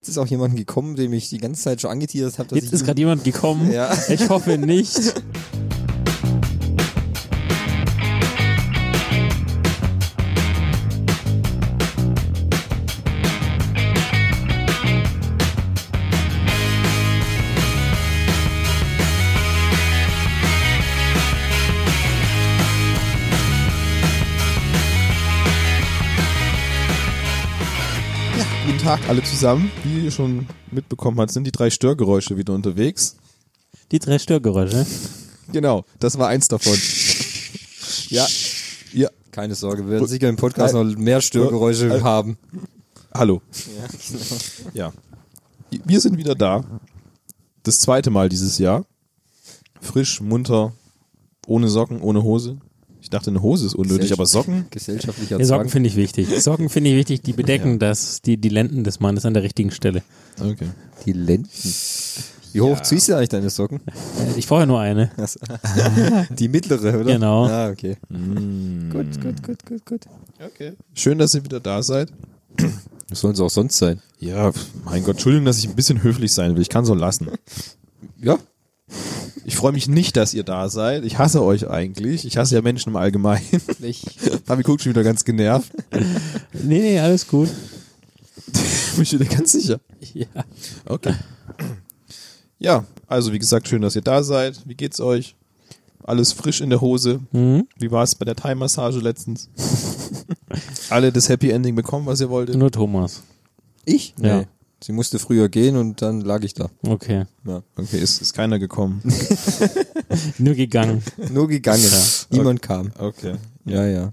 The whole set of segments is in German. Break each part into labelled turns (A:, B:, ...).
A: jetzt ist auch jemand gekommen, dem ich die ganze Zeit schon angeteasert habe. dass
B: Jetzt
A: ich
B: ist
A: ihm-
B: gerade jemand gekommen.
A: Ja.
B: Ich hoffe nicht.
C: Guten Tag alle zusammen. Wie ihr schon mitbekommen habt, sind die drei Störgeräusche wieder unterwegs.
B: Die drei Störgeräusche.
C: Genau, das war eins davon. Ja, ja,
A: Keine Sorge, wir werden sicher im Podcast noch mehr Störgeräusche
C: Äh, äh,
A: haben.
C: hallo.
A: genau.
C: Ja. Wir sind wieder da. Das zweite Mal dieses Jahr. Frisch, munter, ohne Socken, ohne Hose. Ich dachte, eine Hose ist unnötig, aber Socken?
A: Gesellschaftlicher
B: Ja, Socken
A: Zwang.
B: finde ich wichtig. Socken finde ich wichtig. Die bedecken das, die, die Lenden des Mannes an der richtigen Stelle.
C: Okay.
A: Die Lenden. Wie hoch ziehst du eigentlich deine Socken?
B: Äh, Ich brauche ja nur eine.
A: Die mittlere, oder?
B: Genau.
A: Ah, okay. Gut, gut, gut, gut, gut.
C: okay. Schön, dass ihr wieder da seid.
A: Das sollen sie auch sonst sein.
C: Ja, pf, mein Gott, Entschuldigung, dass ich ein bisschen höflich sein will. Ich kann so lassen.
A: Ja.
C: Ich freue mich nicht, dass ihr da seid. Ich hasse euch eigentlich. Ich hasse ja Menschen im Allgemeinen. Fabi guckt schon wieder ganz genervt.
B: Nee, nee, alles gut.
C: Ich bin schon wieder ganz sicher.
B: Ja.
C: Okay. Ja, also wie gesagt, schön, dass ihr da seid. Wie geht's euch? Alles frisch in der Hose. Wie war es bei der Thai-Massage letztens? Alle das Happy Ending bekommen, was ihr wolltet?
B: Nur Thomas.
A: Ich? Nee.
B: Ja.
A: Sie musste früher gehen und dann lag ich da.
B: Okay.
C: Ja. Okay, ist, ist keiner gekommen.
B: Nur gegangen.
A: Nur gegangen. Niemand kam.
C: Okay.
A: Ja, ja.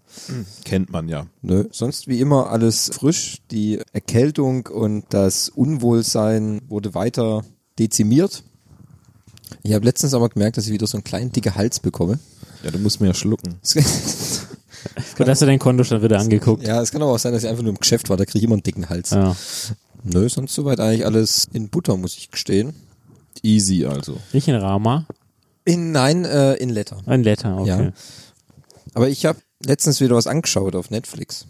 C: Kennt man ja.
A: Nö. Sonst wie immer alles frisch. Die Erkältung und das Unwohlsein wurde weiter dezimiert. Ich habe letztens aber gemerkt, dass ich wieder so einen kleinen dicken Hals bekomme.
C: Ja, du musst mir ja schlucken.
B: Und hast du deinen Kontostand wieder angeguckt?
A: ja, es kann aber auch sein, dass ich einfach nur im Geschäft war. Da kriege ich immer einen dicken Hals.
B: Ja.
A: Nö, sonst soweit eigentlich alles in Butter, muss ich gestehen.
C: Easy also.
B: Nicht in Rama,
A: In, nein, äh, in Letter.
B: ein Letter. Okay.
A: Ja. Aber ich habe letztens wieder was angeschaut auf Netflix.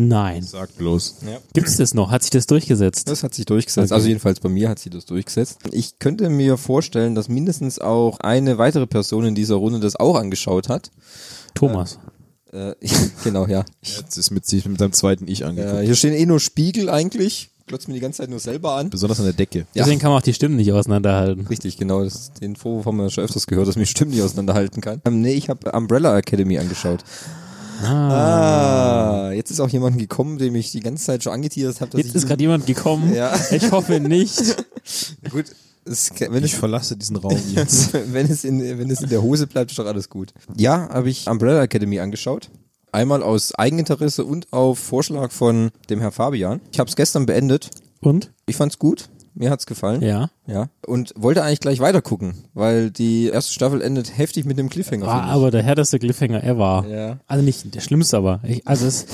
B: Nein.
C: Sag bloß.
B: Gibt's das noch? Hat sich das durchgesetzt?
A: Das hat sich durchgesetzt. Also jedenfalls bei mir hat sie das durchgesetzt. Ich könnte mir vorstellen, dass mindestens auch eine weitere Person in dieser Runde das auch angeschaut hat.
B: Thomas.
A: Äh, genau, ja. Ich,
C: Jetzt ist mit sich mit seinem zweiten Ich angeguckt.
A: äh, hier stehen eh nur Spiegel eigentlich. Glotzt mir die ganze Zeit nur selber an.
C: Besonders an der Decke.
A: ja.
B: Deswegen kann man auch die Stimmen nicht auseinanderhalten.
A: Richtig, genau. Das, den Vorwurf haben wir schon öfters gehört, dass mich Stimmen nicht auseinanderhalten kann. Ähm, nee, ich habe Umbrella Academy angeschaut. Ah, jetzt ist auch jemand gekommen, dem ich die ganze Zeit schon angeteasert habe, dass
B: Jetzt
A: ich
B: ist gerade jemand gekommen.
A: Ja.
B: Ich hoffe nicht.
A: gut, es, wenn
C: Ich
A: es
C: verlasse diesen Raum jetzt.
A: wenn es in wenn es in der Hose bleibt, ist doch alles gut. Ja, habe ich Umbrella Academy angeschaut. Einmal aus Eigeninteresse und auf Vorschlag von dem Herr Fabian. Ich habe es gestern beendet.
B: Und?
A: Ich fand's gut. Mir hat's gefallen.
B: Ja.
A: Ja. Und wollte eigentlich gleich weitergucken, weil die erste Staffel endet heftig mit einem Cliffhanger.
B: War
A: finde ich.
B: aber der härteste Cliffhanger ever.
A: Ja.
B: Also nicht der schlimmste, aber ich, also es,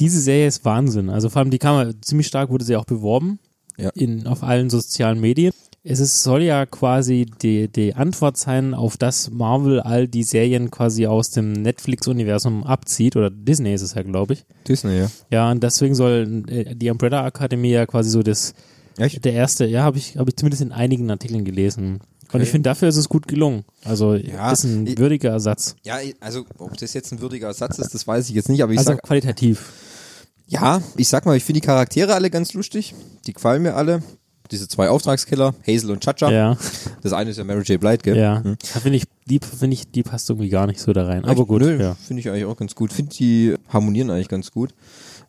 B: diese Serie ist Wahnsinn. Also vor allem die kam ja- ziemlich stark, wurde sie auch beworben
A: Ja.
B: in, auf allen sozialen Medien. Es ist, soll ja quasi die, die Antwort sein, auf das Marvel all die Serien quasi aus dem Netflix-Universum abzieht, oder Disney ist es ja, glaube ich.
A: Disney, ja.
B: Ja, und deswegen soll äh, die Umbrella Academy ja quasi so das,
A: Echt?
B: der erste, ja, habe ich, hab ich zumindest in einigen Artikeln gelesen. Und ich finde, dafür ist es gut gelungen. Also,
A: Ja,
B: ist ein
A: ich-
B: würdiger Ersatz.
A: Ja, also ob das jetzt ein würdiger Ersatz ist, das weiß ich jetzt nicht, aber ich
B: Also
A: sag,
B: qualitativ.
A: ja, ich sag mal, ich finde die Charaktere alle ganz lustig. Die gefallen mir alle. Diese zwei Auftragskiller, Hazel und Chacha.
B: Ja,
A: Das eine ist ja Mary J. Blight, gell?
B: ja. Da finde ich, die finde ich, die passt irgendwie gar nicht so da rein. Aber
A: Hm. Echt?
B: gut,
A: Nö,
B: ja.
A: finde ich eigentlich auch ganz gut. Finde die harmonieren eigentlich ganz gut.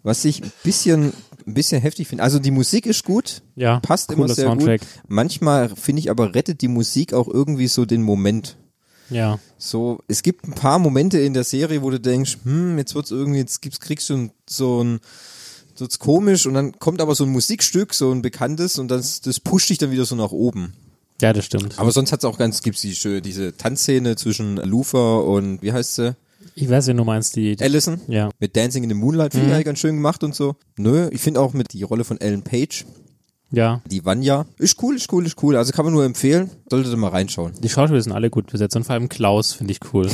A: Was ich ein bisschen, ein bisschen heftig finde, also die Musik ist gut,
B: Ja,
A: passt
B: cooler
A: immer sehr
B: Soundtrack.
A: gut. Manchmal finde ich aber rettet die Musik auch irgendwie so den Moment.
B: Ja.
A: So, es gibt ein paar Momente in der Serie, wo du denkst, hm, jetzt wird's irgendwie, jetzt gibt's, kriegst du so ein, so wird's komisch und dann kommt aber so ein Musikstück, so ein bekanntes und das, das pusht dich dann wieder so nach oben.
B: Ja, das stimmt.
A: Aber sonst hat's auch ganz, gibt's die, schö- diese Tanzszene zwischen Lufa und, wie heißt sie?
B: Ich weiß, wen du meinst, die, die
A: Allison?
B: ja.
A: Mit Dancing in the Moonlight finde ich eigentlich ganz schön gemacht und so. Nö, ich finde auch mit die Rolle von Ellen Page,
B: Ja.
A: die Vanya, ist cool, ist cool, ist cool. Also kann man nur empfehlen, solltet ihr mal reinschauen.
B: Die Schauspieler sind alle gut besetzt und vor allem Klaus finde ich cool.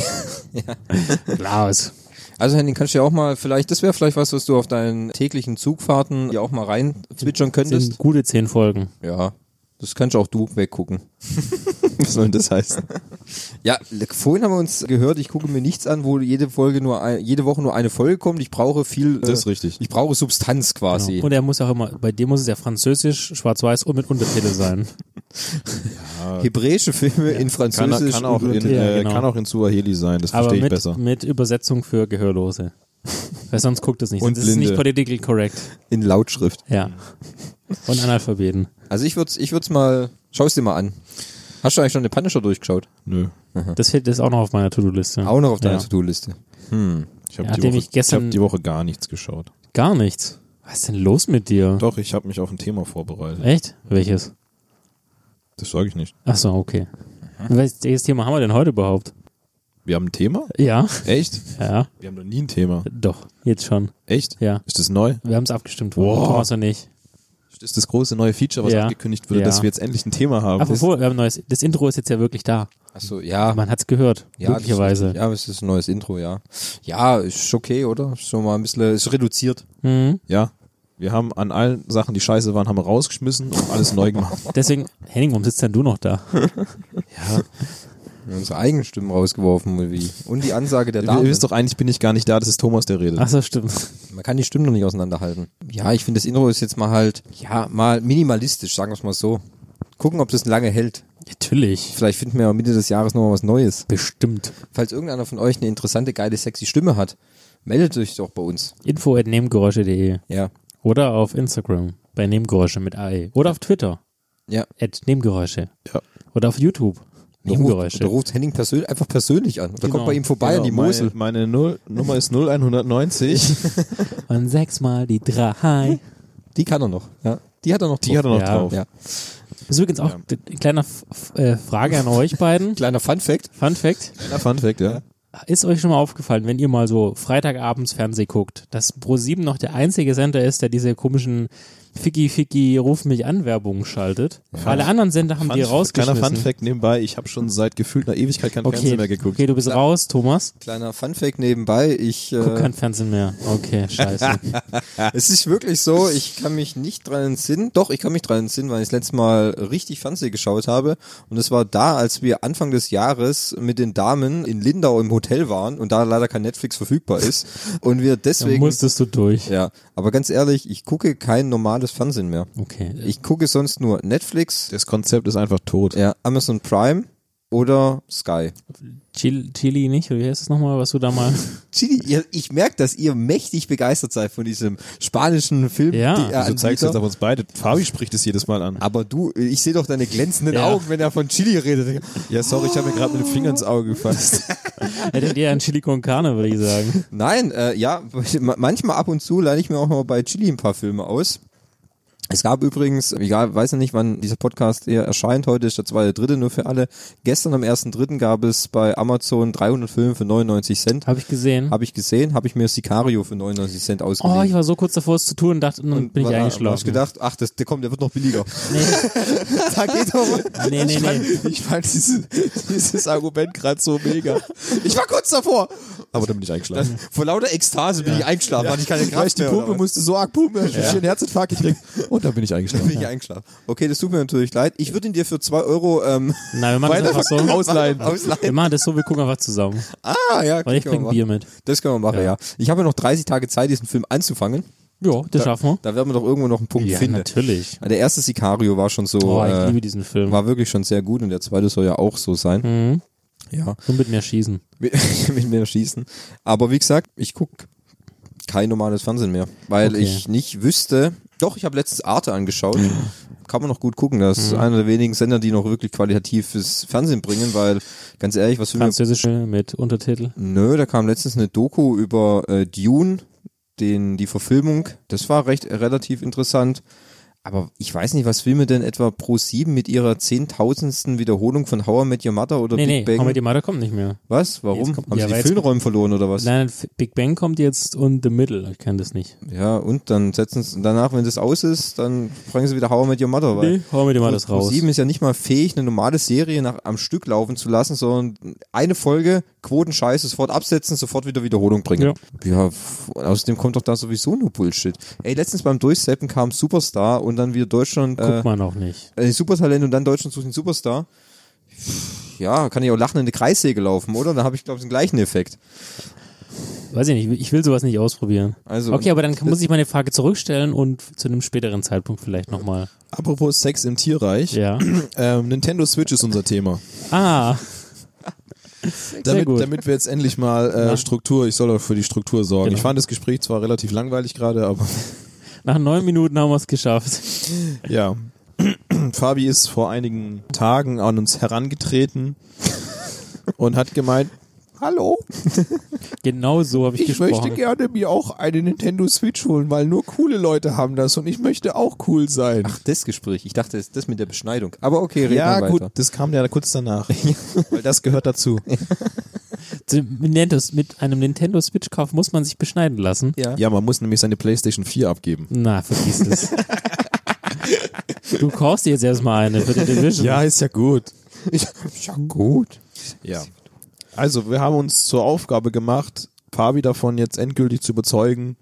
B: Klaus.
A: Also Henning, kannst du ja auch mal vielleicht, das wäre vielleicht was, was du auf deinen täglichen Zugfahrten ja auch mal rein zwitschern
B: Das
A: könntest.
B: sind gute zehn Folgen.
A: Ja, das kannst auch du weggucken.
C: Was soll denn das heißen?
A: Ja, le- vorhin haben wir uns gehört, ich gucke mir nichts an, wo jede Folge nur ein, jede Woche nur eine Folge kommt. Ich brauche viel äh,
C: Das ist richtig.
A: Ich brauche Substanz quasi.
B: Genau. Und er muss auch immer, bei dem muss es ja französisch, schwarz-weiß und mit Untertitel sein.
A: Hebräische Filme in
C: Kann,
A: Französisch.
C: kann, auch
A: und-
C: in,
B: Ja,
C: äh,
B: genau.
C: kann auch in Suaheli sein, das
B: Aber
C: verstehe ich
B: mit,
C: besser.
B: mit Übersetzung für Gehörlose. Weil sonst guckt es nicht.
C: Und
B: das ist nicht
C: Blinde.
B: political correct.
A: in Lautschrift.
B: Ja. Und Analphabeten.
A: Also ich würde ich würd's mal, schau es dir mal an. Hast du eigentlich schon den Punisher durchgeschaut?
C: Nö.
B: Das fehlt ist auch noch auf meiner To-Do-Liste.
A: Auch noch auf deiner
B: Ja.
A: To-Do-Liste.
C: Hm, Ich habe
B: Ja,
C: die,
B: nachdem
C: Woche-
B: ich gestern-
C: ich hab die Woche gar nichts geschaut.
B: Gar nichts. Was ist denn los mit dir?
C: Doch, ich habe mich auf ein Thema vorbereitet.
B: Echt? Welches?
C: Das sage ich nicht.
B: Ach so, okay. Welches welches Thema haben wir denn heute überhaupt?
C: Wir haben ein Thema?
B: Ja,
C: Echt?
B: ja,
C: Wir haben noch nie ein Thema.
B: doch, jetzt schon.
C: Echt?
B: Ja,
C: Ist das neu?
B: wir haben es abgestimmt. Wow.
C: Wow.
B: Thomas und ich.
C: Ist das große neue Feature, was
B: Ja.
C: angekündigt wurde,
B: Ja.
C: dass wir jetzt endlich ein Thema haben?
B: Apropos, wir haben ein neues, das Intro ist jetzt ja wirklich da.
A: Achso, ja.
B: Man hat's gehört,
A: Ja, das ist
B: glücklicherweise.
A: richtig. Ja, aber es ist ein neues Intro, ja. Ja, ist okay, oder? Ist schon mal ein bisschen, ist reduziert.
B: Mhm.
C: ja. Wir haben an allen Sachen, die scheiße waren, haben wir rausgeschmissen und alles neu gemacht.
B: Deswegen, Henning, warum sitzt denn du noch da?
A: Wir haben unsere eigenen Stimmen rausgeworfen, oder wie. Und die Ansage der
C: Ihr
A: Dame.
C: wisst doch, eigentlich bin ich gar nicht da, das ist Thomas, der redet.
B: Ach so, stimmt.
A: Man kann die Stimmen noch nicht auseinanderhalten. Ja, ich finde, das Intro ist jetzt mal halt, ja, mal minimalistisch, sagen wir es mal so. Gucken, ob das lange hält.
B: Natürlich.
A: Vielleicht finden wir ja Mitte des Jahres nochmal was Neues.
B: Bestimmt.
A: Falls irgendeiner von euch eine interessante, geile, sexy Stimme hat, meldet euch doch bei uns.
B: Info at nebengeräusche.de
A: Ja.
B: oder auf Instagram bei Nebengeräusche mit AE oder auf Twitter
A: Ja.
B: at Nebengeräusche
C: Ja.
B: oder auf YouTube
A: Da ruft, da
B: Nebengeräusche.
A: ruft Henning persönlich, einfach persönlich an. Da
B: Genau.
A: kommt bei ihm vorbei an die
C: Genau,
A: Mosel.
C: Meine, meine Null, Nummer ist 0190.
B: Und sechsmal die drei.
A: Die kann er noch. Ja. Die hat er noch.
C: Die hat er noch
B: Ja.
C: drauf.
A: Ja.
B: Das ist übrigens auch d- eine kleine F F- äh, Frage an euch beiden.
A: Kleiner Fun Fact.
B: Fun Fact.
C: Ja. Fun Fact, ja.
B: Ist euch schon mal aufgefallen, wenn ihr mal so Freitagabends Fernseh guckt, dass ProSieben noch der einzige Sender ist, der diese komischen Ficky Ficky Ruf mich an Werbung schaltet? Alle anderen Sender haben die
C: kleiner
B: rausgeschmissen.
C: Fun Fact nebenbei, ich habe schon seit gefühlt einer Ewigkeit kein
B: okay,
C: Fernsehen mehr geguckt.
B: okay, du bist raus, Thomas.
A: Kleiner Fun Fact nebenbei. Ich,
B: Guck
A: äh,
B: kein Fernsehen mehr. Okay, scheiße.
A: es ist wirklich so, ich kann mich nicht dran entsinnen. Doch, ich kann mich dran entsinnen, weil ich das letzte Mal richtig Fernsehen geschaut habe. Und es war da, als wir Anfang des Jahres mit den Damen in Lindau im Hotel waren und da leider kein Netflix verfügbar ist. Und wir
B: Dann
A: deswegen.
B: musstest du durch.
A: Ja, aber ganz ehrlich, ich gucke kein normales Fernsehen mehr.
B: Okay.
A: Ich gucke sonst nur Netflix,
C: Das Konzept ist einfach tot.
A: ja, Amazon Prime oder Sky.
B: Chili, Chili nicht, oder wie heißt es nochmal, was du da mal.
A: Chili, ihr, ich merke, dass ihr mächtig begeistert seid von diesem spanischen Film.
B: Ja.
A: die- äh,
C: Also zeigst du jetzt
A: Anbieter.
C: auf uns beide. Fabi spricht es jedes Mal an.
A: aber du, ich sehe doch deine glänzenden
B: Ja.
A: Augen, wenn er von Chili redet.
C: Ja, sorry, ich habe mir gerade mit dem Finger ins Auge gefasst.
B: Hättet ihr einen Chili con Carne, würde ich sagen.
A: Nein, äh, ja, ma- manchmal ab und zu leih ich mir auch mal bei Chili ein paar Filme aus. Es gab übrigens, egal, weiß ja nicht, wann dieser Podcast hier erscheint, heute ist der zweite, dritte, nur für alle. Gestern am ersten dritten gab es bei Amazon 300 Filme für 99 Cent.
B: Habe ich gesehen.
A: Habe ich gesehen, habe ich mir Sicario für 99 Cent ausgeliehen.
B: Hm. Oh, ich war so kurz davor, es zu tun und dachte, dann bin ich
A: War-
B: eingeschlafen.
A: hab Ich gedacht, ach, das, der kommt, der wird noch billiger. da geht doch.
B: Nee, nee,
C: Ich fand,
B: nee.
C: ich fand dieses, dieses Argument gerade so mega.
A: Ich war kurz davor.
C: Aber dann bin ich eingeschlafen.
A: Vor lauter Ekstase bin ich eingeschlafen, hatte ich keine
C: Weil ich
A: Kraft
C: die
A: mehr.
C: Pumpe
A: oder was?
C: musste so arg pumpen, dass ich einen Herzinfarkt gekriegt Und dann bin ich eingeschlafen.
A: bin ich eingeschlafen. Okay, das tut mir natürlich leid. Ich würde ihn dir für 2 Euro ähm,
B: Nein, wir machen das einfach so.
C: Ausleihen.
A: ausleihen.
B: Wir machen das so, wir gucken einfach zusammen.
A: Ah, ja,
B: Und
A: können wir
B: ich bringe
A: machen.
B: Bier mit.
A: Das können wir machen, ja. Ich habe ja noch 30 Tage Zeit, diesen Film anzufangen.
B: Ja, das schaffen wir.
A: Da werden wir doch irgendwo noch einen Punkt
B: Ja,
A: finden.
B: natürlich.
A: Der erste Sicario war schon so,
B: Oh, ich
A: äh,
B: liebe diesen Film.
A: war wirklich schon sehr gut und der zweite soll ja auch so sein. Ja.
B: Und mit mir schießen.
A: mit, mit mir schießen. Aber wie gesagt, ich guck kein normales Fernsehen mehr, weil
B: Okay. Mhm.
A: ich nicht wüsste. Doch, ich habe letztens Arte angeschaut. Kann man noch gut gucken. Das ist einer der wenigen Sender, die noch wirklich qualitatives Fernsehen bringen, weil ganz ehrlich, was will mir.
B: Französische mit Untertitel.
A: Nö, da kam letztens eine Doku über äh, Dune, den, die Verfilmung. Das war recht relativ äh, interessant. Aber ich weiß nicht, was Filme denn etwa pro sieben mit ihrer zehntausendsten Wiederholung von How I Met Your Mother oder
B: Nee, nee,
A: Big Bang?
B: How I Met Your Mother kommt nicht mehr.
A: was? Warum?
B: Jetzt kommt-
A: Haben
B: Ja,
A: sie
B: weil
A: die
B: jetzt-
A: Filmräume verloren oder was?
B: Nein, F- Big Bang kommt jetzt und The Middle. Ich kenne das nicht.
A: Ja, und dann setzen sie danach, wenn das aus ist, dann bringen sie wieder How I Met Your Mother weil
B: hau mir dir mal das
A: Pro
B: raus.
A: 7 ist ja nicht mal fähig, eine normale Serie nach, am Stück laufen zu lassen, sondern eine Folge, Quotenscheiß, sofort absetzen, sofort wieder Wiederholung bringen. Ja, f- und außerdem kommt doch da sowieso nur Bullshit. Ey, letztens beim Durchseppen kam Superstar und dann wieder Deutschland, äh,
B: Guckt man auch nicht.
A: äh, Supertalent und dann Deutschland sucht den Superstar. Ja, kann ich auch lachen in eine Kreissäge laufen, oder? Da habe ich, glaube ich, den gleichen Effekt.
B: Weiß ich nicht, ich will sowas nicht ausprobieren.
A: Also-
B: okay, aber dann kann, muss ich meine Frage zurückstellen und zu einem späteren Zeitpunkt vielleicht nochmal.
C: Apropos Sex im Tierreich.
B: Ja.
C: Ähm, Nintendo Switch ist unser Thema.
B: Ah,
C: Damit,
B: gut.
C: damit wir jetzt endlich mal äh, Struktur, ich soll doch für die Struktur sorgen.
B: Genau.
C: Ich fand das Gespräch zwar relativ langweilig gerade, aber
B: nach neun Minuten haben wir es geschafft.
C: ja. Fabi ist vor einigen Tagen an uns herangetreten und hat gemeint, hallo,
B: Genau so habe ich,
C: ich
B: gesprochen.
C: möchte gerne mir auch eine Nintendo Switch holen, weil nur coole Leute haben das und ich möchte auch cool sein.
A: Ach, das Gespräch. Ich dachte, das, das mit der Beschneidung. Aber okay, reden
C: ja
A: wir
C: gut,
A: weiter.
C: das kam ja kurz danach, weil das gehört dazu.
B: Nintendo, mit einem Nintendo Switch-Kauf muss man sich beschneiden lassen.
A: Ja.
C: Ja, man muss nämlich seine Playstation 4 abgeben.
B: Na, vergiss es. du kaufst dir jetzt erstmal eine für die Division.
C: ist ja gut.
A: Ja, gut.
C: Ja. Also, wir haben uns zur Aufgabe gemacht, Fabi davon jetzt endgültig zu überzeugen,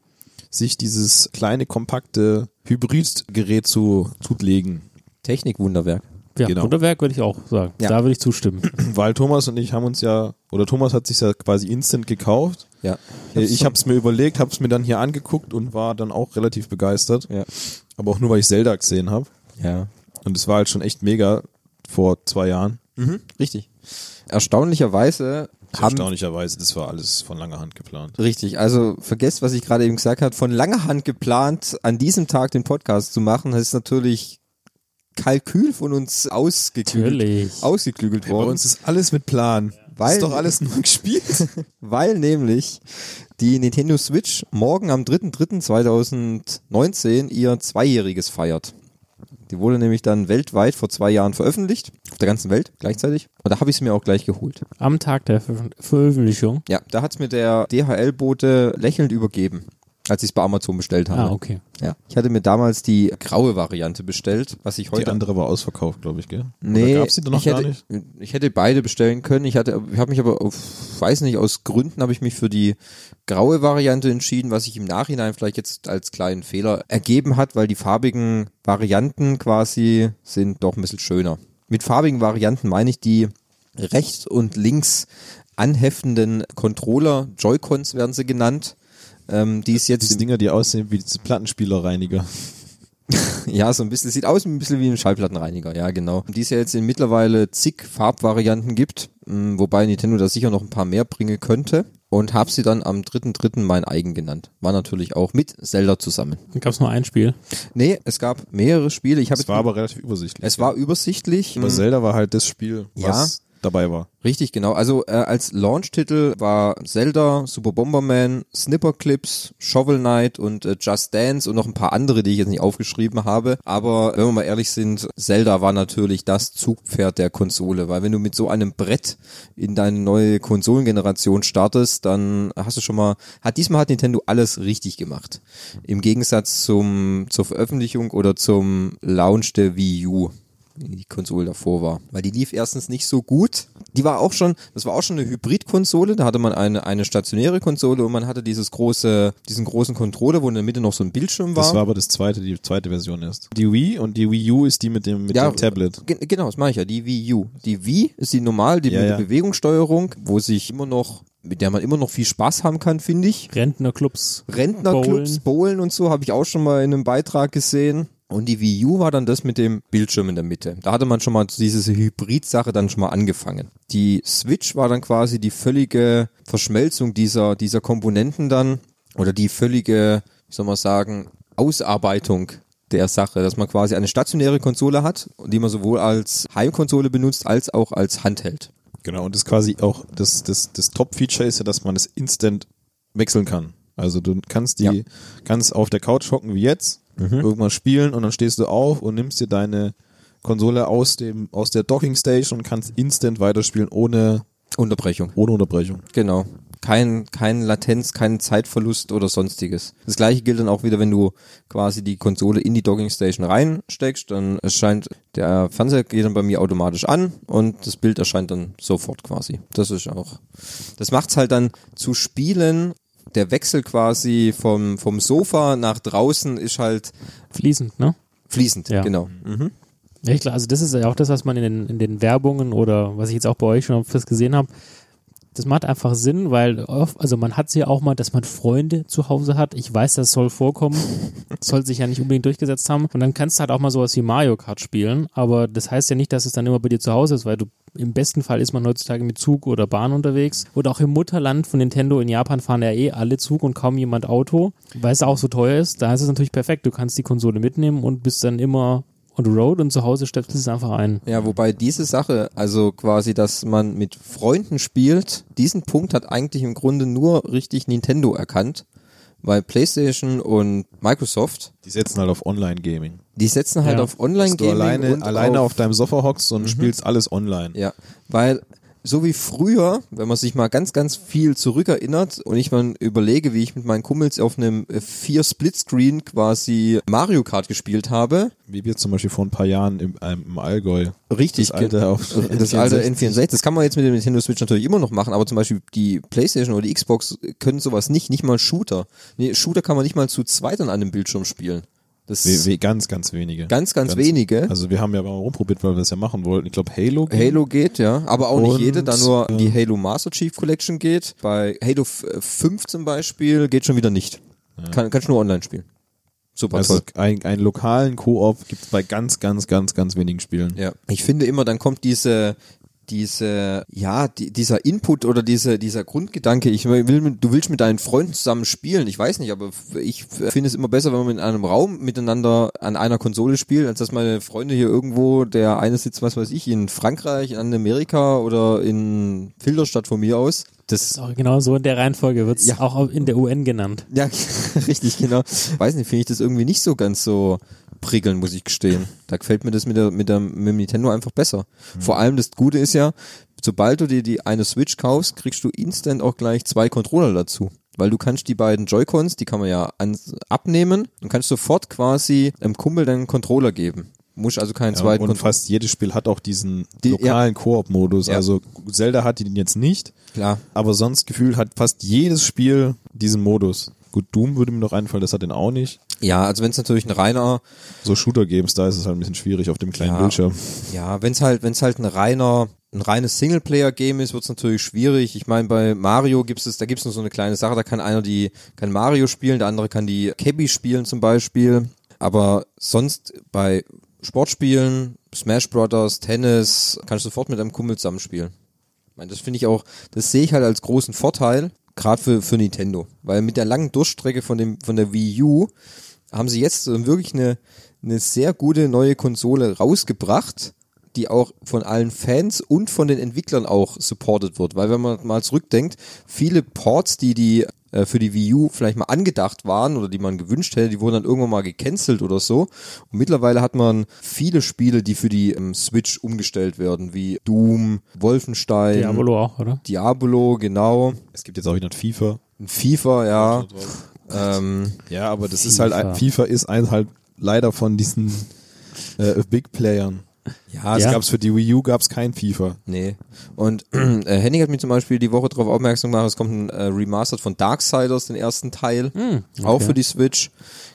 C: sich dieses kleine, kompakte Hybridgerät zu zulegen.
A: Technikwunderwerk.
B: ja
C: genau.
B: Wunderwerk würde ich auch sagen.
A: Ja.
B: Da würde ich zustimmen.
C: Weil Thomas und ich haben uns ja, oder Thomas hat sich ja quasi instant gekauft.
A: Ja.
C: Äh, Ich habe es mir überlegt, habe es mir dann hier angeguckt und war dann auch relativ begeistert.
A: Ja.
C: Aber auch nur, weil ich Zelda gesehen habe.
A: Ja.
C: Und es war halt schon echt mega vor zwei Jahren.
A: Mhm. Richtig. Erstaunlicherweise haben
C: Erstaunlicherweise, das war alles von langer Hand geplant.
A: Richtig, also vergesst, was ich gerade eben gesagt habe, von langer Hand geplant, an diesem Tag den Podcast zu machen, das ist natürlich Kalkül von uns ausgeklügelt,
B: Natürlich.
A: ausgeklügelt
C: Bei
A: worden,
C: uns ist alles mit Plan.
A: Weil-
C: ist doch alles nur gespielt.
A: weil nämlich die Nintendo Switch morgen am 3.3.2019 ihr Zweijähriges feiert. Die wurde nämlich dann weltweit vor zwei Jahren veröffentlicht, auf der ganzen Welt gleichzeitig. Und da habe ich es mir auch gleich geholt.
B: Am Tag der Ver Veröffentlichung.
A: Ja, da hat's mir der DHL-Bote lächelnd übergeben, als ich's bei Amazon bestellt habe.
B: Ah, okay.
A: Ja. Ich hatte mir damals die graue Variante bestellt, was ich heute
C: Die andere war ausverkauft, glaube ich, gell?
A: Nee,
C: Oder gab's die dann noch
A: ich hätte,
C: gar nicht?
A: Ich hätte beide bestellen können. Ich hatte, ich habe mich aber, auf, weiß nicht, aus Gründen habe ich mich für die graue Variante entschieden, was sich im Nachhinein vielleicht jetzt als kleinen Fehler ergeben hat, weil die farbigen Varianten quasi sind doch ein bisschen schöner. Mit farbigen Varianten meine ich die rechts und links anheftenden Controller, Joy-Cons werden sie genannt. Ähm, die ist jetzt
C: Diese
A: im
C: Dinger, die aussehen wie diese Plattenspielerreiniger.
A: Ja, so ein bisschen. Sieht aus ein bisschen wie ein Schallplattenreiniger, ja, genau. Die es ja jetzt in mittlerweile zig Farbvarianten gibt, mh, wobei Nintendo da sicher noch ein paar mehr bringen könnte. Und habe sie dann am 3.3. mein eigen genannt. War natürlich auch mit Zelda zusammen.
B: Dann gab es nur ein Spiel.
A: Nee, es gab mehrere Spiele. Ich hab
C: Es
A: jetzt-
C: war aber relativ übersichtlich.
A: es war übersichtlich. Mm,
C: aber
A: mh,
C: Zelda war halt das Spiel,
A: Ja.
C: was dabei war.
A: Richtig, genau. Also äh, als Launch-Titel war Zelda, Super Bomberman, Snipper Clips, Shovel Knight und äh, Just Dance und noch ein paar andere, die ich jetzt nicht aufgeschrieben habe. Aber wenn wir mal ehrlich sind, Zelda war natürlich das Zugpferd der Konsole, weil wenn du mit so einem Brett in deine neue Konsolengeneration startest, dann hast du schon mal, hat diesmal hat Nintendo alles richtig gemacht. Im Gegensatz zum, zur Veröffentlichung oder zum Launch der Wii U die Konsole davor war. Weil die lief erstens nicht so gut. Die war auch schon, das war auch schon eine Hybridkonsole. Da hatte man eine, eine stationäre Konsole und man hatte dieses große, diesen großen Controller, wo in der Mitte noch so ein Bildschirm war.
C: Das war aber das zweite, die zweite Version erst. Die Wii und die Wii U ist die mit dem, mit
A: Ja.
C: dem Tablet.
A: Ge- Genau, das mache ich ja, die Wii U. Die Wii ist die normal, die
C: Ja,
A: mit der
C: ja.
A: Bewegungssteuerung, wo sich immer noch, mit der man immer noch viel Spaß haben kann, finde ich.
B: Rentnerclubs.
A: Rentnerclubs, Bowlen. und so habe ich auch schon mal in einem Beitrag gesehen. Und die Wii U war dann das mit dem Bildschirm in der Mitte. Da hatte man schon mal diese Hybrid-Sache dann schon mal angefangen. Die Switch war dann quasi die völlige Verschmelzung dieser, dieser Komponenten dann oder die völlige, ich soll mal sagen, Ausarbeitung der Sache, dass man quasi eine stationäre Konsole hat, die man sowohl als Heimkonsole benutzt als auch als Handheld.
C: Genau, und das ist quasi auch, das, das, das Top-Feature ist ja, dass man es instant wechseln kann. Also du kannst die,
A: Ja. Mhm.
C: kannst auf der Couch hocken wie jetzt irgendwas spielen und dann stehst du auf und nimmst dir deine Konsole aus dem aus der Docking Station und kannst instant weiterspielen ohne
A: Unterbrechung.
C: ohne Unterbrechung.
A: Genau. Kein, kein Latenz, kein Zeitverlust oder sonstiges. Das gleiche gilt dann auch wieder, wenn du quasi die Konsole in die Dockingstation reinsteckst, dann erscheint der Fernseher geht dann bei mir automatisch an und das Bild erscheint dann sofort quasi. Das ist auch. Das macht's halt dann zu spielen. Der Wechsel quasi vom, vom Sofa nach draußen ist halt
B: Fließend, ne?
A: fließend.
B: Ja.
A: Genau. Mhm.
B: Ja, ich glaube, also das ist ja auch das, was man in den, in den Werbungen oder was ich jetzt auch bei euch schon öfters gesehen habe. Das macht einfach Sinn, weil oft, also man hat es ja auch mal, dass man Freunde zu Hause hat. Ich weiß, das soll vorkommen. Das soll sich ja nicht unbedingt durchgesetzt haben. Und dann kannst du halt auch mal sowas wie Mario Kart spielen. Aber das heißt ja nicht, dass es dann immer bei dir zu Hause ist, weil du im besten Fall ist man heutzutage mit Zug oder Bahn unterwegs. Oder auch im Mutterland von Nintendo in Japan fahren ja eh alle Zug und kaum jemand Auto, weil es auch so teuer ist. Da ist es natürlich perfekt. Du kannst die Konsole mitnehmen und bist dann immer on the road und zu Hause stellst du es einfach ein.
A: Ja, wobei diese Sache, also quasi, dass man mit Freunden spielt, diesen Punkt hat eigentlich im Grunde nur richtig Nintendo erkannt, weil PlayStation und Microsoft,
C: Die setzen halt auf Online Gaming.
A: die setzen halt
B: Ja.
A: auf Online-Gaming
C: du alleine
A: und
C: alleine
A: auf Mhm.
C: auf deinem Sofa hockst und spielst alles online.
A: Ja, weil so wie früher, wenn man sich mal ganz, ganz viel zurückerinnert und ich mal überlege, wie ich mit meinen Kumpels auf einem 4-Split-Screen quasi Mario Kart gespielt habe,
C: Wie wir zum Beispiel vor ein paar Jahren im, ähm, im Allgäu.
A: Richtig,
C: Das alte
A: ge-
C: auf
A: das alte N64. Das kann man jetzt mit dem Nintendo Switch natürlich immer noch machen, aber zum Beispiel die PlayStation oder die Xbox können sowas nicht, nicht mal Shooter. Nee, Shooter kann man nicht mal zu zweit an einem Bildschirm spielen. Das
C: We, we, ganz, ganz wenige.
A: Ganz, ganz wenige.
C: Also wir haben ja mal rumprobiert, weil wir das ja machen wollten. Ich glaube Halo. ging.
A: Halo geht, ja, aber auch nicht
C: Und, äh,
A: jede, da nur die Halo Master Chief Collection geht. Bei Halo f- 5 zum Beispiel geht schon wieder nicht. Kann, kannst du nur online spielen. Super
C: Also
A: toll.
C: ein, einen lokalen Koop gibt es bei ganz, ganz, ganz, ganz wenigen Spielen.
A: Ja. Ich finde immer, dann kommt diese diese ja die, dieser Input oder diese dieser Grundgedanke ich will mit- du willst mit deinen Freunden zusammen spielen ich weiß nicht aber f- ich f- finde es immer besser wenn man in einem Raum miteinander an einer Konsole spielt als dass meine Freunde hier irgendwo der eine sitzt was weiß ich in Frankreich in Amerika oder in Filderstadt von mir aus das
B: Auch genau so in der Reihenfolge wird es
A: Ja.
B: auch in der UN genannt.
A: ja richtig genau weiß nicht finde ich das irgendwie nicht so ganz so prickeln muss ich gestehen da gefällt mir das mit der mit der mit dem Nintendo einfach besser
C: Mhm.
A: vor allem das Gute ist ja sobald du dir die eine Switch kaufst kriegst du instant auch gleich zwei Controller dazu weil du kannst die beiden Joy-Cons die kann man ja an, abnehmen und kannst sofort quasi einem Kumpel deinen Controller geben musst also keinen
C: Ja,
A: zweiten
C: und
A: Controller
C: fast jedes Spiel hat auch diesen
A: Die-
C: lokalen Koop-Modus.
A: Ja.
C: Also Zelda hat den jetzt nicht,
A: klar
C: aber sonst gefühlt hat fast jedes Spiel diesen Modus. Gut, Doom würde mir noch einfallen, das hat den auch nicht.
A: ja also wenn es natürlich ein reiner
C: So Shooter-Games, da ist es halt ein bisschen schwierig auf dem kleinen
A: Ja.
C: Bildschirm.
A: Ja, wenn's halt, wenn's halt ein reiner, ein reines Singleplayer-Game ist, wird's natürlich schwierig. Ich meine, bei Mario gibt's es, da gibt's nur so eine kleine Sache, da kann einer die, kann Mario spielen, der andere kann die Cabby spielen zum Beispiel. Aber sonst bei Sportspielen, Smash Brothers, Tennis, kannst du sofort mit einem Kumpel zusammenspielen. Ich meine, das finde ich auch, das sehe ich halt als großen Vorteil, gerade für, für Nintendo. Weil mit der langen Durchstrecke von dem, von der Wii U haben sie jetzt so wirklich eine, eine sehr gute neue Konsole rausgebracht, die auch von allen Fans und von den Entwicklern auch supported wird. Weil wenn man mal zurückdenkt, viele Ports, die die äh, für die Wii U vielleicht mal angedacht waren oder die man gewünscht hätte, die wurden dann irgendwann mal gecancelt oder so. Und mittlerweile hat man viele Spiele, die für die ähm, Switch umgestellt werden, wie Doom, Wolfenstein,
C: Mhm.
B: Diabolo auch, oder?
A: Diabolo, genau.
C: Es gibt jetzt auch wieder ein FIFA.
A: FIFA, ja. Ähm,
C: Ja, aber das ist
B: FIFA.
C: halt, ein- FIFA ist ein halt leider von diesen äh, Big Playern.
A: Ah, ja,
C: Es
B: Ja.
C: gab's für die Wii U gab's kein FIFA.
A: Nee. Und äh, Henning hat mich zum Beispiel die Woche darauf aufmerksam gemacht, es kommt ein äh, Remastered von Darksiders, den ersten Teil,
C: Hm,
A: auch für die Switch.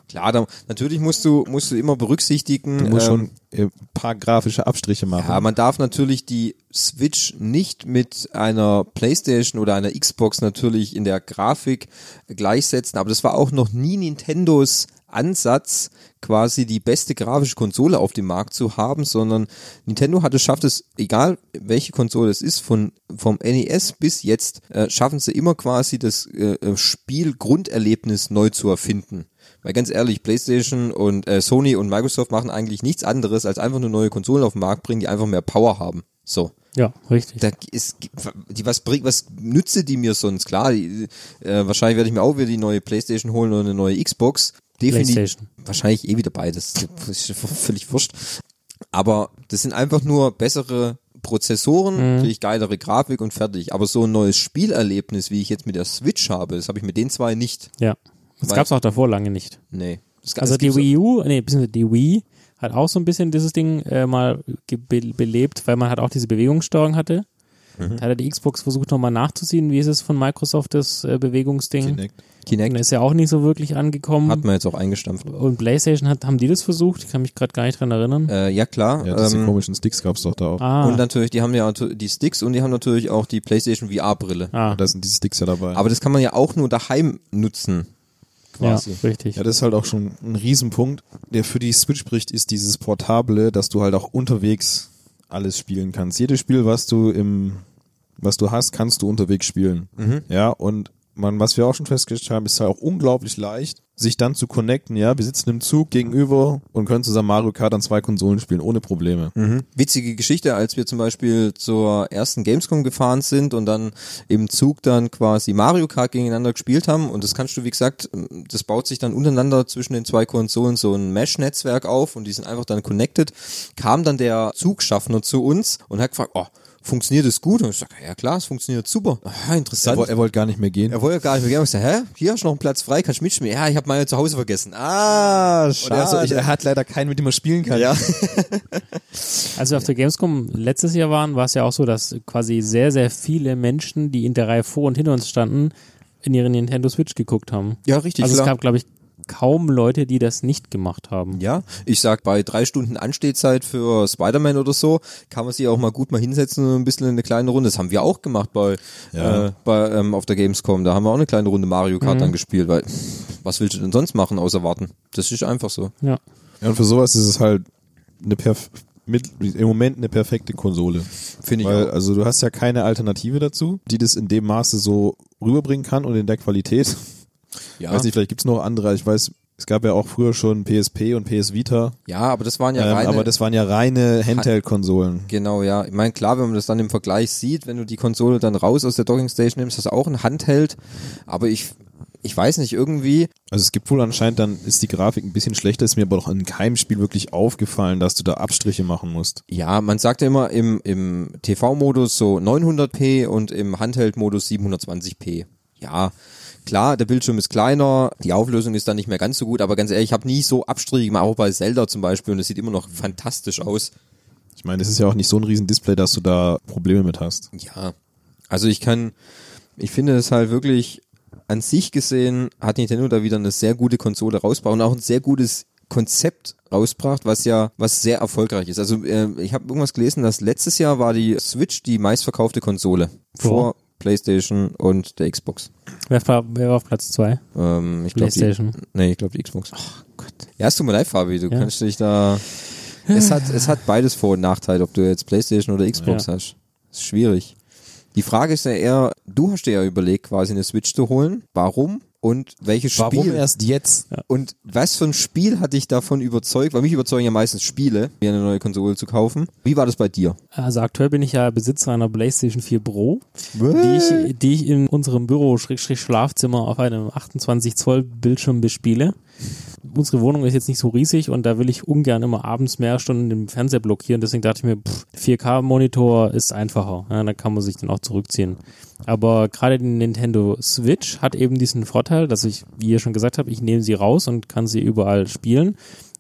A: Klar, da, natürlich musst du, musst du immer berücksichtigen.
C: Du musst
A: ähm,
C: schon äh, paar grafische Abstriche machen.
A: ja, man darf natürlich die Switch nicht mit einer Playstation oder einer Xbox natürlich in der Grafik gleichsetzen, aber das war auch noch nie Nintendos Ansatz, quasi die beste grafische Konsole auf dem Markt zu haben, sondern Nintendo hat es schafft es, egal welche Konsole es ist, von vom NES bis jetzt äh, schaffen sie immer quasi das äh, äh, Spielgrunderlebnis neu zu erfinden. Weil ganz ehrlich, PlayStation und äh, Sony und Microsoft machen eigentlich nichts anderes, als einfach nur neue Konsolen auf den Markt bringen, die einfach mehr Power haben. So.
B: Ja, richtig.
A: Da ist, die, was bringt, was nütze die mir sonst? Klar, die, äh, wahrscheinlich werde ich mir auch wieder die neue Playstation holen oder eine neue Xbox. definitiv
B: PlayStation.
A: wahrscheinlich eh wieder beides. Das ist völlig wurscht. Aber das sind einfach nur bessere
B: Mhm.
A: Prozessoren, natürlich geilere Grafik und fertig. Aber so ein neues Spielerlebnis, wie ich jetzt mit der Switch habe, das habe ich mit den zwei nicht.
B: Ja. Das
A: Weil-
B: gab's auch davor lange nicht.
A: Nee. Das,
B: Also
A: das
B: die
A: gibt's-
B: Wii U, nee, beziehungsweise die Wii hat auch so ein bisschen dieses Ding äh, mal ge- be belebt, weil man halt auch diese Bewegungssteuerung hatte.
C: Mhm.
B: Da hat ja die Xbox versucht nochmal nachzuziehen, wie ist es von Microsoft, das äh, Bewegungsding.
C: Kinect.
A: Kinect
B: Ist ja auch nicht so wirklich angekommen.
A: hat man jetzt auch eingestampft.
B: und PlayStation hat, haben die das versucht? Ich kann mich gerade gar nicht dran erinnern.
A: Äh, ja klar.
C: Ja, diese
A: ähm,
C: komischen Sticks gab's doch da auch.
B: ah,
A: Und natürlich, die haben ja natu- die Sticks und die haben natürlich auch die PlayStation VR-Brille.
B: ah
C: Da sind diese Sticks ja dabei.
A: Aber das kann man ja auch nur daheim nutzen.
B: ja,
C: quasi.
B: richtig.
C: Ja, das ist halt auch schon ein Riesenpunkt, der für die Switch spricht, ist dieses Portable, dass du halt auch unterwegs alles spielen kannst. Jedes Spiel, was du im, was du hast, kannst du unterwegs spielen. Ja, und man, was wir auch schon festgestellt haben, ist halt auch unglaublich leicht, sich dann zu connecten. Ja, wir sitzen im Zug gegenüber und können zusammen Mario Kart an zwei Konsolen spielen, ohne Probleme.
A: Witzige Geschichte, als wir zum Beispiel zur ersten Gamescom gefahren sind und dann im Zug dann quasi Mario Kart gegeneinander gespielt haben und das kannst du, wie gesagt, ähm, das baut sich dann untereinander zwischen den zwei Konsolen so ein Mesh-Netzwerk auf und die sind einfach dann connected, kam dann der Zugschaffner zu uns und hat gefragt, oh, funktioniert es gut? Und ich sag, ja klar, es funktioniert super. Ah,
C: Er,
A: interessant.
C: woll- halt er wollte gar nicht mehr gehen.
A: Er wollte gar nicht mehr gehen. Ich sag, hä? Hier hast du noch einen Platz frei, kannst mitspielen. Ja, ich habe meine zu Hause vergessen. Ah,
C: Und er, so, ich,
A: schade.
C: er hat leider keinen, mit dem er spielen kann.
A: Ja.
B: Als wir auf der Gamescom letztes Jahr waren, war es ja auch so, dass quasi sehr, sehr viele Menschen, die in der Reihe vor und hinter uns standen, in ihre Nintendo Switch geguckt haben.
A: Ja, richtig,
B: Also es
A: klar.
B: gab, glaube ich, kaum Leute, die das nicht gemacht haben.
A: Ja, ich sag, bei drei Stunden Anstehzeit für Spider-Man oder so, kann man sich auch mal gut mal hinsetzen und ein bisschen eine kleine Runde. Das haben wir auch gemacht bei,
C: Ja. Mhm.
A: äh, bei ähm, auf der Gamescom. Da haben wir auch eine kleine Runde Mario Kart dann gespielt, weil was willst du denn sonst machen, außer warten? Das ist einfach so.
B: Ja.
C: Ja, und für sowas ist es halt eine perf mit, im Moment eine perfekte Konsole.
A: Finde ich
C: Weil,
A: auch.
C: also du hast ja keine Alternative dazu, die das in dem Maße so rüberbringen kann und in der Qualität.
A: Ja.
C: Weiß nicht, vielleicht gibt's noch andere. Ich weiß, es gab ja auch früher schon PSP und PS Vita.
A: ja, aber das waren ja
C: ähm,
A: reine,
C: aber das waren ja reine Handheld-Konsolen.
A: Genau, ja. Ich meine, klar, wenn man das dann im Vergleich sieht, wenn du die Konsole dann raus aus der Dockingstation nimmst, hast du auch ein Handheld. Aber ich, ich weiß nicht, irgendwie,
C: Also es gibt wohl anscheinend, dann ist die Grafik ein bisschen schlechter, ist mir aber doch in keinem Spiel wirklich aufgefallen, dass du da Abstriche machen musst.
A: ja, man sagt ja immer im, im TV-Modus so 900p und im Handheld-Modus 720p. Ja, klar, der Bildschirm ist kleiner, die Auflösung ist dann nicht mehr ganz so gut, aber ganz ehrlich, ich habe nie so Abstriche gemacht, auch bei Zelda zum Beispiel, und es sieht immer noch fantastisch aus.
C: Ich meine, das ist ja auch nicht so ein riesen Display, dass du da Probleme mit hast.
A: Ja, also ich kann, ich finde es halt wirklich an sich gesehen, hat Nintendo da wieder eine sehr gute Konsole rausgebracht und auch ein sehr gutes Konzept rausgebracht, was ja, was sehr erfolgreich ist. Also äh, ich habe irgendwas gelesen, dass letztes Jahr war die Switch die meistverkaufte Konsole vor PlayStation und der Xbox.
B: Wer war, wer war auf Platz zwei?
A: Ähm, ich glaube die,
B: PlayStation. Oh
A: nee, ich glaube die Xbox. Ja, es tut mir leid, Fabi, du kannst dich da. Es hat, es hat beides Vor- und Nachteile, ob du jetzt PlayStation oder Xbox
B: Ja.
A: hast. Ist schwierig. Die Frage ist ja eher, du hast dir ja überlegt, quasi eine Switch zu holen. Warum? Und welches Spiel?
C: jetzt?
A: Und was für ein Spiel hat dich davon überzeugt? Weil mich überzeugen ja meistens Spiele, mir eine neue Konsole zu kaufen. Wie war das bei dir?
B: Also aktuell bin ich ja Besitzer einer PlayStation 4 Pro, die ich, die ich in unserem Büro Schrägstrich Schlafzimmer auf einem 28 Zoll Bildschirm bespiele. Unsere Wohnung ist jetzt nicht so riesig und da will ich ungern immer abends mehr Stunden den Fernseher blockieren. Deswegen dachte ich mir, 4K-Monitor ist einfacher. Ja, da kann man sich dann auch zurückziehen. Aber gerade die Nintendo Switch hat eben diesen Vorteil, dass ich, wie ihr schon gesagt habt, ich nehme sie raus und kann sie überall spielen.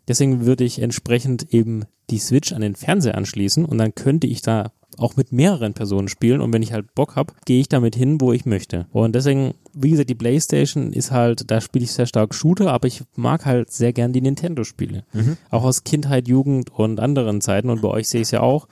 B: Deswegen würde ich entsprechend eben die Switch an den Fernseher anschließen und dann könnte ich da auch mit mehreren Personen spielen und wenn ich halt Bock habe, gehe ich damit hin, wo ich möchte. Und deswegen, wie gesagt, die Playstation ist halt, da spiele ich sehr stark Shooter, aber ich mag halt sehr gern die Nintendo-Spiele. Auch aus Kindheit, Jugend und anderen Zeiten und bei euch sehe ich es ja auch.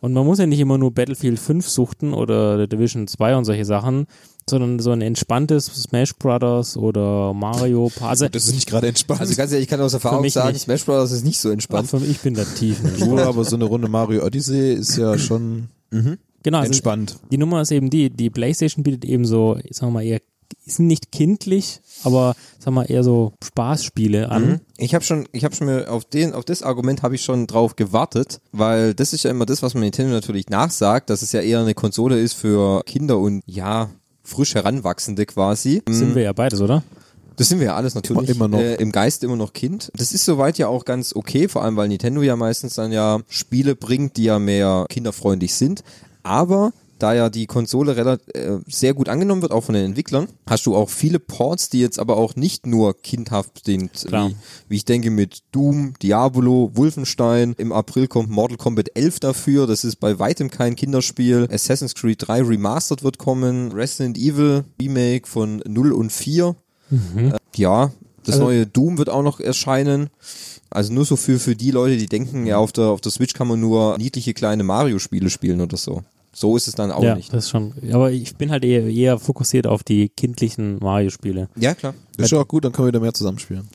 B: Und man muss ja nicht immer nur Battlefield 5 suchten oder The Division 2 und solche Sachen, sondern so ein entspanntes Smash Brothers oder Mario Party. Also,
C: Das ist nicht gerade entspannt.
A: Also ganz ehrlich, ich kann aus Erfahrung
B: mich
A: sagen,
B: nicht.
A: Smash Bros. ist nicht so entspannt.
B: Also, ich bin da tief.
C: Ruhe, aber so eine Runde Mario Odyssey ist ja schon
B: Genau, also
C: entspannt.
B: die Nummer ist eben die, die Playstation bietet eben so, ich sag mal eher, ist nicht kindlich, aber sag mal eher so Spaßspiele an.
A: Ich habe schon, ich habe schon mir auf den, auf das Argument habe ich schon drauf gewartet, weil das ist ja immer das, was man Nintendo natürlich nachsagt, dass es ja eher eine Konsole ist für Kinder und ja frisch heranwachsende quasi. Mhm.
B: Sind wir ja beides, oder?
A: Das sind wir ja alles natürlich
C: Immer- immer noch.
A: Äh, im Geist immer noch Kind. Das ist soweit ja auch ganz okay, vor allem weil Nintendo ja meistens dann ja Spiele bringt, die ja mehr kinderfreundlich sind. Aber da ja die Konsole relativ äh, sehr gut angenommen wird, auch von den Entwicklern, hast du auch viele Ports, die jetzt aber auch nicht nur kindhaft sind,
B: Klar.
A: wie, wie ich denke mit Doom, Diablo, Wolfenstein. Im April kommt Mortal Kombat 11 dafür. Das ist bei weitem kein Kinderspiel. Assassin's Creed 3 Remastered wird kommen. Resident Evil Remake von 0 und 4 Äh, ja, das
B: Also-
A: neue Doom wird auch noch erscheinen. Also nur so für, für die Leute, die denken, ja, auf der, auf der Switch kann man nur niedliche kleine Mario-Spiele spielen oder so. So ist es dann auch
B: ja,
A: nicht.
B: das schon. Aber ich bin halt eher, eher fokussiert auf die kindlichen Mario-Spiele.
A: Ja, klar.
C: Das ist ja auch gut, dann können wir wieder mehr zusammenspielen.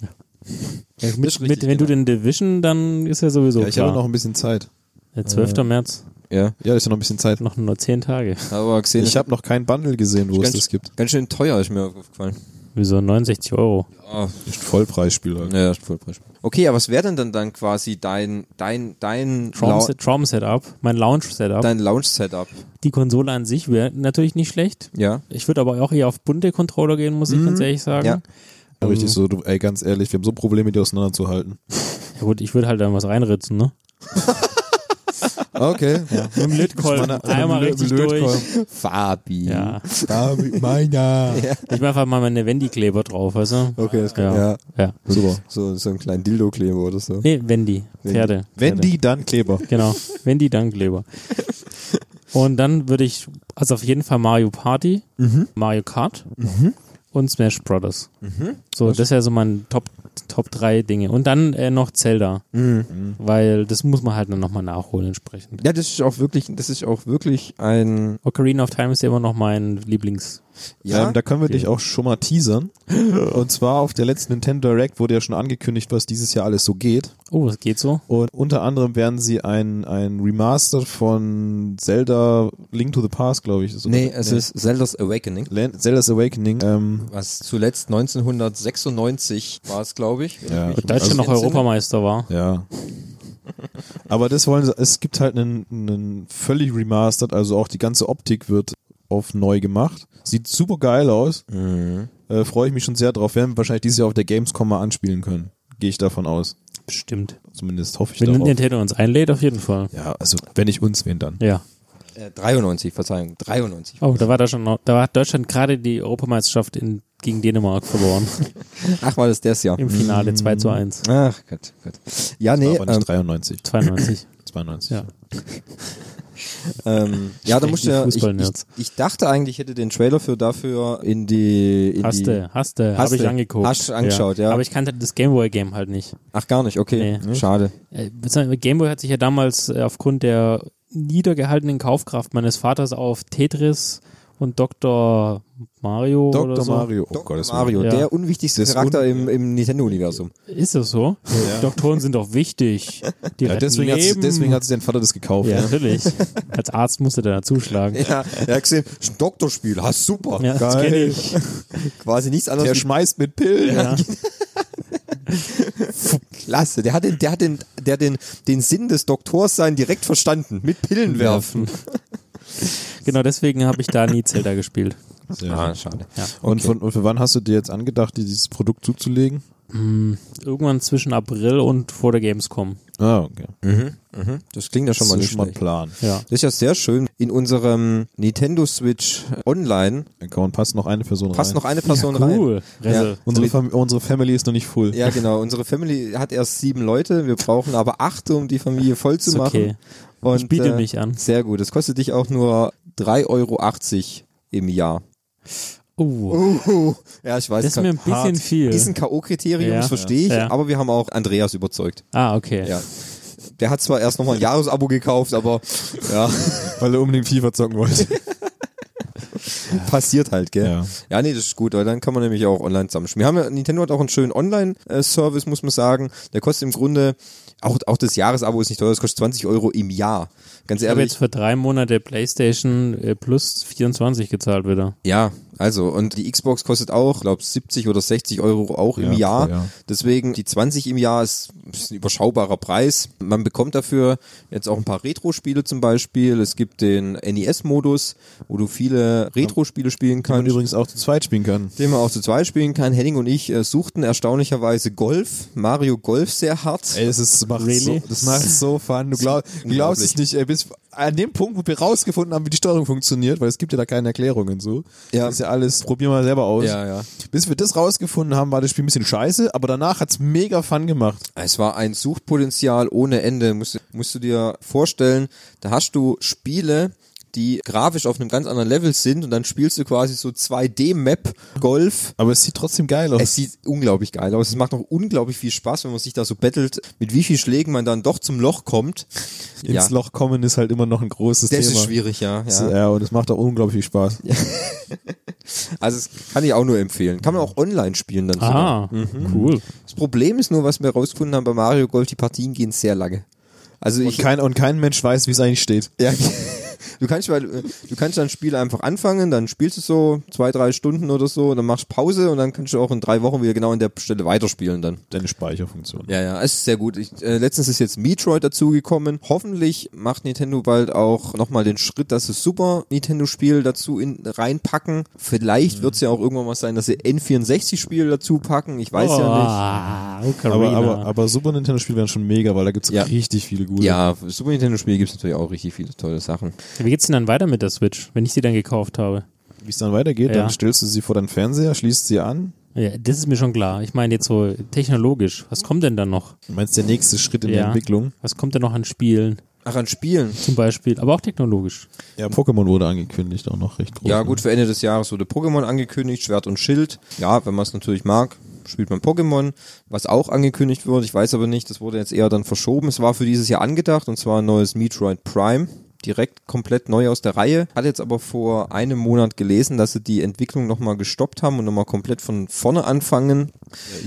B: Ja, mit,
A: richtig, genau.
B: mit, wenn du den Division, dann ist ja sowieso
C: Ja, ich
B: klar.
C: habe noch ein bisschen Zeit.
B: Der 12. März,
A: Ja.
C: Ja, ist ja noch ein bisschen Zeit.
B: noch nur 10 Tage.
A: Aber gesehen,
C: Ich habe noch kein Bundle gesehen, wo es
A: ganz,
C: das gibt.
A: ganz schön teuer, ist mir aufgefallen.
B: Wieso 69 Euro?
A: Ah,
C: Ist Vollpreisspiel. halt.
A: ja, ist Vollpreis. Okay, aber was wäre denn dann, dann quasi dein, dein, dein, Lau-
B: Traum-Setup, mein Lounge-Setup.
A: dein Lounge-Setup?
B: die Konsole an sich wäre natürlich nicht schlecht.
A: Ja.
B: Ich würde aber auch eher auf bunte Controller gehen, muss ich ganz ehrlich sagen.
A: Mhm. Ja.
C: Aber richtig so, du, ey, ganz ehrlich, wir haben so Probleme, die auseinanderzuhalten.
B: Ja gut, ich würde halt dann was reinritzen, ne?
C: Okay.
B: Mit dem Lötkolben. Einmal richtig durch.
A: Fabi.
B: Ja.
C: durch. Meiner.
B: Ich mache einfach mal meine Wendy-Kleber drauf, weißt du?
A: Okay, das kann,
B: Ja.
A: ja.
B: Ja.
C: Super.
A: So, so einen kleinen Dildo-Kleber oder so.
B: Nee, Wendy. Pferde.
C: Wenn
B: Pferde.
C: die, dann Kleber.
B: Genau. Wendy, dann Kleber. Und dann würde ich, also auf jeden Fall Mario Party,
A: Mhm.
B: Mario Kart und Smash Brothers.
A: Mhm.
B: So, das ist ja so mein Top, Top 3 Dinge. Und dann äh, noch Zelda.
A: Mhm.
B: Weil das muss man halt dann nochmal nachholen entsprechend.
A: Ja, das ist auch wirklich, das ist auch wirklich ein,
B: Ocarina of Time ist ja immer noch mein Lieblings.
A: ja,
C: Ähm, da können wir dich auch schon mal teasern. Und zwar auf der letzten Nintendo Direct wurde ja schon angekündigt, was dieses Jahr alles so geht.
B: Oh, es geht so.
C: Und unter anderem werden sie ein, ein Remaster von Zelda Link to the Past, glaube ich. ist, oder?
A: Nee, es ist Zelda's Awakening.
C: Land- Zelda's Awakening. Ähm,
A: Was zuletzt 1996 war es, glaube ich.
C: Ja.
A: Wenn ich mich
B: Deutschland noch
A: entsinne.
B: Europameister war.
C: ja. Aber das wollen sie, es gibt halt einen, einen völlig remastered, also auch die ganze Optik wird auf neu gemacht. Sieht super geil aus.
A: Mhm.
C: Äh, Freue ich mich schon sehr drauf. Werden wir wahrscheinlich dieses Jahr auf der Gamescom mal anspielen können. Gehe ich davon aus.
B: Bestimmt.
C: Zumindest hoffe ich
B: Wenn
C: darauf.
B: Nintendo uns einlädt, auf jeden Fall.
C: Ja, also wenn ich uns, wen dann?
B: Ja.
A: Äh, 93, Verzeihung, 93.
B: Oh, da war Deutschland, noch, da hat Deutschland gerade die Europameisterschaft in, gegen Dänemark verloren.
A: Ach, war das das Jahr?
B: Im Finale
A: Hm.
B: 2 zu 1.
A: Ach Gott, Gott. Ja, nee,
C: Aber nicht
A: ähm,
C: 93,
B: 92.
C: 92.
B: Ja.
A: ähm, ja, da
B: Schlechten
A: musst du ja, ich, ich,
B: Fußballnerds.
A: ich dachte eigentlich, ich hätte den Trailer für dafür in die, in
B: Hast
A: die,
B: du, hast du,
A: Hast
B: habe ich
A: du.
B: angeguckt.
A: Hast du angeschaut, ja.
B: Aber ich kannte das Gameboy-Game halt nicht.
A: ach gar nicht, okay, Hm?
B: Nee.
A: schade.
B: Äh, beziehungsweise Gameboy hat sich ja damals äh, aufgrund der niedergehaltenen Kaufkraft meines Vaters auf Tetris und Dr. Mario oder
C: Dr.
B: so.
C: Mario. Oh
A: Dr.
C: Gottes Willen.
A: Mario,
B: Ja.
A: der unwichtigste
C: Das
A: Charakter
C: un-
A: im, im Nintendo-Universum.
B: Ist das so? Doktoren sind doch wichtig. Die
C: Ja,
B: retten
C: deswegen, hat,
B: Leben.
C: deswegen hat sich dein Vater das gekauft.
B: ja,
C: ne?
B: natürlich. Als Arzt musste der da zuschlagen.
A: Ja, er hat gesehen, ist ein Doktorspiel, hast super.
B: Ja, das
C: Geil.
B: kenne ich.
A: Quasi nichts anderes
C: Der
A: wie
C: schmeißt mit Pillen.
B: Ja.
A: Klasse, der hat den, der hat den, der hat den, den Sinn des Doktors sein direkt verstanden. Mit Pillen werfen.
B: Genau deswegen habe ich da nie Zelda gespielt.
C: Ja.
A: schade.
C: Und, von, und für wann hast du dir jetzt angedacht, dir dieses Produkt zuzulegen?
B: Irgendwann zwischen April und vor der Gamescom.
C: Ah, okay.
A: Hm? Das klingt ja schon mal
C: das
A: nicht
C: ist schon mal ein
A: schlecht.
C: Plan.
B: Ja.
A: Das ist ja sehr schön. In unserem Nintendo Switch äh, Online
C: Account passt noch eine Person
A: passt
C: rein.
A: noch eine Person rein.
B: Cool. Resse.
C: unsere, Fam unsere Family ist noch nicht full.
A: Ja, genau. Unsere Family hat erst sieben Leute. Wir brauchen aber acht, um die Familie voll zu
B: Ist okay.
A: machen. Und, äh,
B: Ich biete mich an.
A: Sehr gut. Das kostet dich auch nur 3,80 Euro im Jahr.
B: Uh,
A: Uhu. Ja, ich weiß.
B: das ist mir ein bisschen
A: hart.
B: viel.
A: Ist ein K.O.-Kriterium,
B: Ja.
A: das verstehe ich,
B: Ja.
A: aber wir haben auch Andreas überzeugt.
B: ah, okay.
A: Ja. Der hat zwar erst nochmal ein Jahresabo gekauft, aber ja,
C: Weil er unbedingt FIFA zocken wollte.
A: passiert halt, gell?
C: Ja.
A: Ja. nee, das ist gut, weil dann kann man nämlich auch online zusammenspielen. Wir haben ja, Nintendo hat auch einen schönen Online-Service, muss man sagen. Der kostet im Grunde, auch, auch das Jahresabo ist nicht teuer, das kostet 20 Euro im Jahr. Ganz
B: Ich habe
A: ehrlich,
B: jetzt für drei Monate PlayStation äh, plus 24 gezahlt wieder.
A: ja, Also, und die Xbox kostet auch, glaube 70 oder 60 Euro auch im
C: Ja,
A: Jahr.
C: pro Jahr.
A: Deswegen die 20 im Jahr ist, ist ein überschaubarer Preis. Man bekommt dafür jetzt auch ein paar Retro-Spiele zum Beispiel. Es gibt den NES-Modus, wo du viele Retro-Spiele spielen
C: Die man
A: kannst.
C: übrigens auch zu zweit spielen kann.
A: Den man auch zu zweit spielen kann. Henning und ich äh, suchten erstaunlicherweise Golf, Mario Golf sehr hart.
C: Ey, das ist, macht
B: Really?
C: so, das macht so fun. Du glaub, glaubst es nicht, ey, bis an dem Punkt, wo wir rausgefunden haben, wie die Steuerung funktioniert, weil es gibt ja da keine Erklärungen so.
A: Ja.
C: Das ist ja alles, probier mal selber aus.
A: Ja, ja.
C: Bis wir das rausgefunden haben, war das Spiel ein bisschen scheiße, aber danach hat's mega fun gemacht.
A: Es war ein Suchtpotenzial ohne Ende, musst, du- musst du dir vorstellen. Da hast du Spiele, die grafisch auf einem ganz anderen Level sind und dann spielst du quasi so 2D-Map Golf.
C: Aber es sieht trotzdem geil aus.
A: Es sieht unglaublich geil aus. Es macht auch unglaublich viel Spaß, wenn man sich da so bettelt, mit wie viel Schlägen man dann doch zum Loch kommt.
C: Ins
A: ja.
C: Loch kommen ist halt immer noch ein großes
A: Das
C: Thema. äh,
A: ist schwierig, ja.
C: Ja.
A: ja.
C: ja, und es macht auch unglaublich viel Spaß.
A: Also das kann ich auch nur empfehlen. Kann man auch online spielen dann sogar.
B: Ah, cool.
A: Das Problem ist nur, was wir rausgefunden haben bei Mario Golf, die Partien gehen sehr lange. Also
C: Und
A: ich,
C: kein, und kein Mensch weiß, wie es eigentlich steht.
A: Ja. Du kannst, weil, äh, du kannst dann Spiel einfach anfangen, dann spielst du es so zwei, drei Stunden oder so, dann machst Pause und dann kannst du auch in drei Wochen wieder genau an der Stelle weiterspielen dann.
C: Deine Speicherfunktion.
A: Ja, ja, es ist sehr gut. Ich, äh, letztens ist jetzt Metroid dazugekommen. Hoffentlich macht Nintendo bald auch nochmal den Schritt, dass sie Super Nintendo-Spiel dazu in, reinpacken. Vielleicht wird's ja auch irgendwann mal sein, dass sie N64-Spiel dazu packen. Ich weiß ja nicht.
B: Ah, Ocarina.
C: Aber, aber, aber Super Nintendo-Spiele wären schon mega, weil da gibt's
A: Ja.
C: richtig viele gute.
A: Ja, Super Nintendo-Spiel gibt's natürlich auch richtig viele tolle Sachen.
B: Wie geht's denn dann weiter mit der Switch, wenn ich sie dann gekauft habe?
C: Wie es dann weitergeht,
B: Ja.
C: dann stellst du sie vor deinen Fernseher, schließt sie an.
B: Ja, das ist mir schon klar. Ich meine jetzt so technologisch. Was kommt denn dann noch?
C: Du meinst der nächste Schritt in der
B: Ja.
C: Entwicklung?
B: Was kommt denn noch an Spielen
A: Ach, an Spielen.
B: zum Beispiel? Aber auch technologisch.
C: Ja, Pokémon wurde angekündigt, auch noch recht groß.
A: Ja,
C: ne?
A: gut, für Ende des Jahres wurde Pokémon angekündigt, Schwert und Schild. Ja, wenn man es natürlich mag, spielt man Pokémon, was auch angekündigt wurde. Ich weiß aber nicht, das wurde jetzt eher dann verschoben. Es war für dieses Jahr angedacht und zwar ein neues Metroid Prime. Direkt komplett neu aus der Reihe. Hat jetzt aber vor einem Monat gelesen, dass sie die Entwicklung nochmal gestoppt haben und nochmal komplett von vorne anfangen.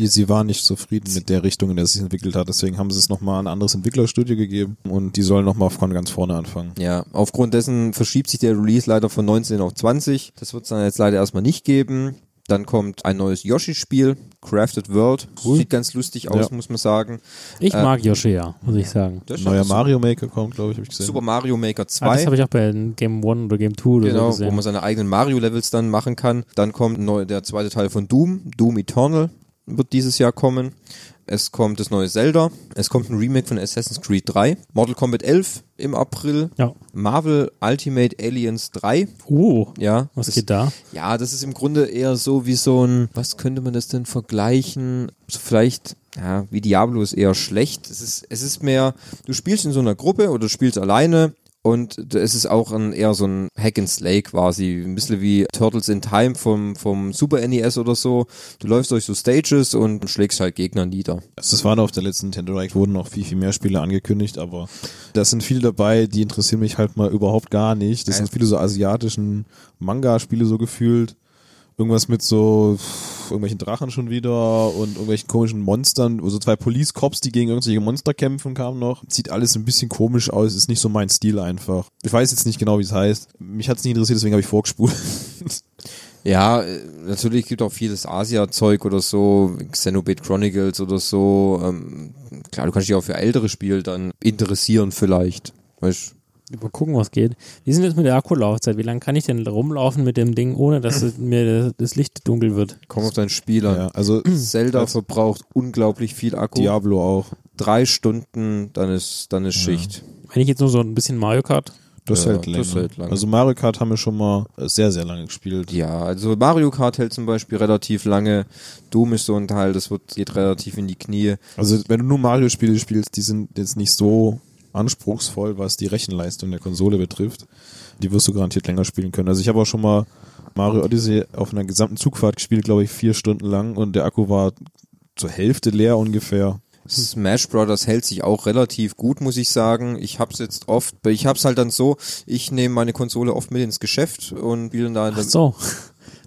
C: Äh, Sie waren nicht zufrieden mit der Richtung, in der es sich entwickelt hat, deswegen haben sie es nochmal an ein anderes Entwicklerstudio gegeben und die sollen nochmal von ganz vorne anfangen.
A: Ja, aufgrund dessen verschiebt sich der Release leider von 19 auf 20. Das wird es dann jetzt leider erstmal nicht geben. Dann kommt ein neues Yoshi-Spiel, Crafted World. Sieht ganz lustig aus,
C: Ja.
A: muss man sagen.
B: Ich
A: Äh,
B: mag Yoshi ja, muss ich sagen.
A: Das ist
C: Neuer
A: schon
C: Mario Maker kommt, glaube ich, habe ich gesehen.
A: Super Mario Maker
B: Ah, das
A: 2.
B: habe ich auch bei Game One oder Game Two oder
A: Genau,
B: so
A: wo
B: gesehen.
A: man seine eigenen Mario-Levels dann machen kann. Dann kommt neu, der zweite Teil von Doom. Doom Eternal wird dieses Jahr kommen. Es kommt das neue Zelda. Es kommt ein Remake von Assassin's Creed 3. Mortal Kombat 11 im April.
B: Ja.
A: Marvel Ultimate Aliens 3.
B: Oh,
A: Ja,
B: was
A: das,
B: geht da?
A: ja, das ist im Grunde eher so wie so ein, was könnte man das denn vergleichen? So vielleicht, ja, wie Diablo ist eher schlecht. Es ist, es ist mehr, du spielst in so einer Gruppe oder du spielst alleine. Und es ist auch ein, eher so ein Hack and Slay quasi, ein bisschen wie Turtles in Time vom, vom Super NES oder so. Du läufst durch so Stages und schlägst halt Gegner nieder.
C: Also das war noch auf der letzten Nintendo Direct, wurden noch viel, viel mehr Spiele angekündigt, aber da sind viele dabei, die interessieren mich halt mal überhaupt gar nicht. Das sind viele so asiatischen Manga-Spiele so gefühlt. Irgendwas mit so pff, irgendwelchen Drachen schon wieder und irgendwelchen komischen Monstern, also zwei Police Cops, die gegen irgendwelche Monster kämpfen, kamen noch. Sieht alles ein bisschen komisch aus, ist nicht so mein Stil einfach. Ich weiß jetzt nicht genau, wie es heißt. Mich hat's nicht interessiert, deswegen habe ich vorgespult.
A: Ja, äh, natürlich gibt auch vieles Asia-Zeug oder so, Xenoblade Chronicles oder so. Ähm, klar, du kannst dich auch für ältere Spiele dann interessieren vielleicht. Weißt?
B: Mal gucken, was geht. Wie ist denn das mit der Akkulaufzeit? Wie lange kann ich denn rumlaufen mit dem Ding, ohne dass es mir das Licht dunkel wird?
A: Komm auf deinen Spieler.
C: ja, also
A: Zelda verbraucht unglaublich viel Akku.
C: Diablo auch.
A: Drei Stunden, dann ist, dann ist Schicht.
B: Wenn ich jetzt nur so ein bisschen Mario Kart,
C: Das
A: Ja,
C: hält länger.
A: das hält lange.
C: Also Mario Kart haben wir schon mal äh, sehr, sehr lange gespielt.
A: Ja, also Mario Kart hält zum Beispiel relativ lange. Doom ist so ein Teil, das wird, geht relativ in die Knie.
C: Also wenn du nur Mario-Spiele spielst, die sind jetzt nicht so anspruchsvoll, was die Rechenleistung der Konsole betrifft. Die wirst du garantiert länger spielen können. Also ich habe auch schon mal Mario Odyssey auf einer gesamten Zugfahrt gespielt, glaube ich, vier Stunden lang und der Akku war zur Hälfte leer ungefähr.
A: Smash Brothers hält sich auch relativ gut, muss ich sagen. Ich hab's jetzt oft, ich hab's halt dann so, ich nehme meine Konsole oft mit ins Geschäft und spiele da in
B: ach
A: der
B: so,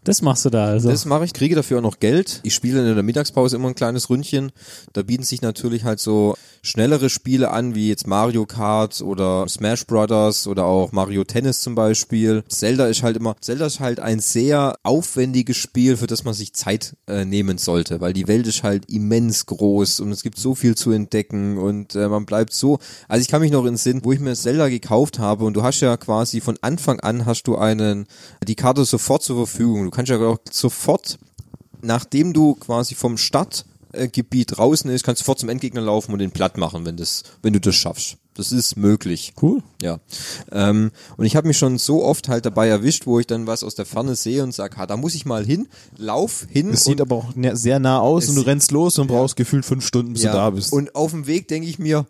B: Das machst du da also.
A: Das mache ich, kriege dafür auch noch Geld. Ich spiele dann in der Mittagspause immer ein kleines Ründchen. Da bieten sich natürlich halt so schnellere Spiele an, wie jetzt Mario Kart oder Smash Brothers oder auch Mario Tennis zum Beispiel. Zelda ist halt immer, Zelda ist halt ein sehr aufwendiges Spiel, für das man sich Zeit äh, nehmen sollte, weil die Welt ist halt immens groß und es gibt so viel zu entdecken und äh, man bleibt so. Also ich kann mich noch in den Sinn, wo ich mir Zelda gekauft habe und du hast ja quasi von Anfang an hast du einen, die Karte sofort zur Verfügung. Du kannst ja auch sofort, nachdem du quasi vom Stadtgebiet draußen ist, kannst du sofort zum Endgegner laufen und den platt machen, wenn das, wenn du das schaffst. Das ist möglich.
B: Cool.
A: Ja. Ähm, und ich habe mich schon so oft halt dabei erwischt, wo ich dann was aus der Ferne sehe und sag, ha, da muss ich mal hin, lauf hin
C: Es
A: und
C: sieht aber auch nä- sehr nah aus und du rennst los und brauchst gefühlt fünf Stunden, bis
A: ja.
C: du da bist.
A: Und auf dem Weg denke ich mir,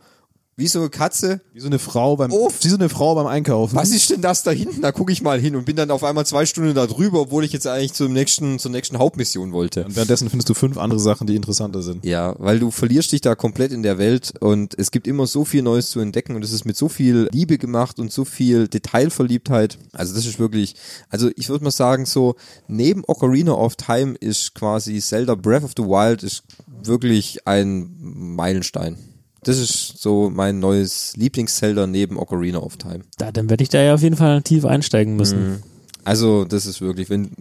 A: wie so eine Katze,
C: wie so eine Frau beim,
A: Oh.
C: wie so eine Frau beim Einkaufen.
A: was ist denn das da hinten? Da gucke ich mal hin und bin dann auf einmal zwei Stunden da drüber, obwohl ich jetzt eigentlich zum nächsten, zur nächsten Hauptmission wollte.
C: Und währenddessen findest du fünf andere Sachen, die interessanter sind.
A: Ja, weil du verlierst dich da komplett in der Welt und es gibt immer so viel Neues zu entdecken und es ist mit so viel Liebe gemacht und so viel Detailverliebtheit. Also das ist wirklich, also ich würde mal sagen so, neben Ocarina of Time ist quasi Zelda Breath of the Wild ist wirklich ein Meilenstein. Das ist so mein neues Lieblings-Zelda neben Ocarina of Time.
B: Da, dann werde ich da ja auf jeden Fall tief einsteigen müssen.
A: Also das ist wirklich, wenn,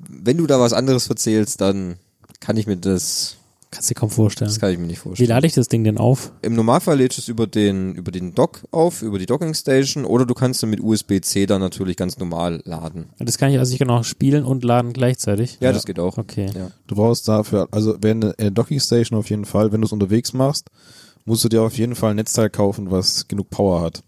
A: wenn du da was anderes erzählst, dann kann ich mir das,
B: Kannst dir kaum vorstellen.
A: das kann ich mir nicht
B: Wie
A: vorstellen.
B: lade ich das Ding denn auf?
A: Im Normalfall lädst du es über den, über den Dock auf, über die Docking Station oder du kannst dann mit USB-C dann natürlich ganz normal laden.
B: Das kann ich also ich kann auch spielen und laden gleichzeitig.
A: Ja, das geht auch.
B: Okay.
A: Ja.
C: Du brauchst dafür, also während der- in der Docking Station auf jeden Fall, wenn du es unterwegs machst, musst du dir auf jeden Fall ein Netzteil kaufen, was genug Power hat.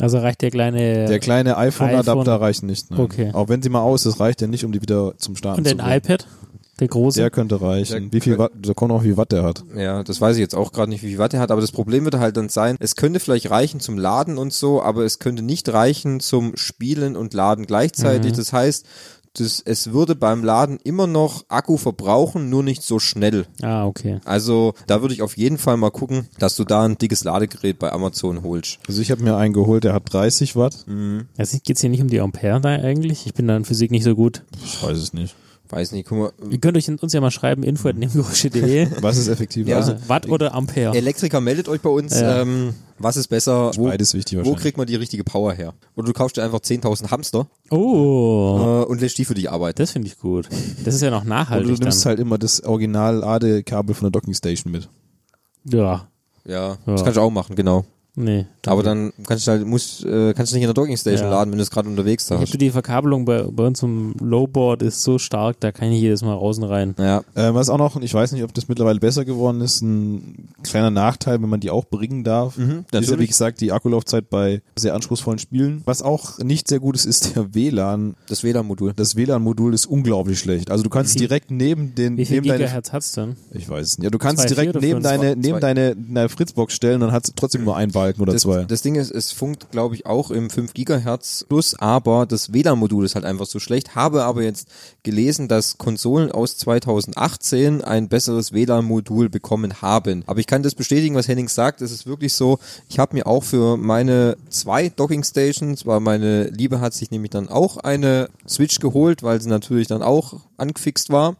B: Also reicht der kleine
C: Der kleine iPhone-Adapter
B: iPhone.
C: reicht nicht. Nein.
B: Okay.
C: Auch wenn sie mal aus ist, reicht der nicht, um die wieder zum Starten
B: und
C: zu
B: ein
C: bringen.
B: iPad, der große.
C: Der könnte reichen.
A: Der
C: wie viel Watt, da kommt auch, wie Watt der hat.
A: ja, das weiß ich jetzt auch gerade nicht, wie viel Watt er hat, aber das Problem wird halt dann sein, es könnte vielleicht reichen zum Laden und so, aber es könnte nicht reichen zum Spielen und Laden gleichzeitig. Das heißt, das, es würde beim Laden immer noch Akku verbrauchen, nur nicht so schnell.
B: ah, okay.
A: Also da würde ich auf jeden Fall mal gucken, dass du da ein dickes Ladegerät bei Amazon holst.
C: Also ich habe mir einen geholt, der hat 30 Watt.
A: Hm.
B: Es geht hier nicht um die Ampere da eigentlich. Ich bin da in Physik nicht so gut.
C: Ich weiß es nicht.
A: Weiß nicht, guck mal,
B: Ihr könnt euch uns ja mal schreiben, info.nebengeräusche.de.
C: Was ist effektiver?
A: Ja.
C: Also,
B: also, Watt oder Ampere?
A: Elektriker meldet euch bei uns.
B: Ja.
A: Ähm, was ist besser? Wo,
C: beides wichtig
A: wo
C: wahrscheinlich.
A: kriegt man die richtige Power her? Oder du kaufst dir einfach 10.000 Hamster äh,
B: Oh,
A: und lässt die für dich arbeiten.
B: das finde ich gut. Das ist ja noch
C: Oder
B: nachhaltig
C: du nimmst
B: dann.
C: halt immer das Original-Ladekabel von der Docking Station mit.
B: Ja,
A: Ja, das kannst du auch machen, genau.
B: nee.
A: Aber dann kannst du halt, musst, äh, kannst du nicht in der Docking Station
B: Ja.
A: laden, wenn du es gerade unterwegs da
B: Ich
A: hast.
B: habe die Verkabelung bei, bei uns im Lowboard ist so stark, da kann ich jedes Mal raus und rein.
A: Ja,
C: Ähm, was auch noch, ich weiß nicht, ob das mittlerweile besser geworden ist, ein kleiner Nachteil, wenn man die auch bringen darf.
B: Mhm,
C: ist ja,
A: natürlich.
C: wie gesagt, die Akkulaufzeit bei sehr anspruchsvollen Spielen. Was auch nicht sehr gut ist, ist der WLAN.
A: das WLAN-Modul.
C: Das WLAN-Modul ist unglaublich schlecht. Also du kannst direkt neben den,
B: Wie viel
C: neben deine,
B: Gigahertz hat's denn?
C: ich weiß es nicht, ja, du kannst
B: Zwei, vier
C: direkt
B: oder fünf?
C: neben deine,
A: Zwei.
C: neben deine, deine Fritzbox stellen, dann hat es trotzdem nur einen Balken oder
A: Das,
C: zwei.
A: das Ding ist, es funkt, glaube ich, auch im 5 Gigahertz plus, aber das WLAN-Modul ist halt einfach so schlecht. Habe aber jetzt gelesen, dass Konsolen aus 2018 ein besseres WLAN-Modul bekommen haben. Aber ich kann das bestätigen, was Henning sagt. Es ist wirklich so, ich habe mir auch für meine zwei Docking-Stations, weil meine Liebe hat sich nämlich dann auch eine Switch geholt, weil sie natürlich dann auch angefixt war.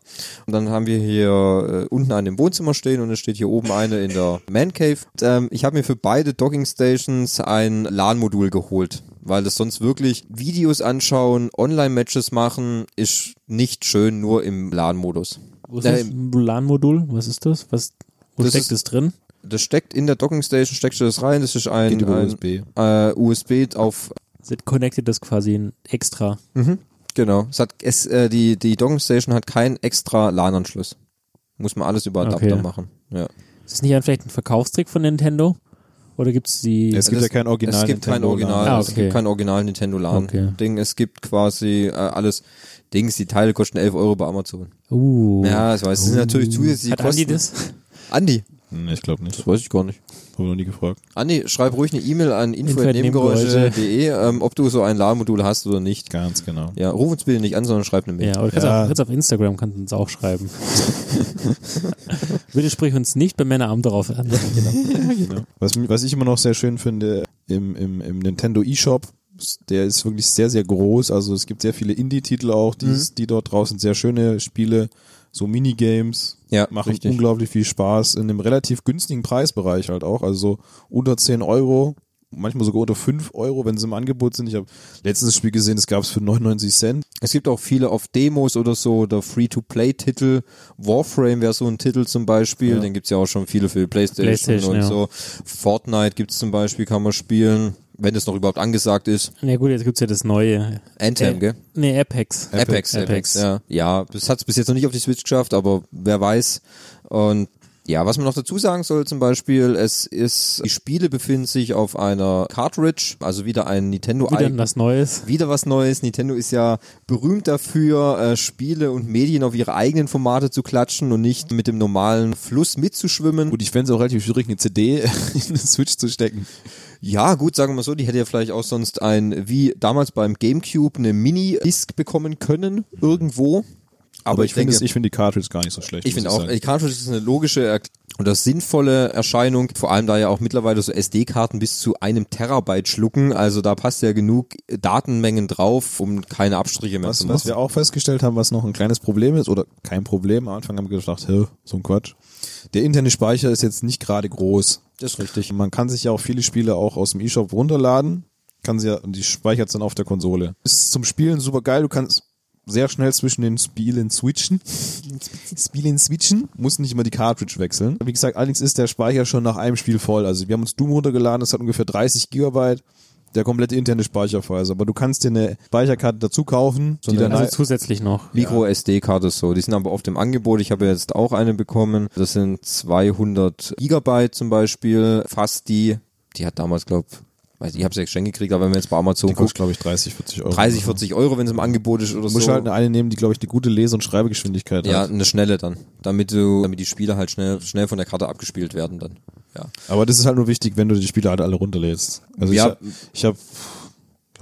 A: Und dann haben wir hier äh, unten eine im Wohnzimmer stehen und es steht hier oben eine in der Man Cave. Und, ähm, ich habe mir für beide Docking Stations ein LAN-Modul geholt, weil das sonst wirklich Videos anschauen, Online-Matches machen, ist nicht schön, nur im LAN-Modus.
B: Wo ist
A: Äh,
B: das? Ein LAN-Modul? Was ist das? Was, wo
A: Das
B: steckt
A: ist-
B: das drin?
A: Das steckt in der Docking Station, steckst du das rein, das ist ein,
C: Geht über
A: ein
C: USB.
A: Äh, USB auf
B: Sind connected das quasi ein extra.
A: Genau. Es hat, es, äh, die, die Docking Station hat keinen extra LAN-Anschluss. Muss man alles über Adapter
B: Okay.
A: machen. Ja.
B: Ist das nicht ein- vielleicht ein Verkaufstrick von Nintendo? Oder gibt's die.
C: Es gibt
A: Das-
C: ja kein Original.
A: es gibt kein
C: Nintendo
A: Original,
B: Ah,
A: es
B: okay.
A: gibt kein Original Nintendo LAN.
B: Okay.
A: Ding, es gibt quasi äh, alles. Dings, die Teile kosten 11 Euro bei Amazon.
B: Uh.
A: Ja, ich weiß. Das sind natürlich zusätzliche
B: Hat
A: Kosten.
B: Andi das?
A: Andi.
C: Hm, Ich glaube nicht.
A: Das weiß ich gar nicht.
C: Habe noch nie gefragt.
A: Andi, schreib ruhig eine E-Mail an
B: Info@nebengeräusche.de,
A: info.nebengeräusche.de, ähm, ob du so ein LAN-Modul hast oder nicht.
C: Ganz genau.
A: Ja, ruf uns bitte nicht an, sondern schreib eine Mail.
B: Ja, oder kannst
C: Ja.
B: Auch, kannst auf Instagram kannst du uns auch schreiben. Bitte sprich uns nicht bei Männeramt darauf an.
C: Genau. Was, was ich immer noch sehr schön finde, im, im, im Nintendo eShop der ist wirklich sehr, sehr groß. Also es gibt sehr viele Indie-Titel auch,
A: Mhm.
C: die, es- die dort draußen sehr schöne Spiele, so Minigames,
A: Ja,
C: machen
A: richtig.
C: unglaublich viel Spaß in einem relativ günstigen Preisbereich halt auch. Also so unter 10 Euro, manchmal sogar unter 5 Euro, wenn sie im Angebot sind. Ich habe letztens ein Spiel gesehen, das gab es für 99 Cent.
A: Es gibt auch viele auf Demos oder so oder Free-to-Play-Titel. Warframe wäre so ein Titel zum Beispiel. Den gibt's ja auch schon viele für die Playstation,
B: PlayStation,
A: und
B: ja.
A: so. Fortnite gibt's zum Beispiel, kann man spielen, wenn es noch überhaupt angesagt ist.
B: Na gut, jetzt gibt's ja das neue.
A: Anthem,
B: Äh,
A: gell?
B: Nee, Apex.
A: Apex, Apex, ja. Ja, das hat's bis jetzt noch nicht auf die Switch geschafft, aber wer weiß. Und ja, was man noch dazu sagen soll zum Beispiel, es ist, die Spiele befinden sich auf einer Cartridge, also wieder ein Nintendo
B: Wieder was Neues.
A: wieder was Neues. Nintendo ist ja berühmt dafür, äh, Spiele und Medien auf ihre eigenen Formate zu klatschen und nicht mit dem normalen Fluss mitzuschwimmen.
C: Gut, ich fände es auch relativ schwierig, eine CD in eine Switch zu stecken.
A: Ja, gut, sagen wir mal so, die hätte ja vielleicht auch sonst ein, wie damals beim GameCube, eine Mini-Disc bekommen können, irgendwo.
C: Aber, ich, finde
A: denke-
C: es- ich finde die Cartridge gar nicht so schlecht.
A: Ich
C: muss
A: finde auch,
C: sagen.
A: die Cartridge ist eine logische Erk- und das sinnvolle Erscheinung, vor allem da ja auch mittlerweile so SD-Karten bis zu einem Terabyte schlucken, also da passt ja genug Datenmengen drauf, um keine Abstriche mehr zu
C: Was,
A: machen.
C: was wir auch festgestellt haben, was noch ein kleines Problem ist, oder kein Problem, am Anfang haben wir gedacht, hä, so ein Quatsch. Der interne Speicher ist jetzt nicht gerade groß.
A: Das ist richtig.
C: Man kann sich ja auch viele Spiele auch aus dem eShop runterladen, kann sie ja, und die speichert es dann auf der Konsole. Ist zum Spielen super geil, du kannst sehr schnell zwischen den Spielen switchen. Spielen switchen, musst nicht immer die Cartridge wechseln. Wie gesagt, allerdings ist der Speicher schon nach einem Spiel voll. Also wir haben uns Doom runtergeladen, das hat ungefähr 30 Gigabyte. Der komplette interne Speicher voll ist. Aber du kannst dir eine Speicherkarte dazu kaufen, die dann halt
B: Also zusätzlich noch.
A: Micro SD-Karte ist so. Die sind aber oft im Angebot. Ich habe jetzt auch eine bekommen. Das sind 200 Gigabyte zum Beispiel. Fast die. Die hat damals, glaube ich, ich habe sie geschenkt gekriegt, aber wenn man jetzt bei Amazon
C: Die kostet,
A: guckt,
C: glaube ich, 30, 40 Euro.
A: 30, 40 Euro, wenn es im Angebot ist oder
C: Du musst
A: so.
C: halt eine nehmen, die, glaube ich, eine gute Lese- und Schreibegeschwindigkeit
A: ja,
C: hat.
A: eine schnelle dann. Damit du, damit die Spiele halt schnell, schnell von der Karte abgespielt werden dann. Ja.
C: Aber das ist halt nur wichtig, wenn du die Spiele halt alle runterlädst. Also
A: Ja.
C: ich, hab- ich habe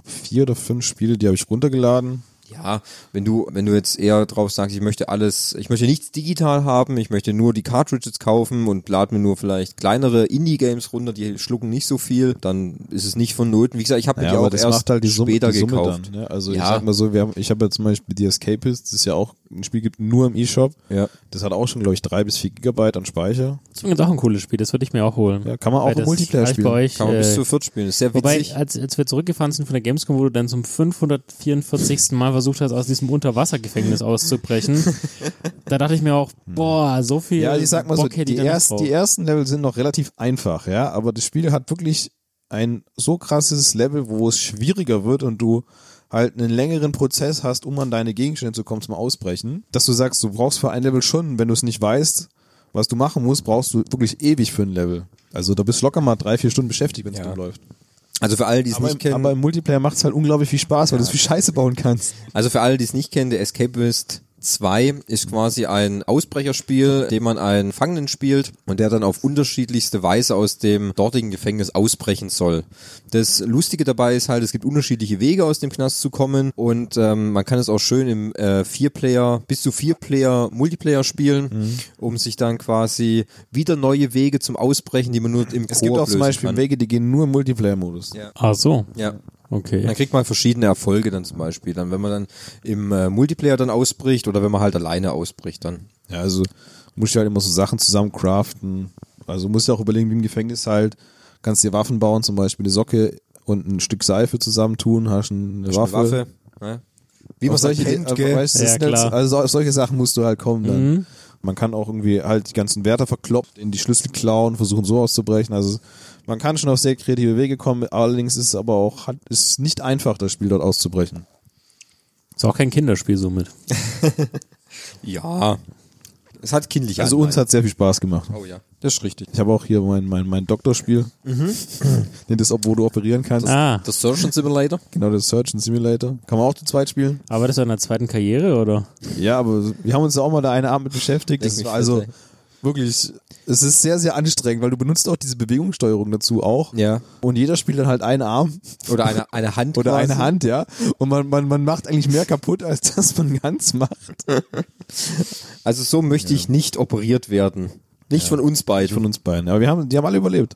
C: glaub, vier oder fünf Spiele, die habe ich runtergeladen.
A: Ja, wenn du, wenn du jetzt eher drauf sagst, ich möchte alles, ich möchte nichts digital haben, ich möchte nur die Cartridges kaufen und lade mir nur vielleicht kleinere Indie-Games runter, die schlucken nicht so viel, dann ist es nicht vonnöten. Wie gesagt, ich habe mir
C: Ja,
A: die
C: aber
A: auch
C: das
A: erst
C: macht halt die Summe,
A: später
C: die Summe
A: gekauft.
C: dann. Ne? Also ich
A: Ja.
C: sag mal so, wir haben, ich habe ja zum Beispiel die Escapist, das ist ja auch ein Spiel gibt nur im eShop.
A: Ja.
C: Das hat auch schon, glaube ich, drei bis vier Gigabyte an Speicher.
B: Das ist übrigens auch ein cooles Spiel, das würde ich mir auch holen.
C: Ja, kann man auch
B: Weil
C: im
B: das
C: Multiplayer
B: hab ich
C: spielen.
B: Bei euch,
A: Kann man bis
B: äh,
A: zu viert spielen, ist sehr
B: Wobei,
A: witzig.
B: als, als wir zurückgefahren sind von der Gamescom, wo du dann zum 544. Mal versucht hast, aus diesem Unterwassergefängnis auszubrechen, da dachte ich mir auch, boah, so viel
C: Hm. Ja, also ich sag mal so,
B: Bock hätte
C: die,
B: ich da nicht
C: erst,
B: drauf.
C: die ersten Level sind noch relativ einfach, ja, aber das Spiel hat wirklich ein so krasses Level, wo es schwieriger wird und du halt einen längeren Prozess hast, um an deine Gegenstände zu kommen zum Ausbrechen, dass du sagst, du brauchst für ein Level schon, wenn du es nicht weißt, was du machen musst, brauchst du wirklich ewig für ein Level. Also da bist du locker mal drei, vier Stunden beschäftigt, wenn es
A: Ja.
C: gut läuft.
A: Also für alle, die es
C: Aber
A: nicht
C: im,
A: kennen,
C: aber im Multiplayer macht es halt unglaublich viel Spaß, weil du so viel Scheiße bauen kannst.
A: Also für alle, die es nicht kennen, der Escapist 2 ist quasi ein Ausbrecherspiel, in dem man einen Gefangenen spielt und der dann auf unterschiedlichste Weise aus dem dortigen Gefängnis ausbrechen soll. Das Lustige dabei ist halt, es gibt unterschiedliche Wege aus dem Knast zu kommen und ähm, man kann es auch schön im äh, Vier-Player, bis zu Vier-Player Multiplayer spielen,
C: Mhm.
A: um sich dann quasi wieder neue Wege zum Ausbrechen, die man nur im
C: Es
A: Koop
C: gibt auch zum
A: lösen
C: Beispiel
A: kann.
C: Wege, die gehen nur im Multiplayer-Modus.
A: Ja.
B: Ach so,
A: Ja.
B: okay.
A: Dann kriegt man verschiedene Erfolge dann zum Beispiel. Dann, wenn man dann im äh, Multiplayer dann ausbricht oder wenn man halt alleine ausbricht dann.
C: Ja, also musst du halt immer so Sachen zusammen craften. Also musst du auch überlegen, wie im Gefängnis halt, kannst dir Waffen bauen, zum Beispiel eine Socke und ein Stück Seife zusammentun, hast eine Waffe.
A: Eine Waffe ne? Wie man
C: Auf solche,
A: solche
C: äh,
A: kennt, gell?
C: weißt, du, das
B: Ja,
C: sind jetzt,
B: klar. Mhm.
C: also auf solche Sachen musst du halt kommen dann. Man kann auch irgendwie halt die ganzen Wärter verkloppt, in die Schlüssel klauen, versuchen so auszubrechen. Also man kann schon auf sehr kreative Wege kommen, allerdings ist es aber auch, hat, ist es nicht einfach, das Spiel dort auszubrechen.
B: Ist auch kein Kinderspiel somit.
A: Ja. Es hat kindliche
C: Also uns hat sehr viel Spaß gemacht.
A: Oh ja, das ist richtig.
C: Ich habe auch hier mein, mein, mein Doktorspiel. Mhm. das, obwohl du operieren kannst.
B: Ah,
A: Das Surgeon Simulator?
C: Genau, das Surgeon Simulator. Kann man auch zu zweit spielen.
B: aber das ist in der zweiten Karriere, oder?
C: Ja, aber wir haben uns da auch mal da eine Abend mit beschäftigt.
A: Denk
C: Das
A: mich
C: war also
A: fett, ey.
C: wirklich, es ist sehr, sehr anstrengend, weil du benutzt auch diese Bewegungssteuerung dazu auch.
A: Ja.
C: Und jeder spielt dann halt einen Arm
A: Oder eine, eine Hand
C: oder
A: quasi.
C: eine Hand, ja. Und man, man, man macht eigentlich mehr kaputt, als dass man ganz macht.
A: Also so möchte ich nicht operiert werden. Nicht von uns beiden.
C: Von uns beiden. Aber wir haben, die haben alle überlebt.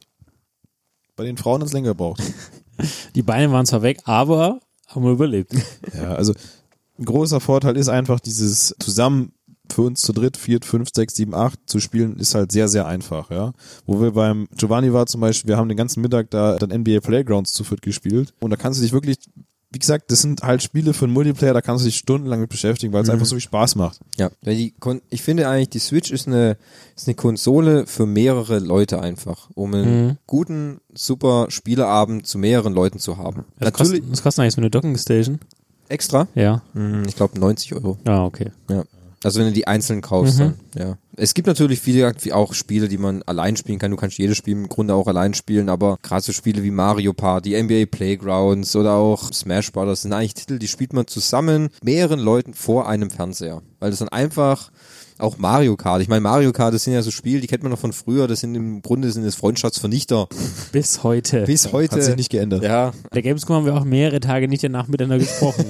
C: Bei den Frauen hat es länger gebraucht.
B: Die Beine waren zwar weg, aber haben wir überlebt.
C: Ja, also ein großer Vorteil ist einfach dieses zusammen für uns zu dritt, viert, fünf, sechs, sieben, acht zu spielen, ist halt sehr, sehr einfach, ja. Wo wir beim Giovanni war zum Beispiel, wir haben den ganzen Mittag da dann NBA Playgrounds zu viert gespielt und da kannst du dich wirklich, wie gesagt, das sind halt Spiele für einen Multiplayer, da kannst du dich stundenlang mit beschäftigen, weil es einfach so viel Spaß macht.
A: Ja, weil die Kon ich finde eigentlich, die Switch ist eine, ist eine Konsole für mehrere Leute einfach, um einen guten, super Spieleabend zu mehreren Leuten zu haben.
B: Was
A: Natürlich
B: Kostet, was kostet eigentlich so eine Dockingstation?
A: extra,
B: Ja.
A: Hm, ich glaube 90 Euro.
B: Ah, okay.
A: Ja. Also wenn du die einzeln kaufst,
C: Mhm.
A: dann, ja. Es gibt natürlich viele wie auch Spiele, die man allein spielen kann. Du kannst jedes Spiel im Grunde auch allein spielen, aber gerade so Spiele wie Mario Party, NBA Playgrounds oder auch Smash Brothers sind eigentlich Titel, die spielt man zusammen mehreren Leuten vor einem Fernseher. Weil das dann einfach auch Mario Kart. Ich meine, Mario Kart, das sind ja so Spiele, die kennt man noch von früher. Das sind im Grunde sind das Freundschaftsvernichter.
B: Bis heute.
A: Bis heute.
C: Hat sich nicht geändert.
A: ja,
B: Der Gamescom haben wir auch mehrere Tage nicht danach miteinander gesprochen.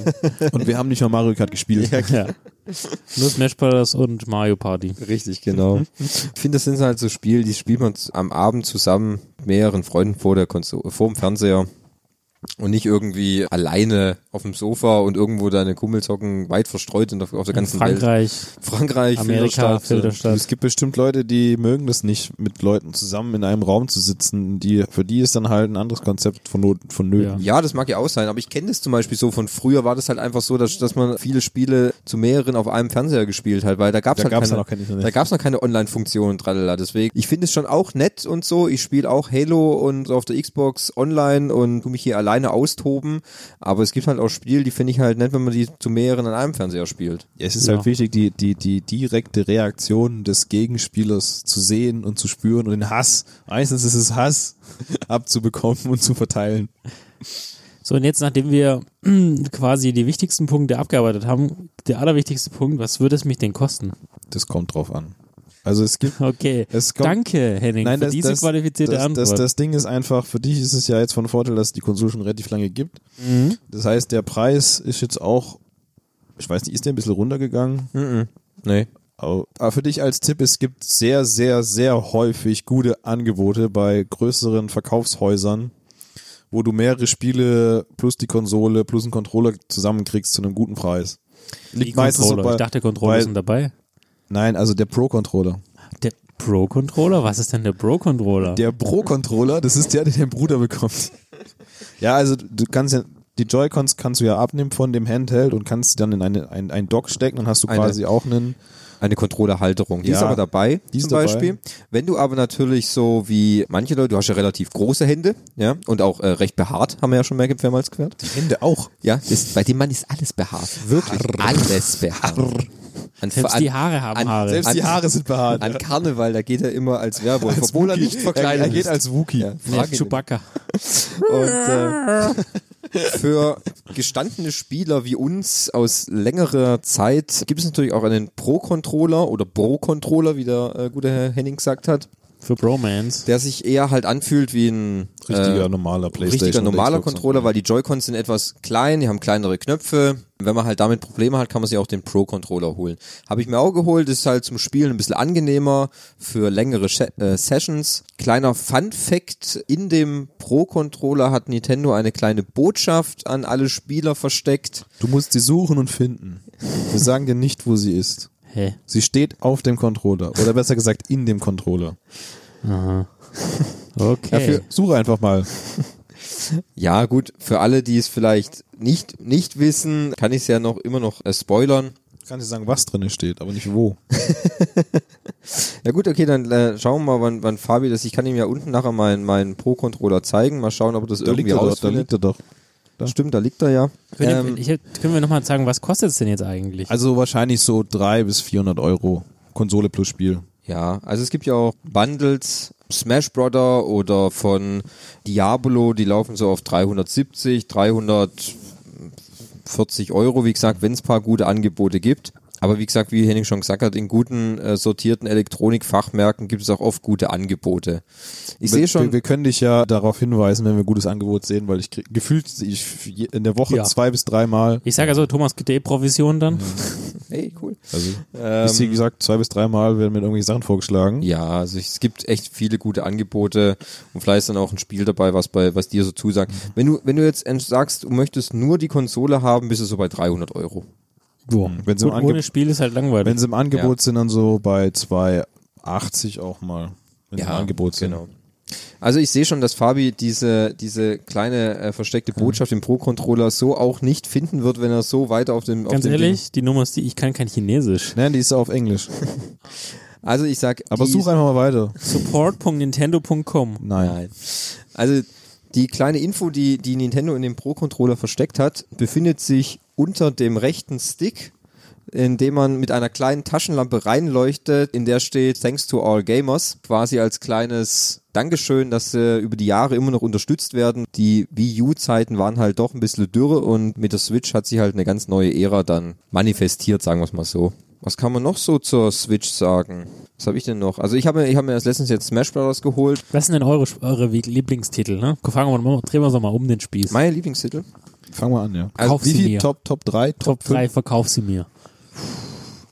C: Und wir haben nicht mal Mario Kart gespielt.
B: ja. Nur Smash Brothers und Mario Party.
A: Richtig, genau. ich finde, das sind halt so Spiele, die spielt man z- am Abend zusammen mit mehreren Freunden vor der Konsole, vor dem Fernseher und nicht irgendwie alleine auf dem Sofa und irgendwo deine Kumpels hocken, weit verstreut und auf, auf der ganzen Welt.
B: Frankreich.
A: Frankreich,
B: Amerika,
A: Filderstadt.
B: Filderstadt.
C: Es gibt bestimmt Leute, die mögen das nicht, mit Leuten zusammen in einem Raum zu sitzen. Die, für die ist dann halt ein anderes Konzept von, Not, von Nöten.
A: Ja, das mag ja auch sein, aber ich kenne das zum Beispiel so von früher war das halt einfach so, dass, dass man viele Spiele zu mehreren auf einem Fernseher gespielt hat, weil da gab's
C: Da
A: halt
C: gab's
A: keine,
C: dann auch kein Internet.
A: da gab's noch keine Online-Funktionen, tralala. Deswegen, ich finde es schon auch nett und so. Ich spiele auch Halo und auf der Xbox online und tu mich hier alleine austoben. Aber es gibt halt auch Spiele, die finde ich halt nett, wenn man die zu mehreren an einem Fernseher spielt.
C: Ja, es ist
B: Ja.
C: halt wichtig, die, die, die direkte Reaktion des Gegenspielers zu sehen und zu spüren und den Hass, meistens ist es Hass, abzubekommen und zu verteilen.
B: So, und jetzt, nachdem wir quasi die wichtigsten Punkte abgearbeitet haben, der allerwichtigste Punkt, was würde es mich denn kosten?
C: Das kommt drauf an. Also es gibt
B: Okay.
C: Es kommt-
B: Danke, Henning,
C: Nein,
B: für
C: das,
B: diese
C: das,
B: qualifizierte
C: das,
B: Antwort.
C: Das, das Ding ist einfach, für dich ist es ja jetzt von Vorteil, dass es die Konsole schon relativ lange gibt.
B: Mhm.
C: Das heißt, der Preis ist jetzt auch, ich weiß nicht, ist der ein bisschen runtergegangen?
B: Mhm.
A: Nee.
C: Aber aber für dich als Tipp, es gibt sehr, sehr, sehr häufig gute Angebote bei größeren Verkaufshäusern, wo du mehrere Spiele plus die Konsole plus einen Controller zusammenkriegst zu einem guten Preis.
B: die
C: Liegt meistens so
B: Controller.
C: bei-
B: ich dachte, Controller
C: bei-
B: sind dabei.
C: Nein, also der Pro-Controller.
B: Der Pro-Controller? Was ist denn der Pro-Controller?
C: Der Pro-Controller, das ist der, den dein Bruder bekommt. Ja, also du kannst ja, die Joy-Cons kannst du ja abnehmen von dem Handheld und kannst sie dann in eine, ein, ein Dock stecken, dann hast du
A: Eine-
C: quasi auch einen,
A: Eine Controllerhalterung. Die ist
C: Ja,
A: aber dabei,
C: die ist
A: zum
C: dabei.
A: Beispiel. Wenn du aber natürlich so wie manche Leute, du hast ja relativ große Hände, ja, und auch äh, recht behaart, haben wir ja schon mehr mehrmals gehört.
C: Hände auch.
A: Ja, das, bei dem Mann ist alles behaart. Wirklich alles behaart. An,
B: Selbst die Haare haben
A: an,
B: Haare.
C: Selbst die Haare sind behaart.
A: An Karneval, da geht er immer als Werwolf, obwohl er nicht
C: er, er
A: verkleidet
C: geht
A: ist.
C: als Wookie.
A: Ja,
B: Nee,
A: frag ihn.
B: Chewbacca.
A: Und äh, für gestandene Spieler wie uns aus längerer Zeit gibt es natürlich auch einen Pro-Controller oder Bro-Controller, wie der äh, gute Herr Henning gesagt hat,
B: Für Bromance.
A: der sich eher halt anfühlt wie ein
C: Richtiger
A: äh,
C: normaler Playstation.
A: richtiger
C: und
A: normaler
C: Xbox.
A: Controller, weil die Joy-Cons sind etwas klein, die haben kleinere Knöpfe. Wenn man halt damit Probleme hat, kann man sich auch den Pro-Controller holen. Habe ich mir auch geholt, ist halt zum Spielen ein bisschen angenehmer für längere She äh, Sessions. Kleiner Fun-Fact, in dem Pro-Controller hat Nintendo eine kleine Botschaft an alle Spieler versteckt.
C: Du musst sie suchen und finden. Wir sagen dir nicht, wo sie ist.
B: Hä?
C: Sie steht auf dem Controller. Oder besser gesagt, in dem Controller.
B: Okay.
C: Dafür suche einfach mal.
A: Ja, gut, für alle, die es vielleicht nicht, nicht wissen, kann ich es ja noch immer noch äh, spoilern.
C: Ich kann dir sagen, was drin steht, aber nicht wo.
A: Ja gut, okay, dann äh, schauen wir mal, wann, wann Fabi das. Ich kann ihm ja unten nachher meinen meinen Pro-Controller zeigen. Mal schauen, ob er das
C: Da liegt
A: irgendwie
C: er doch. Da
A: rausfindet.
C: liegt er doch.
A: Stimmt, da liegt er ja.
B: können,
A: Ähm,
B: wir, ich, können wir nochmal sagen, was kostet es denn jetzt eigentlich?
C: Also wahrscheinlich so 300 bis 400 Euro. Konsole plus Spiel.
A: ja, also es gibt ja auch Bundles, Smash Brother oder von Diablo, die laufen so auf 370, 340 Euro, wie gesagt, wenn es paar gute Angebote gibt. Aber wie gesagt, wie Henning schon gesagt hat, in guten äh, sortierten Elektronikfachmärkten gibt es auch oft gute Angebote. Ich
C: Wir-
A: sehe schon,
C: Wir, wir können dich ja darauf hinweisen, wenn wir ein gutes Angebot sehen, weil ich krieg, gefühlt ich je- in der Woche
B: Ja.
C: zwei bis dreimal. Mhm.
B: Ich sage also Thomas Gede eh Provision dann.
A: Hey, cool.
C: Also, bis wie
A: Ähm,
C: gesagt, zwei bis dreimal werden mir irgendwie Sachen vorgeschlagen.
A: ja, also ich, es gibt echt viele gute Angebote und vielleicht ist dann auch ein Spiel dabei, was bei was dir so zusagt. Wenn du wenn du jetzt ent- sagst, du möchtest nur die Konsole haben, bist du so bei 300 Euro.
B: Boah.
C: Wenn sie im
B: Gut, ohne
C: Ange-
B: Spiel ist halt langweilig.
C: Wenn sie im Angebot sind, dann so bei 2,80 auch mal. Wenn sie im Angebot sind.
A: Genau. Also ich sehe schon, dass Fabi diese, diese kleine äh, versteckte Botschaft im Pro-Controller so auch nicht finden wird, wenn er so weiter auf dem... auf
B: Ganz
A: dem
B: ehrlich, die Nummer ist die, ich kann kein Chinesisch.
C: Nein, die ist auf Englisch.
A: Ding. Also ich sag...
C: Aber
A: die,
C: such einfach mal weiter.
B: Support.nintendo.com.
C: Nein.
A: Nein. Also die kleine Info, die, die Nintendo in dem Pro-Controller versteckt hat, befindet sich unter dem rechten Stick, indem man mit einer kleinen Taschenlampe reinleuchtet, in der steht Thanks to all gamers, quasi als kleines Dankeschön, dass sie über die Jahre immer noch unterstützt werden. Die Wii U-Zeiten waren halt doch ein bisschen dürre und mit der Switch hat sich halt eine ganz neue Ära dann manifestiert, sagen wir es mal so. Was kann man noch so zur Switch sagen? Was habe ich denn noch? Also ich habe mir- ich habe mir erst letztens jetzt Smash Brothers geholt.
B: Was sind denn eure, eure Wie- Lieblingstitel, ne? Fangen wir mal, drehen wir so mal um den Spieß.
A: Meine Lieblingstitel?
C: Fangen wir an, ja.
A: Also
B: Kauf
C: Wie
B: sie
C: viel?
B: mir.
C: Top, Top 3,
B: Top
C: Top, fünf?
B: 3, verkauf sie mir.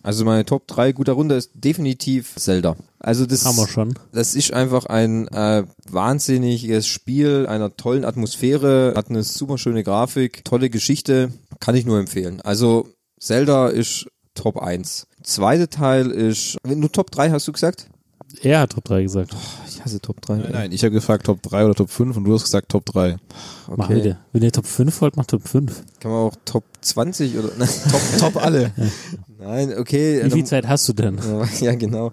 A: Also meine Top 3 guter Runde ist definitiv Zelda. Also das,
B: Haben wir schon.
A: das ist einfach ein äh, wahnsinniges Spiel einer tollen Atmosphäre, hat eine super schöne Grafik, tolle Geschichte, kann ich nur empfehlen. Also Zelda ist Top 1. Zweite Teil ist, wenn du Top 3 hast du gesagt?
B: Er hat Top 3 gesagt.
A: Ich hasse Top 3.
C: Nein, nein, ich habe gefragt Top 3 oder Top 5 und du hast gesagt Top 3.
B: Mach bitte. Wenn ihr Top 5 wollt, macht Top 5.
A: Kann man auch Top 20 oder nein, Top,
C: Top alle.
A: nein okay.
B: Wie
A: dann-
B: viel Zeit hast du denn?
A: Ja, genau.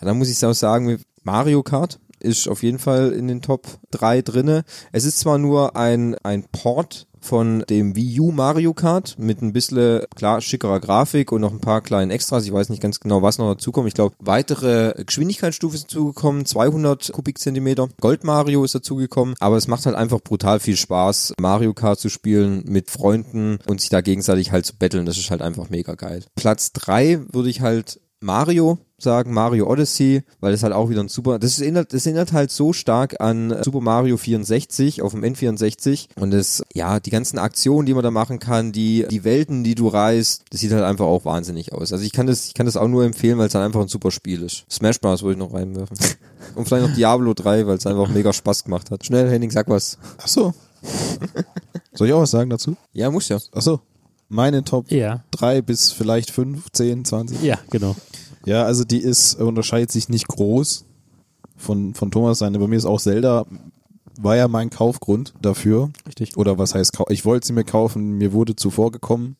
A: Ja, da muss ich auch sagen, Mario Kart ist auf jeden Fall in den Top 3 drinne. Es ist zwar nur ein, ein Port von dem Wii U Mario Kart mit ein bisschen klar schickerer Grafik und noch ein paar kleinen Extras. Ich weiß nicht ganz genau, was noch dazukommt. Ich glaube, weitere Geschwindigkeitsstufen sind dazugekommen. 200 Kubikzentimeter. Gold Mario ist dazugekommen. Aber es macht halt einfach brutal viel Spaß, Mario Kart zu spielen mit Freunden und sich da gegenseitig halt zu betteln. Das ist halt einfach mega geil. Platz 3 würde ich halt Mario sagen, Mario Odyssey, weil das halt auch wieder ein super, das erinnert, das erinnert halt so stark an äh, Super Mario 64 auf dem N64 und es, ja, die ganzen Aktionen, die man da machen kann, die, die Welten, die du reist, das sieht halt einfach auch wahnsinnig aus. Also ich kann das, ich kann das auch nur empfehlen, weil es halt einfach ein super Spiel ist. Smash Bros. würde ich noch reinwerfen. Und vielleicht noch Diablo 3, weil es einfach mega Spaß gemacht hat. Schnell, Henning, sag was.
C: Ach so. Soll ich auch was sagen dazu?
A: Ja, muss ja.
C: Ach so. Meine Top
B: Ja.
C: 3 bis vielleicht 5, 10, 20.
B: Ja, genau.
C: Ja, also die ist, äh, unterscheidet sich nicht groß von, von Thomas seine. Bei mir ist auch Zelda, war ja mein Kaufgrund dafür. Richtig. Oder was heißt, kau- ich wollte sie mir kaufen, mir wurde zuvor gekommen,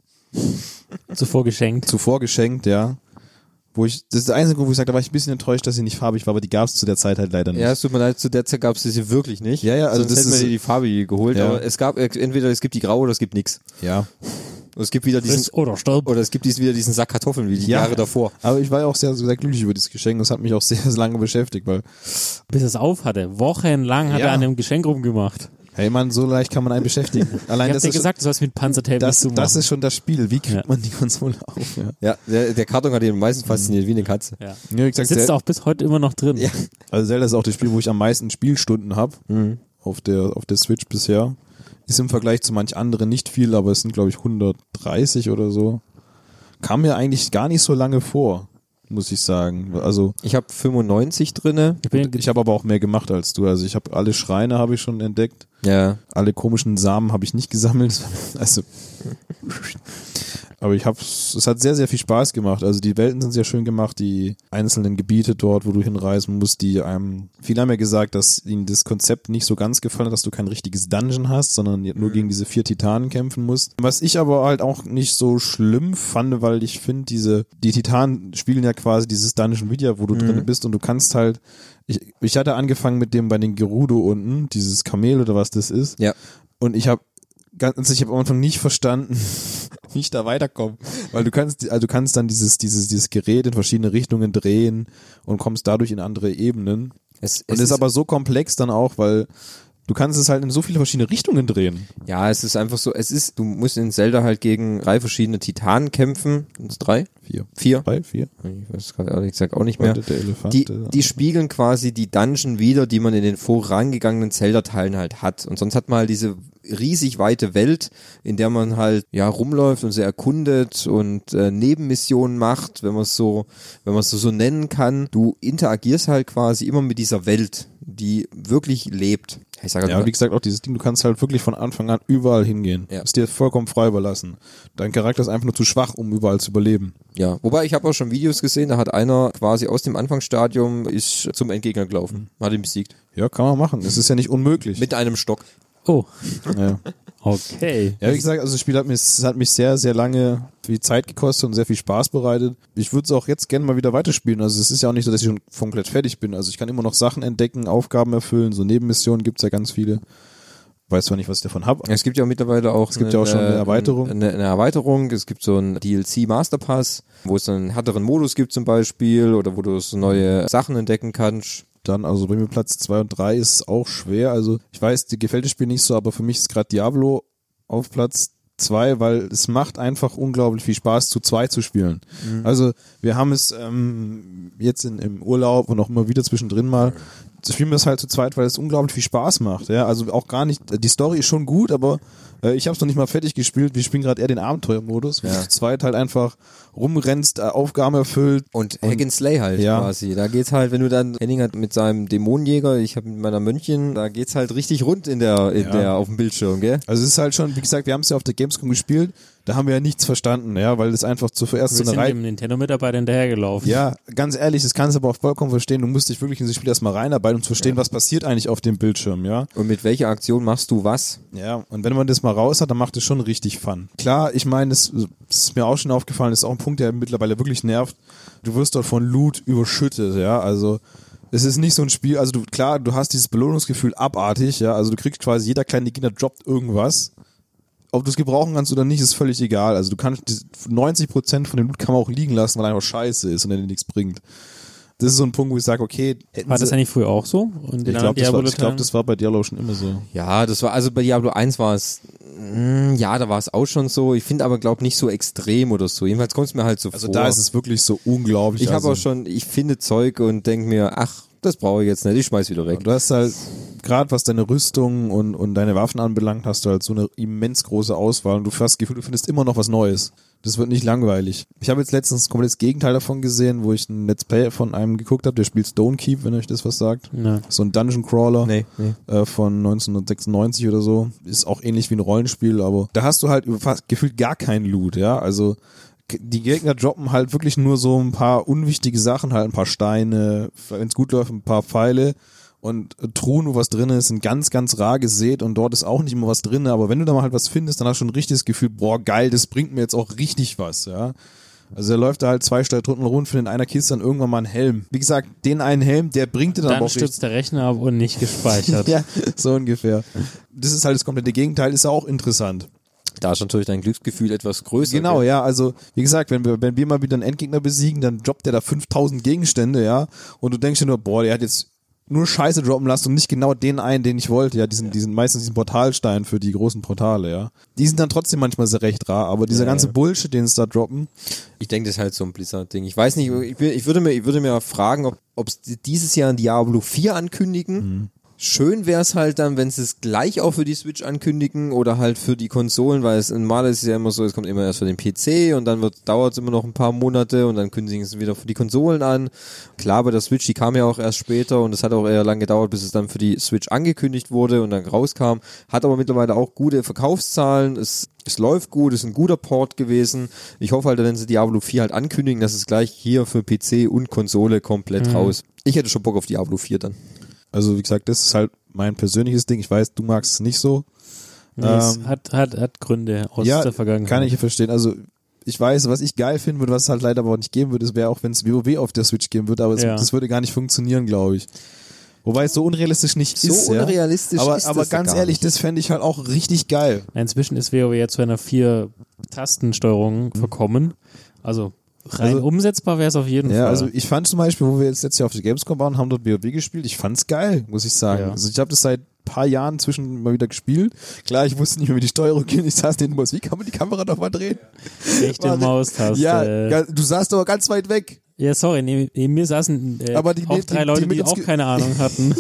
B: Zuvor geschenkt.
C: zuvor geschenkt, ja. Wo ich, das ist der einzige Grund, wo ich sage, da war ich ein bisschen enttäuscht, dass sie nicht farbig war, aber die gab es zu der Zeit halt leider nicht.
A: Ja, es tut mir leid, zu der Zeit gab es diese wirklich nicht.
C: Ja, ja, also
A: Sonst
C: das
A: hätten wir
C: ist-
A: dir die Fabi geholt,
C: Ja.
A: aber es gab, äh, entweder es gibt die graue oder es gibt nichts.
C: ja.
A: Und es gibt wieder diesen,
B: Friss oder stirb.
A: Oder es gibt dies wieder diesen Sack Kartoffeln wie die
C: Ja.
A: Jahre davor.
C: Aber ich war ja auch sehr, sehr glücklich über dieses Geschenk. Das hat mich auch sehr, sehr lange beschäftigt, weil,
B: Bis es auf hatte. Wochenlang hat
C: Ja.
B: er an dem Geschenk rumgemacht.
C: hey Mann, so leicht kann man einen beschäftigen.
B: Ich
C: Allein
B: hab
C: das
B: dir
C: ist,
B: gesagt, du sollst mit Panzertape
C: schon, das,
B: nichts zu
C: das
B: machen.
C: ist schon das Spiel. Wie kriegt
B: Ja.
C: man die Konsole auf? Ja.
A: Ja, der, der Karton hat ihn am meisten fasziniert, wie eine Katze.
B: ja.
C: Ja, wie gesagt,
B: Sitzt
C: Zel-
B: auch bis heute immer noch drin.
A: Ja.
C: Also Zelda ist auch das Spiel, wo ich am meisten Spielstunden habe
B: Mhm.
C: auf, der, auf der Switch bisher. Ist im Vergleich zu manch anderen nicht viel, aber es sind, glaube ich, 130 oder so. Kam mir eigentlich gar nicht so lange vor, muss ich sagen. Also
A: Ich habe 95 drinne.
B: Ich bin,
C: ich habe aber auch mehr gemacht als du. Also ich habe alle Schreine habe ich schon entdeckt.
A: Ja.
C: Alle komischen Samen habe ich nicht gesammelt. Also, aber ich habe es hat sehr sehr viel Spaß gemacht. Also die Welten sind sehr schön gemacht, die einzelnen Gebiete dort, wo du hinreisen musst, die einem viele haben ja gesagt, dass ihnen das Konzept nicht so ganz gefallen hat, dass du kein richtiges Dungeon hast, sondern nur gegen diese vier Titanen kämpfen musst. Was ich aber halt auch nicht so schlimm fand, weil ich finde diese die Titanen spielen ja quasi dieses Dungeon wieder, wo du drin bist und du kannst halt ich, ich hatte angefangen mit dem bei den Gerudo unten, dieses Kamel oder was das ist.
A: Ja.
C: Und ich habe ganz, also ich habe am Anfang nicht verstanden, wie ich da weiterkomme, weil du kannst, also du kannst dann dieses, dieses, dieses Gerät in verschiedene Richtungen drehen und kommst dadurch in andere Ebenen.
A: Es,
C: Und ist aber so komplex dann auch, weil Du kannst es halt in so viele verschiedene Richtungen drehen.
A: Ja, es ist einfach so, es ist, du musst in Zelda halt gegen drei verschiedene Titanen kämpfen. Sind's drei?
C: Vier.
A: Vier?
C: Drei, vier.
A: Ich weiß gerade ehrlich gesagt auch nicht mehr.
C: Der Elefant.
A: Die,
C: der-
A: die spiegeln quasi die Dungeon wieder, die man in den vorangegangenen Zelda-Teilen halt hat. Und sonst hat man halt diese riesig weite Welt, in der man halt ja rumläuft und sie erkundet und äh, Nebenmissionen macht, wenn man es so, wenn man es so nennen kann. Du interagierst halt quasi immer mit dieser Welt, die wirklich lebt. Ich sage halt
C: ja,
A: mal-
C: und wie gesagt, auch dieses Ding, du kannst halt wirklich von Anfang an überall hingehen.
A: Ja.
C: Ist dir vollkommen frei überlassen. Dein Charakter ist einfach nur zu schwach, um überall zu überleben.
A: Ja, wobei ich habe auch schon Videos gesehen, da hat einer quasi aus dem Anfangsstadium ist zum Endgegner gelaufen,
C: Mhm.
A: hat ihn besiegt
C: Ja, kann man machen. Es ist ja nicht unmöglich.
A: mit einem Stock.
B: Oh,
C: ja.
B: okay.
C: ja, wie gesagt, also das Spiel hat, mir, es hat mich sehr, sehr lange viel Zeit gekostet und sehr viel Spaß bereitet. Ich würde es auch jetzt gerne mal wieder weiterspielen. Also es ist ja auch nicht so, dass ich schon komplett fertig bin. Also ich kann immer noch Sachen entdecken, Aufgaben erfüllen. So Nebenmissionen gibt's ja ganz viele. Weiß zwar nicht, was ich davon hab.
A: Es gibt ja mittlerweile auch es
C: gibt ja auch schon eine Erweiterung.
A: Eine, eine Erweiterung, es gibt so einen DLC Master Pass, wo es einen härteren Modus gibt zum Beispiel oder wo du so neue Sachen entdecken kannst.
C: Dann, also bei mir Platz zwei und drei ist auch schwer. Also ich weiß, dir gefällt das Spiel nicht so, aber für mich ist gerade Diablo auf Platz zwei, weil es macht einfach unglaublich viel Spaß, zu zwei zu spielen. Also wir haben es ähm, jetzt in, im Urlaub und auch immer wieder zwischendrin mal, spielen wir es halt zu zweit, weil es unglaublich viel Spaß macht. Ja? Also auch gar nicht, die Story ist schon gut, aber äh, ich habe es noch nicht mal fertig gespielt. Wir spielen gerade eher den Abenteuermodus, wo du zu zweit halt einfach rumrennst, äh, Aufgaben erfüllt,
A: Und Hack and Slay halt
C: Ja.
A: quasi. Da geht's halt, wenn du dann Henning hat mit seinem Dämonenjäger, ich habe mit meiner Mönchen, da geht's halt richtig rund in der in
C: Ja.
A: der auf dem Bildschirm, gell?
C: Also es ist halt schon, wie gesagt, wir haben es ja auf der Gamescom gespielt, da haben wir ja nichts verstanden, ja, weil das einfach zuerst
B: Wir
C: so eine
B: sind
C: Reihe.
B: dem Nintendo-Mitarbeiter hinterhergelaufen.
C: Ja, ganz ehrlich, das kannst du aber auch vollkommen verstehen. Du musst dich wirklich in das Spiel erstmal reinarbeiten, um zu verstehen, was passiert eigentlich auf dem Bildschirm, ja.
A: Und mit welcher Aktion machst du was?
C: Ja, und wenn man das mal raus hat, dann macht es schon richtig Fun. Klar, ich meine, das, das ist mir auch schon aufgefallen, das ist auch ein Punkt, der mittlerweile wirklich nervt. Du wirst dort von Loot überschüttet, ja, also es ist nicht so ein Spiel, also du, klar, du hast dieses Belohnungsgefühl abartig, ja, also du kriegst quasi, jeder kleine Gegner droppt irgendwas. Ob du es gebrauchen kannst oder nicht, ist völlig egal. Also du kannst, die- 90% von dem Loot kann man auch liegen lassen, weil er einfach scheiße ist und er dir nichts bringt. Das ist so ein Punkt, wo ich sage, okay, hätten
B: War das
C: sie-
B: eigentlich früher auch so? Und
C: ich glaube, das, war- ich glaub, das war bei Diablo schon immer so.
A: Ja, das war also bei Diablo 1 war es mm, ja, da war es auch schon so. Ich finde aber glaube nicht so extrem oder so. Jedenfalls kommt es mir halt so
C: Also
A: vor.
C: da ist es wirklich so unglaublich.
A: ich habe
C: also,
A: auch schon, ich finde Zeug und denke mir, ach, das brauche ich jetzt nicht, ich schmeiß wieder weg.
C: Du hast halt, gerade was deine Rüstung und, und deine Waffen anbelangt, hast du halt so eine immens große Auswahl und du hast das Gefühl, du findest immer noch was Neues. Das wird nicht langweilig. Ich habe jetzt letztens komplett das Gegenteil davon gesehen, wo ich ein Let's Play von einem geguckt habe, der spielt Stonekeep, wenn euch das was sagt.
B: Nee.
C: So ein Dungeon Crawler
A: Nee, nee.
C: Äh, von 1996 oder so. Ist auch ähnlich wie ein Rollenspiel, aber da hast du halt über- fast gefühlt gar keinen Loot, ja. Also g- die Gegner droppen halt wirklich nur so ein paar unwichtige Sachen, halt ein paar Steine, wenn es gut läuft, ein paar Pfeile und äh, Truhen, wo was drin ist, sind ganz, ganz rar gesät und dort ist auch nicht immer was drin, aber wenn du da mal halt was findest, dann hast du ein richtiges Gefühl, boah, geil, das bringt mir jetzt auch richtig was, ja. Also er läuft da halt zwei Stunden rund, findet in einer Kiste dann irgendwann mal einen Helm. Wie gesagt, den einen Helm, der bringt dir dann, aber
B: Dann
C: auch richtig
B: stürzt der Rechner ab und nicht gespeichert.
C: ja, so ungefähr. Das ist halt das komplette Gegenteil, ist ja auch interessant.
A: Da ist natürlich dein Glücksgefühl etwas größer.
C: Genau,
A: gell?
C: ja, also wie gesagt, wenn wir, wenn wir mal wieder einen Endgegner besiegen, dann droppt der da 5000 Gegenstände, ja, und du denkst dir nur, boah, der hat jetzt nur Scheiße droppen lassen und nicht genau den einen, den ich wollte, ja, diesen, diesen meistens diesen Portalstein für die großen Portale, ja. Die sind dann trotzdem manchmal sehr recht rar, aber dieser ganze Bullshit, den es da droppen,
A: Ich denke, das ist halt so ein Blizzard-Ding. Ich weiß nicht, ich, wür- ich würde mir, ich würde mir fragen, ob ob's dieses Jahr ein Diablo 4 ankündigen.
C: Mhm.
A: Schön wäre es halt dann, wenn sie es gleich auch für die Switch ankündigen oder halt für die Konsolen, weil es in Male ist es ja immer so, es kommt immer erst für den PC und dann dauert es immer noch ein paar Monate und dann kündigen sie es wieder für die Konsolen an. Klar, bei der Switch, die kam ja auch erst später und es hat auch eher lange gedauert, bis es dann für die Switch angekündigt wurde und dann rauskam. Hat aber mittlerweile auch gute Verkaufszahlen, es, es läuft gut, ist ein guter Port gewesen. Ich hoffe halt, wenn sie Diablo 4 halt ankündigen, dass es gleich hier für PC und Konsole komplett
C: Mhm.
A: raus. Ich hätte schon Bock auf Diablo 4 dann.
C: also wie gesagt, das ist halt mein persönliches Ding. Ich weiß, du magst es nicht so.
B: Nee, es
C: Ähm,
B: hat, hat, hat Gründe aus
C: ja,
B: der Vergangenheit.
C: Kann ich verstehen. Also ich weiß, was ich geil finden würde, was es halt leider aber auch nicht geben würde, es wäre auch, wenn es WoW auf der Switch geben würde, aber es,
B: Ja.
C: das würde gar nicht funktionieren, glaube ich. Wobei es so unrealistisch nicht
A: So
C: ist.
A: unrealistisch
C: ja. aber,
A: ist
C: Aber
A: das ja
C: ganz
A: gar
C: ehrlich,
A: nicht.
C: das fände ich halt auch richtig geil.
B: Inzwischen ist WoW ja zu einer vier Tastensteuerung verkommen. Also Rein
C: Mhm. Also-
B: umsetzbar wäre es auf jeden
C: Ja,
B: Fall.
C: also ich fand zum Beispiel, wo wir jetzt letztes Jahr auf die Gamescom waren, haben dort WoW gespielt. Ich fand's geil, muss ich sagen.
B: Ja.
C: Also ich habe das seit paar Jahren zwischen mal wieder gespielt. Klar, ich wusste nicht mehr, wie die Steuerung geht. Ich saß neben Maus. Wie kann man die Kamera nochmal drehen?
B: Rechte
C: Warte.
B: Maustaste.
C: ja, ga- du saßt aber ganz weit weg.
B: Ja, sorry, neben, neben mir saßen äh,
C: Aber die-
B: auch
C: die-
B: drei
C: die
B: Leute,
C: mit
B: die,
C: uns
B: auch
C: ge-
B: keine Ahnung hatten.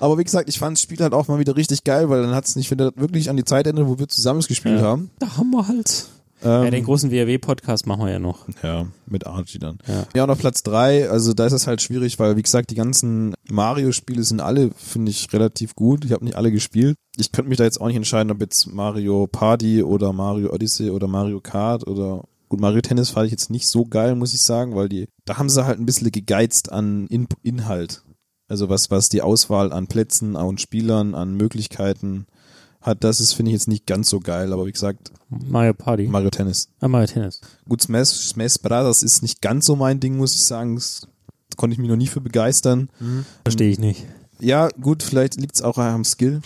C: Aber wie gesagt, ich fand das Spiel halt auch mal wieder richtig geil, weil dann hat's nicht wieder wirklich an die Zeit erinnert, wo wir zusammen es gespielt
B: Ja.
C: haben.
B: da haben wir halt. ja,
C: Ähm,
B: den großen WRW-Podcast machen wir ja noch.
C: Ja, mit Archie dann.
B: Ja.
C: Ja, und auf Platz drei also da ist es halt schwierig, weil wie gesagt, die ganzen Mario-Spiele sind alle, finde ich, relativ gut. Ich habe nicht alle gespielt. Ich könnte mich da jetzt auch nicht entscheiden, ob jetzt Mario Party oder Mario Odyssey oder Mario Kart oder gut, Mario Tennis fand ich jetzt nicht so geil, muss ich sagen, weil die, da haben sie halt ein bisschen gegeizt an In Inhalt. Also was, was die Auswahl an Plätzen, an Spielern, an Möglichkeiten hat, das ist, finde ich, jetzt nicht ganz so geil, aber wie gesagt,
B: Mario Party.
C: Mario Tennis.
B: ah, Mario Tennis.
C: Gut, Smash, Smash Brothers ist nicht ganz so mein Ding, muss ich sagen. Das konnte ich mich noch nie für begeistern.
B: Verstehe ich nicht.
C: Ja, gut, vielleicht liegt's auch am Skill.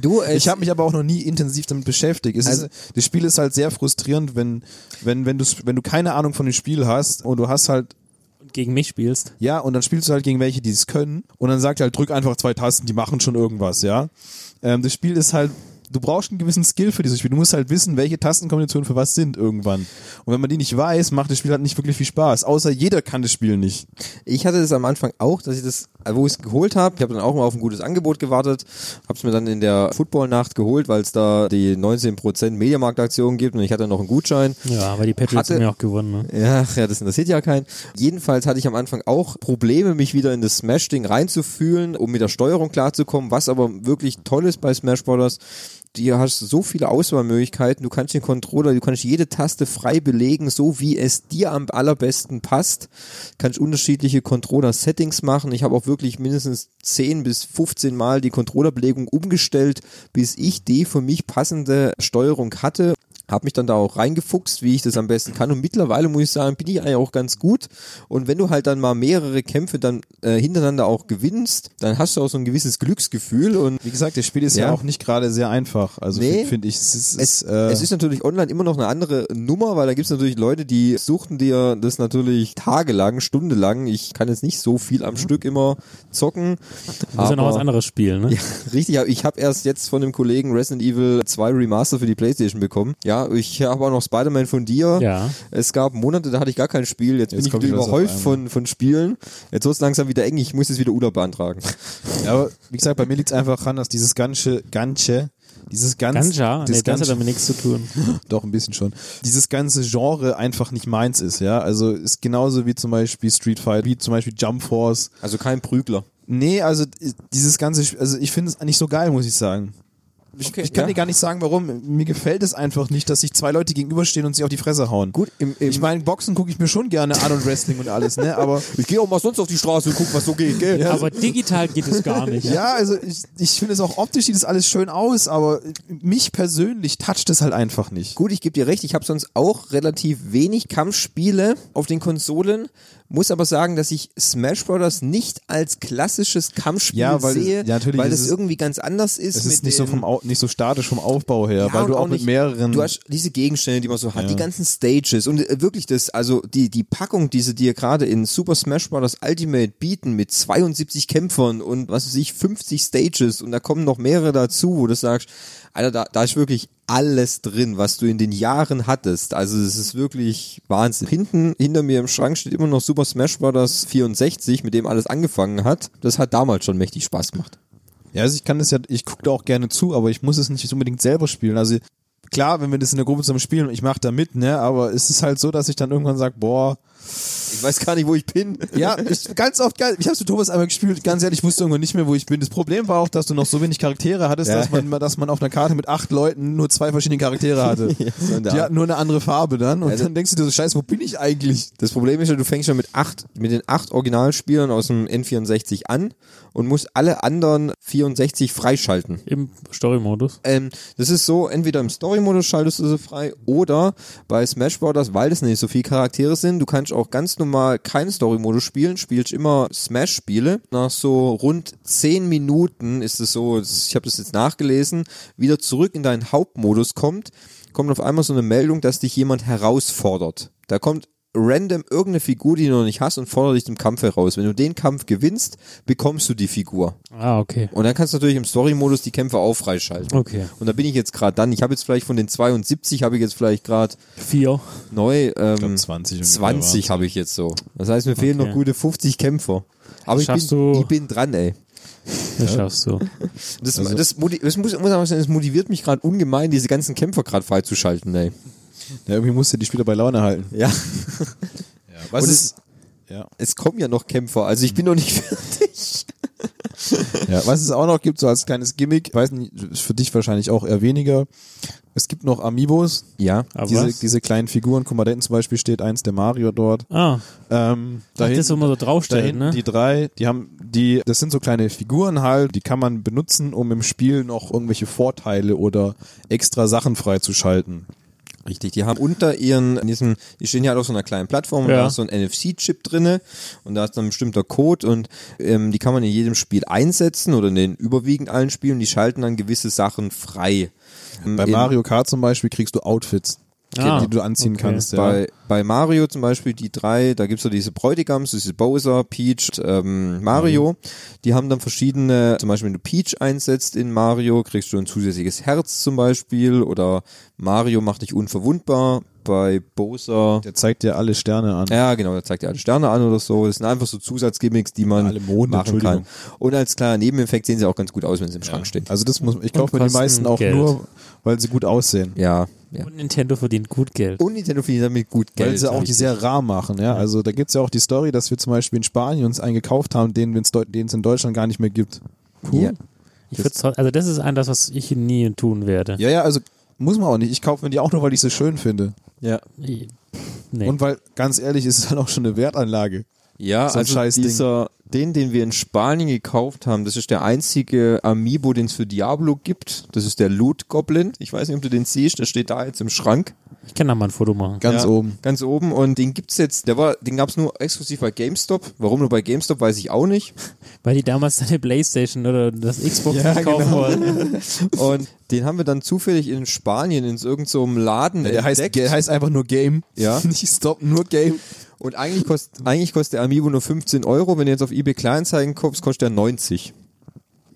A: Du, äh,
C: Ich habe mich aber auch noch nie intensiv damit beschäftigt. Es ist, das Spiel ist halt sehr frustrierend, wenn, wenn, wenn, du's- wenn du keine Ahnung von dem Spiel hast und du hast halt,
B: Und gegen mich spielst.
C: ja, und dann spielst du halt gegen welche, die es können und dann sagt er halt, drück einfach zwei Tasten, die machen schon irgendwas, ja. Ähm, das Spiel ist halt, du brauchst einen gewissen Skill für dieses Spiel. Du musst halt wissen, welche Tastenkombinationen für was sind irgendwann. Und wenn man die nicht weiß, macht das Spiel halt nicht wirklich viel Spaß. Außer jeder kann das Spiel nicht.
A: ich hatte das am Anfang auch, dass ich das, also wo ich es geholt habe, ich habe dann auch mal auf ein gutes Angebot gewartet, habe es mir dann in der Football-Nacht geholt, weil es da die 19% Mediamarkt-Aktion gibt und ich hatte noch einen Gutschein.
B: Ja, aber die Patriots
A: Hatte-
B: haben ja auch gewonnen. Ne?
A: Ja, ach ja, das interessiert ja keinen. Jedenfalls hatte ich am Anfang auch Probleme, mich wieder in das Smash-Ding reinzufühlen, um mit der Steuerung klarzukommen. Was aber wirklich toll ist bei Smash Brothers, du hast so viele Auswahlmöglichkeiten. Du kannst den Controller, du kannst jede Taste frei belegen, so wie es dir am allerbesten passt. Kannst unterschiedliche Controller-Settings machen. Ich habe auch wirklich mindestens 10 bis 15 Mal die Controllerbelegung umgestellt, bis ich die für mich passende Steuerung hatte habe mich dann da auch reingefuchst, wie ich das am besten kann. Und mittlerweile muss ich sagen, bin ich eigentlich auch ganz gut. Und wenn du halt dann mal mehrere Kämpfe dann äh, hintereinander auch gewinnst, dann hast du auch so ein gewisses Glücksgefühl. Und
C: Wie gesagt, das Spiel ist ja,
A: Ja.
C: auch nicht gerade sehr einfach. Also
A: Nee.
C: finde find ich, es ist,
A: es,
C: äh,
A: es ist natürlich online immer noch eine andere Nummer, weil da gibt's natürlich Leute, die suchten dir das natürlich tagelang, stundenlang. Ich kann jetzt nicht so viel am Stück immer zocken.
B: Du musst ja noch was anderes spielen, ne?
A: Ja, richtig. aber Ich habe erst jetzt von dem Kollegen Resident Evil 2 Remaster für die Playstation bekommen. Ja, ich habe auch noch Spider-Man von dir.
B: Ja.
A: Es gab Monate, da hatte ich gar kein Spiel. Jetzt,
C: Jetzt
A: bin ich
C: kommt
A: wieder
C: wieder was auf
A: überhäuft
C: einmal.
A: von, von Spielen. Jetzt wird's langsam wieder eng. Ich muss jetzt wieder Urlaub beantragen.
C: ja, aber wie gesagt, bei mir liegt es einfach daran, dass dieses ganze, ganze, dieses ganze,
B: Ganja? Nee,
C: dieses
B: das hat
C: ganze,
B: damit nichts zu tun.
C: doch ein bisschen schon, dieses ganze Genre einfach nicht meins ist, ja. Also ist genauso wie zum Beispiel Street Fight, wie zum Beispiel Jump Force.
A: Also kein Prügler.
C: Nee, also dieses ganze, Sp- also ich finde es nicht so geil, muss ich sagen. Ich,
A: Okay,
C: ich kann
A: ja.
C: dir gar nicht sagen, warum. Mir gefällt es einfach nicht, dass sich zwei Leute gegenüberstehen und sich auf die Fresse hauen.
A: Gut, im, im,
C: Ich meine, Boxen gucke ich mir schon gerne an und Wrestling und alles, ne? Aber
A: ich gehe auch mal sonst auf die Straße und guck, was so geht, gell?
B: Aber digital geht es gar nicht.
C: Also Ja, also ich, ich finde es auch optisch sieht es alles schön aus, aber mich persönlich toucht es halt einfach nicht.
A: Gut, ich gebe dir recht, ich habe sonst auch relativ wenig Kampfspiele auf den Konsolen, muss aber sagen, dass ich Smash Brothers nicht als klassisches Kampfspiel
C: Ja, weil-
A: sehe,
C: ja, natürlich
A: weil
C: ist
A: es
C: es-
A: irgendwie ganz anders ist.
C: Es
A: mit
C: ist nicht so
A: den-
C: vom Au nicht so statisch vom Aufbau her, weil
A: und
C: du auch, mit
A: nicht-
C: mehreren
A: Du hast diese Gegenstände, die man so hat,
C: Ja.
A: die ganzen Stages und äh, wirklich das, also die, die Packung, die sie dir gerade in Super Smash Bros. Ultimate bieten mit 72 Kämpfern und was weiß ich, 50 Stages und da kommen noch mehrere dazu, wo du sagst, Alter, da, da ist wirklich alles drin, was du in den Jahren hattest. Also es ist wirklich Wahnsinn. Hinten, hinter mir im Schrank steht immer noch Super Smash Bros. 64, mit dem alles angefangen hat. Das hat damals schon mächtig Spaß gemacht.
C: Ja, also ich kann das ja, ich gucke da auch gerne zu, aber ich muss es nicht unbedingt selber spielen. Also klar, wenn wir das in der Gruppe zusammen spielen und ich mache da mit, ne, aber es ist halt so, dass ich dann irgendwann sage, boah,
A: Ich weiß gar nicht, wo ich bin.
C: ja, ich, ganz oft, geil. ich habe mit Thomas einmal gespielt, ganz ehrlich, ich wusste irgendwann nicht mehr, wo ich bin. Das Problem war auch, dass du noch so wenig Charaktere hattest,
A: Ja.
C: dass, man, dass man auf einer Karte mit acht Leuten nur zwei verschiedene Charaktere hatte.
A: so in der
C: Die
A: Art.
C: hatten nur eine andere Farbe dann und
A: Also-
C: dann denkst du dir so, scheiße, wo bin ich eigentlich?
A: Das Problem ist ja, du fängst ja mit acht, mit den acht Originalspielern aus dem N64 an und musst alle anderen 64 freischalten.
B: Im Story-Modus.
A: Ähm, das ist so, entweder im Story-Modus schaltest du sie frei oder bei Smash Bros., weil das nicht so viele Charaktere sind, du kannst auch ganz normal keinen Story-Modus spielen, spielst immer Smash-Spiele. Nach so rund 10 Minuten ist es so, ich habe das jetzt nachgelesen, wieder zurück in deinen Hauptmodus kommt, kommt auf einmal so eine Meldung, dass dich jemand herausfordert. Da kommt random irgendeine Figur, die du noch nicht hast und fordere dich dem Kampf heraus. Wenn du den Kampf gewinnst, bekommst du die Figur.
B: Ah, okay.
A: Und dann kannst du natürlich im Story-Modus die Kämpfe auch freischalten.
B: Okay.
A: Und da bin ich jetzt gerade dann. Ich habe jetzt vielleicht von den 72 habe ich jetzt vielleicht gerade
B: Vier.
A: neu ähm,
C: glaub, 20 ungefähr
A: 20 habe ich jetzt so. Das heißt, mir fehlen
B: Okay.
A: noch gute 50 Kämpfer. Aber ich
B: Schaffst
A: bin,
B: du-
A: ich bin dran, ey.
B: Das schaffst du.
A: Das, das, moti- das muss, muss aber sagen, das motiviert mich gerade ungemein, diese ganzen Kämpfer gerade freizuschalten, ey.
C: Ja, irgendwie musst du die Spieler bei Laune halten.
A: Ja,
C: Ja, was
A: Und
C: ist, ja.
A: es kommen ja noch Kämpfer, also ich bin noch nicht
C: Ja, was es auch noch gibt, so als kleines Gimmick, ich weiß nicht, ist für dich wahrscheinlich auch eher weniger. Es gibt noch Amiibos,
A: Ja,
B: Aber
C: diese,
B: Ah, was?
C: diese kleinen Figuren. Guck mal, da hinten zum Beispiel steht eins der Mario dort.
B: Ah,
C: Ähm, da
B: das ist, wo
C: hinten,
B: man so
C: da
B: draufstellt,
C: hinten
B: ne?
C: die drei, die haben, die, das sind so kleine Figuren halt, die kann man benutzen, um im Spiel noch irgendwelche Vorteile oder extra Sachen freizuschalten.
A: richtig. Die haben unter ihren, in diesem, die stehen ja halt auf so einer kleinen Plattform und
B: Ja.
A: da ist so ein NFC-Chip drinne und da ist dann ein bestimmter Code und ähm, die kann man in jedem Spiel einsetzen oder in den überwiegend allen Spielen. Die schalten dann gewisse Sachen frei. Ähm,
C: Bei
A: in-
C: Mario Kart zum Beispiel kriegst du Outfits,
B: Ah,
C: die du anziehen
B: okay.
C: kannst. Ja.
A: Bei, bei Mario zum Beispiel, die drei, da gibt's so diese Bräutigams, so diese Bowser, Peach, ähm,
C: Mhm.
A: Mario. Die haben dann verschiedene, zum Beispiel wenn du Peach einsetzt in Mario, kriegst du ein zusätzliches Herz zum Beispiel oder Mario macht dich unverwundbar. Bei Bowser,
C: der zeigt dir alle Sterne
B: Äh,
C: an.
A: ja genau, da zeigt er alle Sterne an oder so. Das sind einfach so Zusatzgimmicks, die man
C: Alle Monde,
A: machen kann.
C: Entschuldigung.
A: Und als kleiner Nebeneffekt sehen sie auch ganz gut aus, wenn sie im Schrank stehen.
C: Also das muss, ich kaufe mir die
B: kosten
C: meisten auch
B: Geld.
C: nur, weil sie gut aussehen.
A: Ja, ja.
B: Und Nintendo verdient gut Geld.
C: Oh,
A: Und Nintendo verdient damit gut Geld.
C: Weil sie auch die sehr rar machen, ja. Also da gibt's ja auch die Story, dass wir zum Beispiel in Spanien uns einen gekauft haben, den es in Deutschland gar nicht mehr gibt.
A: ja.
B: Ich würd's halt- also das ist ein, das, was ich nie tun werde.
C: Ja, ja, also muss man auch nicht. Ich kaufe mir die auch nur, weil ich sie schön finde.
A: ja.
B: Ich- Nee.
C: Und weil, ganz ehrlich, ist es dann auch schon eine Wertanlage.
A: Ja,
C: So ein
A: also
C: Scheißding.
A: dieser, den, den wir in Spanien gekauft haben, das ist der einzige Amiibo, den es für Diablo gibt. Das ist der Loot Goblin. Ich weiß nicht, ob du den siehst, der steht da jetzt im Schrank.
B: ich kann da mal ein Foto machen.
C: Ganz
A: Ja,
C: oben.
A: Ganz oben. Und den gibt's jetzt, der war, den gab's nur exklusiv bei GameStop. Warum nur bei GameStop, weiß ich auch nicht.
B: Weil die damals deine Playstation oder das Xbox
C: Ja,
B: nicht kaufen
C: genau.
B: wollten.
A: Und den haben wir dann zufällig in Spanien in irgendeinem so einem Laden
C: Der heißt,
A: entdeckt.
C: der heißt einfach nur Game.
A: Ja.
C: nicht Stop, nur Game.
A: Und eigentlich kostet, eigentlich kostet der Amiibo nur 15 Euro. Wenn du jetzt auf eBay Kleinanzeigen kaufst, kostet der 90.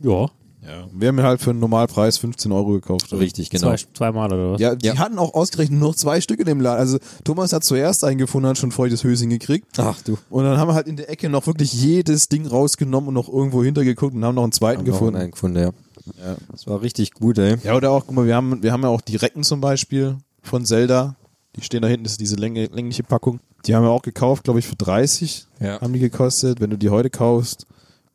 B: Ja,
C: Ja. Wir haben ihn halt für einen Normalpreis 15 Euro gekauft.
A: Richtig, genau.
B: zwei, zweimal oder was?
C: Genau. Ja, die
A: Ja.
C: hatten auch ausgerechnet nur noch zwei Stück in dem Laden. Also Thomas hat zuerst einen gefunden, hat schon vorher das Höschen gekriegt.
A: Ach du.
C: Und dann haben wir halt in der Ecke noch wirklich jedes Ding rausgenommen und noch irgendwo hintergeguckt und haben noch einen zweiten
A: Gefunden.
C: gefunden.
A: Einen gefunden, ja. ja. Das war richtig gut, ey.
C: Ja, oder auch, guck mal, wir haben, wir haben ja auch die Recken zum Beispiel von Zelda. Die stehen da hinten, das ist diese Länge, längliche Packung. Die haben wir auch gekauft, glaube ich, für 30
A: Ja.
C: haben die gekostet. Wenn du die heute kaufst,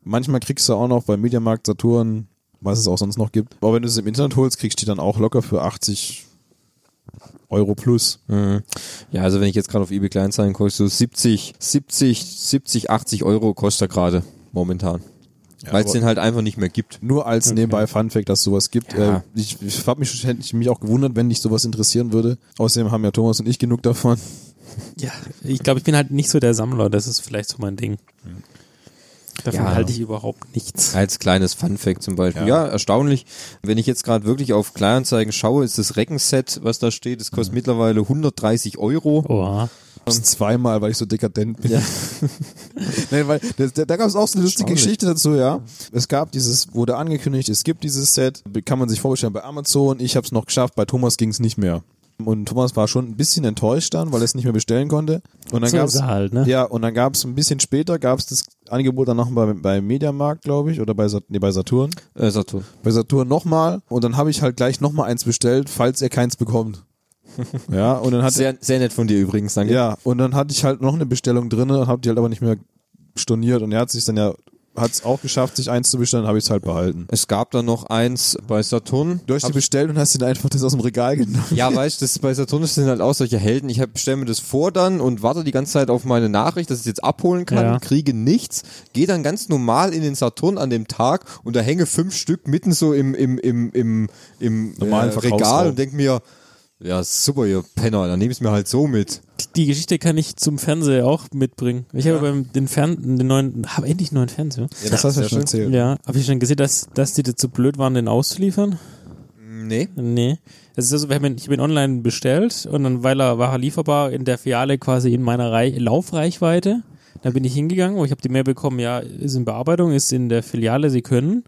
C: manchmal kriegst du auch noch bei Mediamarkt, Saturn, was es auch sonst noch gibt. Aber wenn du es im Internet holst, kriegst du die dann auch locker für 80 Euro plus.
A: Mhm. Ja, also wenn ich jetzt gerade auf eBay Kleinzeigen gucke, so 70, 70, 70, 80 Euro kostet er gerade momentan. Weil es
C: aber-
A: den halt einfach nicht mehr gibt.
C: Nur als nebenbei Fun Fact, dass es sowas gibt.
A: Ja.
C: Äh, ich ich hab mich, hätte ich mich auch gewundert, wenn dich sowas interessieren würde. Außerdem haben ja Thomas und ich genug davon.
B: Ja, ich glaube, ich bin halt nicht so der Sammler. Das ist vielleicht so mein Ding. Davon
A: Ja.
B: halte ich überhaupt nichts.
A: Als kleines Funfact zum Beispiel. Ja, erstaunlich. Wenn ich jetzt gerade wirklich auf Kleinanzeigen schaue, ist das Reckenset, was da steht, das
C: Mhm.
A: kostet mittlerweile 130
C: Oh.
A: Euro.
B: Oha.
C: Das zweimal, weil ich so dekadent bin. Nein, weil das, da, da gab es auch so eine lustige
A: Erstaunlich.
C: Geschichte dazu, ja. Es gab dieses, wurde angekündigt, es gibt dieses Set, kann man sich vorbestellen bei Amazon. Ich habe es noch geschafft, bei Thomas ging es nicht mehr. Und Thomas war schon ein bisschen enttäuscht dann, weil er es nicht mehr bestellen konnte. Und dann
B: So
C: gab's,
B: ist er halt, ne?
C: ja, und dann gab es ein bisschen später gab es das Angebot dann nochmal bei, bei Mediamarkt, glaube ich, oder bei, Sat- nee, bei Saturn.
A: Äh, Saturn.
C: Bei Saturn nochmal. Und dann habe ich halt gleich nochmal eins bestellt, falls er keins bekommt. Ja, und dann hat
A: Sehr, sehr nett von dir übrigens, danke.
C: ja, und dann hatte ich halt noch eine Bestellung drin und habe die halt aber nicht mehr storniert und er hat sich dann ja, hat es auch geschafft, sich eins zu bestellen, habe ich es halt behalten.
A: Es gab dann noch eins bei Saturn.
C: Du hast die bestellt und hast ihn einfach das aus dem Regal genommen.
A: Ja, weißt du, das- bei Saturnus sind halt auch solche Helden. Ich stelle mir das vor dann und warte die ganze Zeit auf meine Nachricht, dass ich es jetzt abholen kann,
B: Ja.
A: kriege nichts, gehe dann ganz normal in den Saturn an dem Tag und da hänge fünf Stück mitten so im, im, im, im, im äh,
C: Normalen
A: Regal
C: Verkaufsraum.
A: und denke mir, ja super, ihr Penner, dann nehme ich es mir halt so mit.
B: Die Geschichte kann ich zum Fernseher auch mitbringen. Ich habe beim den, Fern den neuen, habe endlich einen neuen Fernseher.
C: das hast du ja schon
B: Ja,
C: erzählt.
B: habe ich schon gesehen, dass, dass die dazu blöd waren, den auszuliefern?
A: Nee.
B: Nee. Es ist also, wir haben ihn, ich habe ihn online bestellt und dann, weil er war er lieferbar in der Filiale quasi in meiner Rei Laufreichweite. Da bin ich hingegangen, wo ich habe die Mail bekommen, ja, ist in Bearbeitung, ist in der Filiale, Sie können.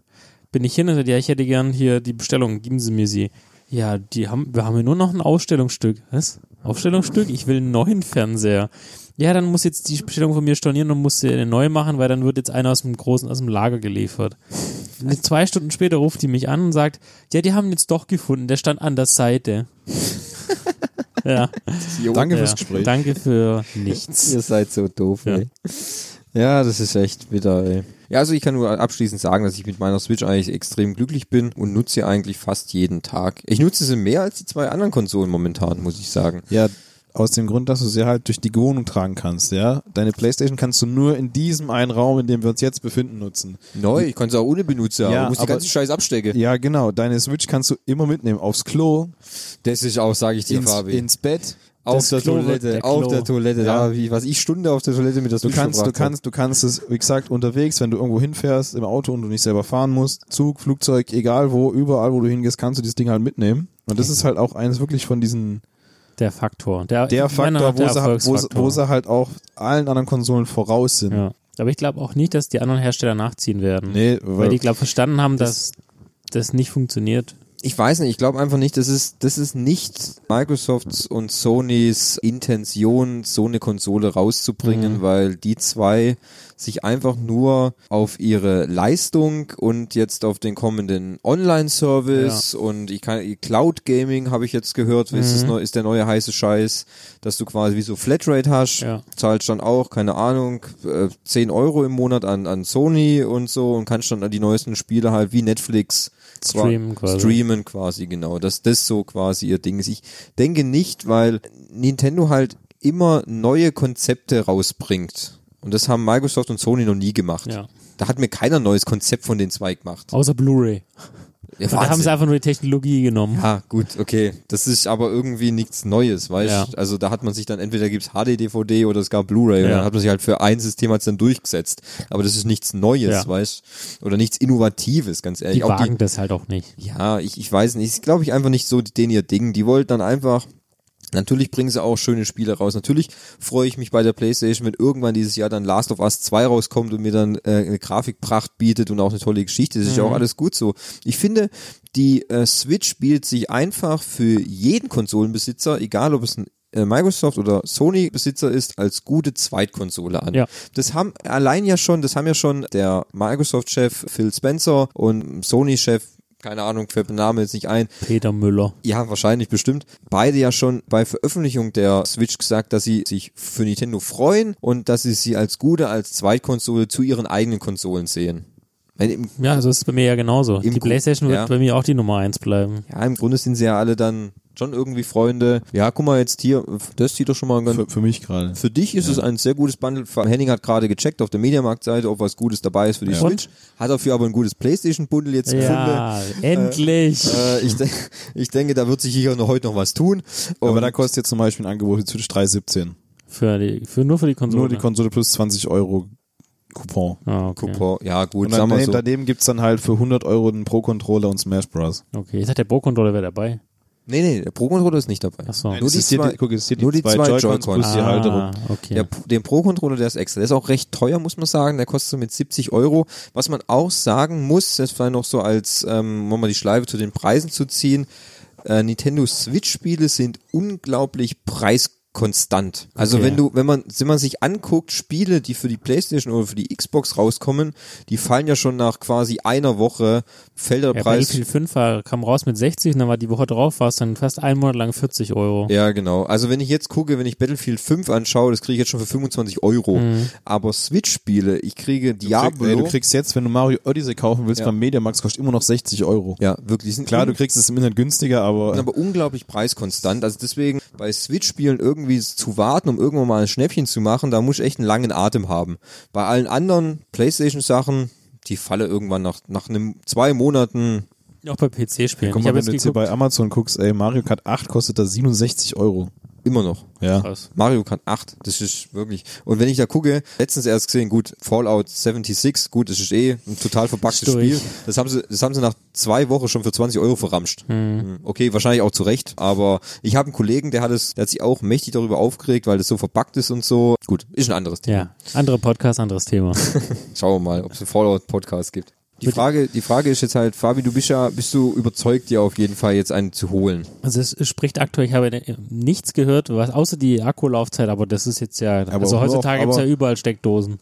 B: Bin ich hin und sagte, ja, ich hätte gern hier die Bestellung, geben Sie mir sie. Ja, die haben, wir haben hier nur noch ein Ausstellungsstück. Was? Ausstellungsstück? Ich will einen neuen Fernseher. Ja, dann muss jetzt die Bestellung von mir stornieren und muss sie eine neue machen, weil dann wird jetzt einer aus dem großen, aus dem Lager geliefert. Und zwei Stunden später ruft die mich an und sagt, ja, die haben ihn jetzt doch gefunden, der stand an der Seite. ja.
C: Danke
B: ja.
C: fürs Gespräch.
B: Danke für nichts.
A: Ihr seid so doof,
B: Ja.
A: ey. Ja, das ist echt bitter, ey. Ja, also ich kann nur abschließend sagen, dass ich mit meiner Switch eigentlich extrem glücklich bin und nutze sie eigentlich fast jeden Tag. Ich nutze sie mehr als die zwei anderen Konsolen momentan, muss ich sagen.
C: Ja, aus dem Grund, dass du sie halt durch die Wohnung tragen kannst, ja. Deine Playstation kannst du nur in diesem einen Raum, in dem wir uns jetzt befinden, nutzen.
A: Neu, ich kann sie auch ohne Benutzer,
C: Ja,
A: aber muss die
C: aber-
A: ganze Scheiß abstecken.
C: Ja, genau. Deine Switch kannst du immer mitnehmen. Aufs Klo,
A: Das ist auch, sage ich dir,
C: ins,
A: Fabi.
C: ins Bett.
A: auf
B: das
A: der
B: Klo wird
A: Toilette,
B: der
A: auf
B: Klo.
A: der Toilette.
C: Ja.
A: Da, wie, was ich Stunde auf der Toilette mit der
C: Du
A: Switch
C: kannst, du
A: verbracht hab.
C: kannst, du kannst es, wie gesagt, unterwegs, wenn du irgendwo hinfährst, im Auto und du nicht selber fahren musst, Zug, Flugzeug, egal wo, überall wo du hingehst, kannst du dieses Ding halt mitnehmen. Und das ist halt auch eines wirklich von diesen,
B: Der Faktor. Der,
C: der
B: ich meine
C: Faktor,
B: auch
C: wo
B: der
C: sie, halt- wo, sie-
B: Erfolgsfaktor.
C: wo sie halt auch allen anderen Konsolen voraus sind.
B: Ja. Aber ich glaube auch nicht, dass die anderen Hersteller nachziehen werden.
C: Nee, äh,
B: weil
C: weil,
B: die, glaube verstanden haben, dass das nicht funktioniert.
A: ich weiß nicht, ich glaube einfach nicht, das ist, das ist nicht Microsofts und Sonys Intention, so eine Konsole
B: Mhm.
A: rauszubringen, weil die zwei sich einfach nur auf ihre Leistung und jetzt auf den kommenden Online-Service und ich kann, Cloud Gaming habe ich jetzt gehört, ist,
B: Mhm.
A: das neu, ist der neue heiße Scheiß, dass du quasi wie so Flatrate hast,
B: Ja.
A: zahlst dann auch, keine Ahnung, äh, 10 Euro im Monat an, an Sony und so und kannst dann die neuesten Spiele halt wie Netflix
B: Streamen quasi.
A: Streamen quasi, genau. Dass das so quasi ihr Ding ist. Ich denke nicht, weil Nintendo halt immer neue Konzepte rausbringt. Und das haben Microsoft und Sony noch nie gemacht.
B: Ja.
A: Da hat mir keiner neues Konzept von den zwei gemacht.
B: Außer Blu-ray.
A: Ja,
B: Da haben
A: Wahnsinn.
B: sie einfach nur die Technologie genommen.
A: Ah, gut, okay. Das ist aber irgendwie nichts Neues, weißt
B: Ja.
A: Also da hat man sich dann, entweder gibt's HD-DVD oder es gab Blu-ray und
B: Ja.
A: dann hat man sich halt für ein System hat's dann durchgesetzt. Aber das ist nichts Neues,
B: Ja.
A: weißt Oder nichts Innovatives, ganz ehrlich.
B: Die
A: Auch die,
B: wagen das halt auch nicht.
A: ja, ich, ich weiß nicht. Ist, glaube ich, einfach nicht so denen ihr Ding. Die wollten dann einfach. Natürlich bringen sie auch schöne Spiele raus. Natürlich freue ich mich bei der PlayStation, wenn irgendwann dieses Jahr dann Last of Us 2 rauskommt und mir dann äh, eine Grafikpracht bietet und auch eine tolle Geschichte. Das ist ja auch alles gut so. Ich finde, die äh, Switch spielt sich einfach für jeden Konsolenbesitzer, egal ob es ein äh, Microsoft oder Sony Besitzer ist, als gute Zweitkonsole an.
B: Ja.
A: Das haben allein ja schon, das haben ja schon der Microsoft-Chef Phil Spencer und Sony-Chef, keine Ahnung, fällt mir der Name jetzt nicht ein,
B: Peter Müller.
A: ja, wahrscheinlich bestimmt. Beide ja schon bei Veröffentlichung der Switch gesagt, dass sie sich für Nintendo freuen und dass sie sie als gute, als Zweitkonsole zu ihren eigenen Konsolen sehen. Ich meine, Im,
B: Ja, so ist es bei mir ja genauso.
A: Im
B: die
A: Gru-
B: PlayStation wird
A: ja.
B: bei mir auch die Nummer eins bleiben.
A: ja, im Grunde sind sie ja alle dann schon irgendwie Freunde. Ja, guck mal jetzt hier, das sieht doch schon mal ganz...
C: für, für mich gerade.
A: Für dich ist es ein sehr gutes Bundle. Henning hat gerade gecheckt auf der Mediamarkt-Seite, ob was Gutes dabei ist für die
B: Ja.
A: Switch. Hat dafür aber ein gutes PlayStation-Bundle jetzt gefunden.
B: Ja, endlich.
A: Äh, ich, de ich denke, da wird sich hier noch heute noch was tun.
C: Aber
A: Und-
C: da kostet jetzt zum Beispiel ein Angebot die Switch 3,17.
B: für die, für, nur für die Konsole.
A: ne?
C: Nur die Konsole plus 20 Euro Coupon.
B: ah, okay.
A: Coupon, ja gut,
C: Und
A: sagen wir
C: daneben,
A: so.
C: daneben gibt's dann halt für 100 Euro einen Pro-Controller und Smash Bros.
B: okay, ich dachte, der Pro-Controller wäre dabei.
A: Nee, nee, der Pro-Controller ist nicht dabei.
B: Achso.
A: Nur
C: Es
A: die
C: ist hier
A: zwei-
C: guck, es ist hier
A: nur die zwei Joy-Cons.
C: plus die Halterung.
B: Ah, okay.
A: Der, den Pro-Controller, der ist extra. Der ist auch recht teuer, muss man sagen. Der kostet so mit 70 Euro. Was man auch sagen muss, das vielleicht noch so als, ähm, um mal die Schleife zu den Preisen zu ziehen, äh, Nintendo Switch-Spiele sind unglaublich preiskonstant. Also
B: Okay.
A: wenn du, wenn man, wenn man sich anguckt, Spiele, die für die Playstation oder für die Xbox rauskommen, die fallen ja schon nach quasi einer Woche, fällt der
B: ja,
A: Preis
B: Battlefield 5 war, kam raus mit 60 und dann war die Woche drauf, war es dann fast einen Monat lang 40 Euro.
A: Ja, genau. Also wenn ich jetzt gucke, wenn ich Battlefield 5 anschaue, das kriege ich jetzt schon für 25 Euro. Aber Switch-Spiele, ich kriege
C: Krieg, ey,
A: Diablo.
C: du kriegst jetzt, wenn du Mario Odyssey kaufen willst,
A: Ja.
C: beim Mediamarkt, kostet immer noch 60 Euro.
A: ja, wirklich. Sind
C: Klar,
A: un-
C: du kriegst es im Internet günstiger, aber, äh,
A: sind aber unglaublich preiskonstant. Also deswegen bei Switch-Spielen irgendwie zu warten, um irgendwann mal ein Schnäppchen zu machen, da muss ich echt einen langen Atem haben. Bei allen anderen PlayStation-Sachen, die falle irgendwann nach, nach einem zwei Monaten.
B: Auch bei PC-Spielen.
C: guck
B: ich habe
C: mal, wenn
B: jetzt
C: du jetzt hier
B: geguckt,
C: bei Amazon guckst, ey, Mario Kart 8 kostet da 67 Euro.
A: Immer noch.
C: Ja.
B: Krass.
A: Mario Kart 8, das ist wirklich. Und wenn ich da gucke, letztens erst gesehen, gut, Fallout 76, gut, das ist eh ein total verpacktes
B: Ist durch.
A: Spiel. Das haben sie, das haben sie nach zwei Wochen schon für 20 Euro verramscht. Mhm. Okay, wahrscheinlich auch zu Recht, aber ich habe einen Kollegen, der hat es, der hat sich auch mächtig darüber aufgeregt, weil das so verpackt ist und so. Gut, ist ein anderes Thema.
B: Ja, andere Podcast, anderes Thema.
A: Schauen wir mal, ob es einen Fallout-Podcast gibt. Die Frage, die Frage ist jetzt halt, Fabi, du bist ja, bist du überzeugt, dir auf jeden Fall jetzt einen zu holen?
B: Also es spricht aktuell, ich habe nichts gehört, was, außer die Akkulaufzeit, aber das ist jetzt ja, also
C: auch nur
B: heutzutage
C: auf-
B: gibt es ja
C: aber-
B: überall Steckdosen.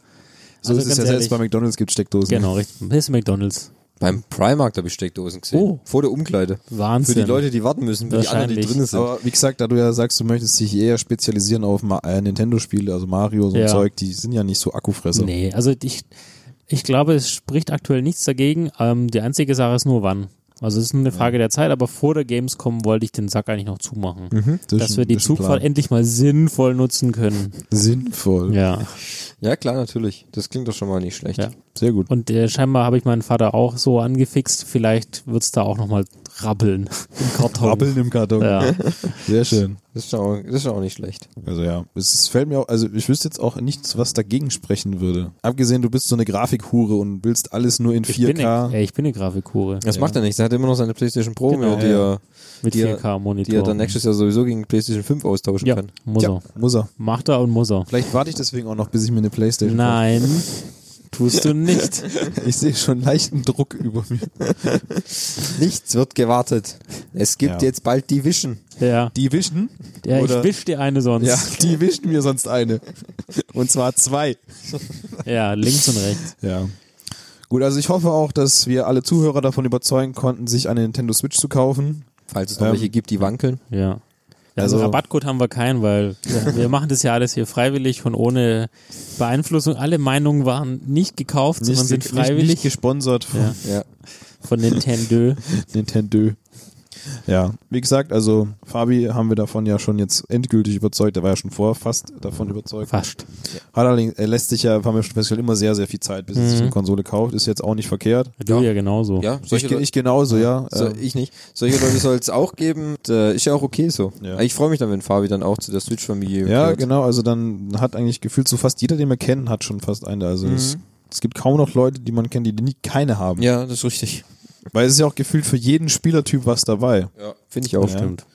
C: So
B: Also
C: ist es
B: ganz
C: ja selbst
B: ehrlich.
C: bei McDonalds gibt Steckdosen.
B: Genau, richtig. Das ist McDonalds.
A: Beim Primark habe ich Steckdosen gesehen.
B: Oh.
A: Vor der Umkleide. Für
B: Wahnsinn.
A: die Leute, die warten müssen, für die anderen, die
B: Wahrscheinlich.
A: drinnen sind.
C: Aber wie gesagt, da du ja sagst, du möchtest dich eher spezialisieren auf Ma äh, Nintendo-Spiele, also Mario, so ein
B: Ja.
C: Zeug, die sind ja nicht so Akkufresser.
B: Nee, also ich, ich glaube, es spricht aktuell nichts dagegen. Ähm, die einzige Sache ist nur wann. Also es ist eine Frage der Zeit, aber vor der Gamescom wollte ich den Sack eigentlich noch zumachen.
C: Das ist
B: Dass
C: ein-
B: wir die
C: das ist ein
B: Zugfahrt
C: Plan.
B: endlich mal sinnvoll nutzen können.
C: Sinnvoll.
B: Ja.
A: Ja, klar, natürlich. Das klingt doch schon mal nicht schlecht.
B: Ja.
C: Sehr gut.
B: Und äh, scheinbar habe ich meinen Vater auch so angefixt. Vielleicht wird's da auch nochmal rabbeln im Karton.
C: Rabbeln im Karton.
B: Ja.
C: Sehr schön.
A: Das ist ja auch, das ist ja auch nicht schlecht.
C: Also ja, es ist- fällt mir auch, also ich wüsste jetzt auch nichts, was dagegen sprechen würde. Abgesehen, du bist so eine Grafikhure und willst alles nur in
B: Ich bin, eine,
C: 4K.
B: ey, ich bin eine Grafikhure
A: Das macht er nicht. Er hat immer noch seine PlayStation Pro,
B: Genau.
A: mit, die, er,
B: mit
A: die er-
B: 4K-Monitor.
A: die er dann nächstes Jahr sowieso gegen PlayStation 5 austauschen
B: ja,
A: kann.
B: muss
C: Tja,
B: er.
C: muss er.
B: Macht er und muss er.
C: Vielleicht warte ich deswegen auch noch, bis ich mir eine Playstation
B: Nein, tust du nicht.
C: kaufe. Ich sehe schon leichten Druck über mir.
A: Nichts wird gewartet. Es gibt
C: Ja.
A: jetzt bald die Vision.
B: Ja,
C: Die wischen?
B: ja ich
C: Oder-
B: wisch dir eine sonst.
C: Ja, die wischen mir sonst eine. Und zwar zwei.
B: Ja, links und rechts.
C: Ja. Gut, also ich hoffe auch, dass wir alle Zuhörer davon überzeugen konnten, sich eine Nintendo Switch zu kaufen.
A: Falls es noch
C: Ähm.
A: welche gibt, die wankeln.
B: Ja. Ja, also,
C: Also-
B: Rabattcode haben wir keinen, weil wir machen das ja alles hier freiwillig und ohne Beeinflussung. Alle Meinungen waren nicht gekauft, sondern sind
C: ge- Nicht,
B: freiwillig
C: nicht gesponsert von
B: Ja.
A: Ja.
B: von Nintendo.
C: Nintendo. Ja, wie gesagt, also Fabi haben wir davon ja schon jetzt endgültig überzeugt. Er war ja schon vorher fast davon überzeugt.
B: Fast.
C: Hat allerdings, er lässt sich ja, haben wir schon festgestellt, immer sehr, sehr viel Zeit, bis er
B: Mhm.
C: sich eine Konsole kauft. Ist jetzt auch nicht verkehrt.
B: Du ja,
A: Ja.
B: genauso.
A: Ja,
C: Ich,
A: solche Leute-
C: ich genauso, ja.
A: so,
C: Ähm,
A: ich nicht. Solche Leute soll es auch geben. Und, äh, ist ja auch okay so.
C: Ja.
A: Ich freue mich dann, wenn Fabi dann auch zu der Switch-Familie
C: ja,
A: gehört.
C: genau. Also dann hat eigentlich gefühlt so fast jeder, den wir kennen, hat schon fast eine. Also es, es gibt kaum noch Leute, die man kennt, die nie keine haben.
A: Mhm. Ja, das ist richtig.
C: Weil es ist ja auch gefühlt für jeden Spielertyp was dabei.
A: Ja, finde ich auch.
C: Ja.
B: Stimmt.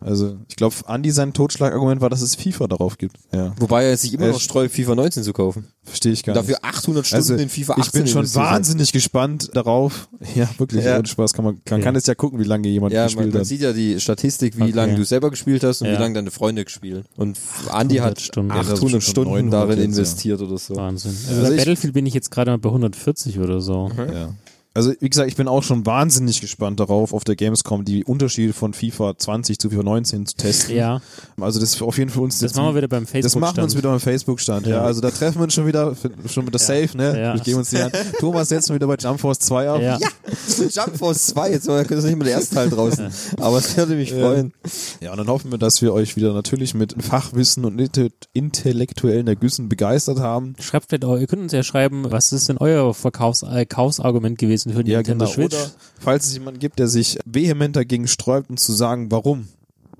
C: Also ich glaube, Andi sein Totschlagargument war, dass es FIFA darauf gibt. Ja,
A: Wobei er sich immer
C: Äh,
A: noch streut, FIFA 19 zu kaufen.
C: verstehe ich gar
A: Und
C: nicht. Also
A: dafür 800 Stunden in FIFA 18
C: Ich bin schon
A: investiert hat.
C: wahnsinnig gespannt darauf. Ja, wirklich,
A: Ja.
C: ohne Spaß kann man, man kann es ja gucken, wie lange jemand
A: Ja, man,
C: gespielt
A: man
C: hat.
A: sieht ja die Statistik, wie
B: Okay.
A: lange du selber gespielt hast und
B: Ja.
A: wie lange deine Freunde gespielt. Und Andy
B: 800
A: hat
B: Stunden. Ja, das
C: sind
A: 800
C: schon
A: Stunden
C: 900
A: darin
C: jetzt, ja.
A: investiert oder so.
B: Wahnsinn. Also
C: Also
B: bei
C: ich-
B: Battlefield bin ich jetzt gerade mal bei 140 oder so.
A: ne?
C: Ja. Also, wie gesagt, ich bin auch schon wahnsinnig gespannt darauf, auf der Gamescom die Unterschiede von FIFA 20 zu FIFA 19 zu testen.
B: Ja,
C: Also, das ist auf jeden Fall uns
B: das
C: jetzt-
B: machen wir wieder beim Facebook.
C: das machen wir uns wieder beim Facebook-Stand. Ja.
B: Ja.
C: also da treffen wir uns schon wieder, schon wieder safe, ne?
B: Ja.
C: Ich gebe uns die Hand. Thomas setzt schon wieder bei Jump Force 2 auf.
B: Ja.
A: Jump Force 2, jetzt können wir nicht mehr der erste Teil draußen. Aber es würde mich freuen.
C: Ja, und dann hoffen wir, dass wir euch wieder natürlich mit Fachwissen und inte- intellektuellen Ergüssen begeistert haben.
B: Schreibt vielleicht auch, ihr könnt uns ja schreiben, was ist denn euer Verkaufs äh, Kaufsargument gewesen für die
C: Ja,
B: Nintendo
C: genau.
B: Switch?
C: Oder falls es jemanden gibt, der sich vehement dagegen sträubt und zu sagen, warum,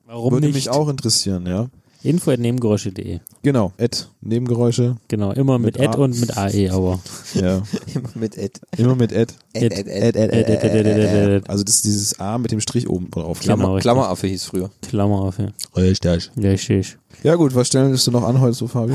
B: Warum
C: würde
B: nicht?
C: mich auch interessieren, ja.
B: Info at nebengeräusche.de.
C: Genau, Ed, Nebengeräusche,
B: Genau, immer mit,
C: Mit
B: Ad
C: A.
B: und mit AE, aber.
C: ja.
A: Immer mit Ed.
C: Immer mit Ed.
A: Ed, Ed,
B: Ed,
A: Genau, Ed.
C: Ed, Ed,
B: Ad, Ad, Ad, Ad, Ad, Ad.
C: Also das ist dieses A mit dem Strich oben drauf.
B: Äh, Klammer.
A: Klammer,
B: richtig.
A: Klammeraffe hieß früher.
B: Klammer auf, ja.
C: Richtig.
B: Ja, ich sehe ich.
C: Ja gut, was stellen du noch an heute so, Fabi?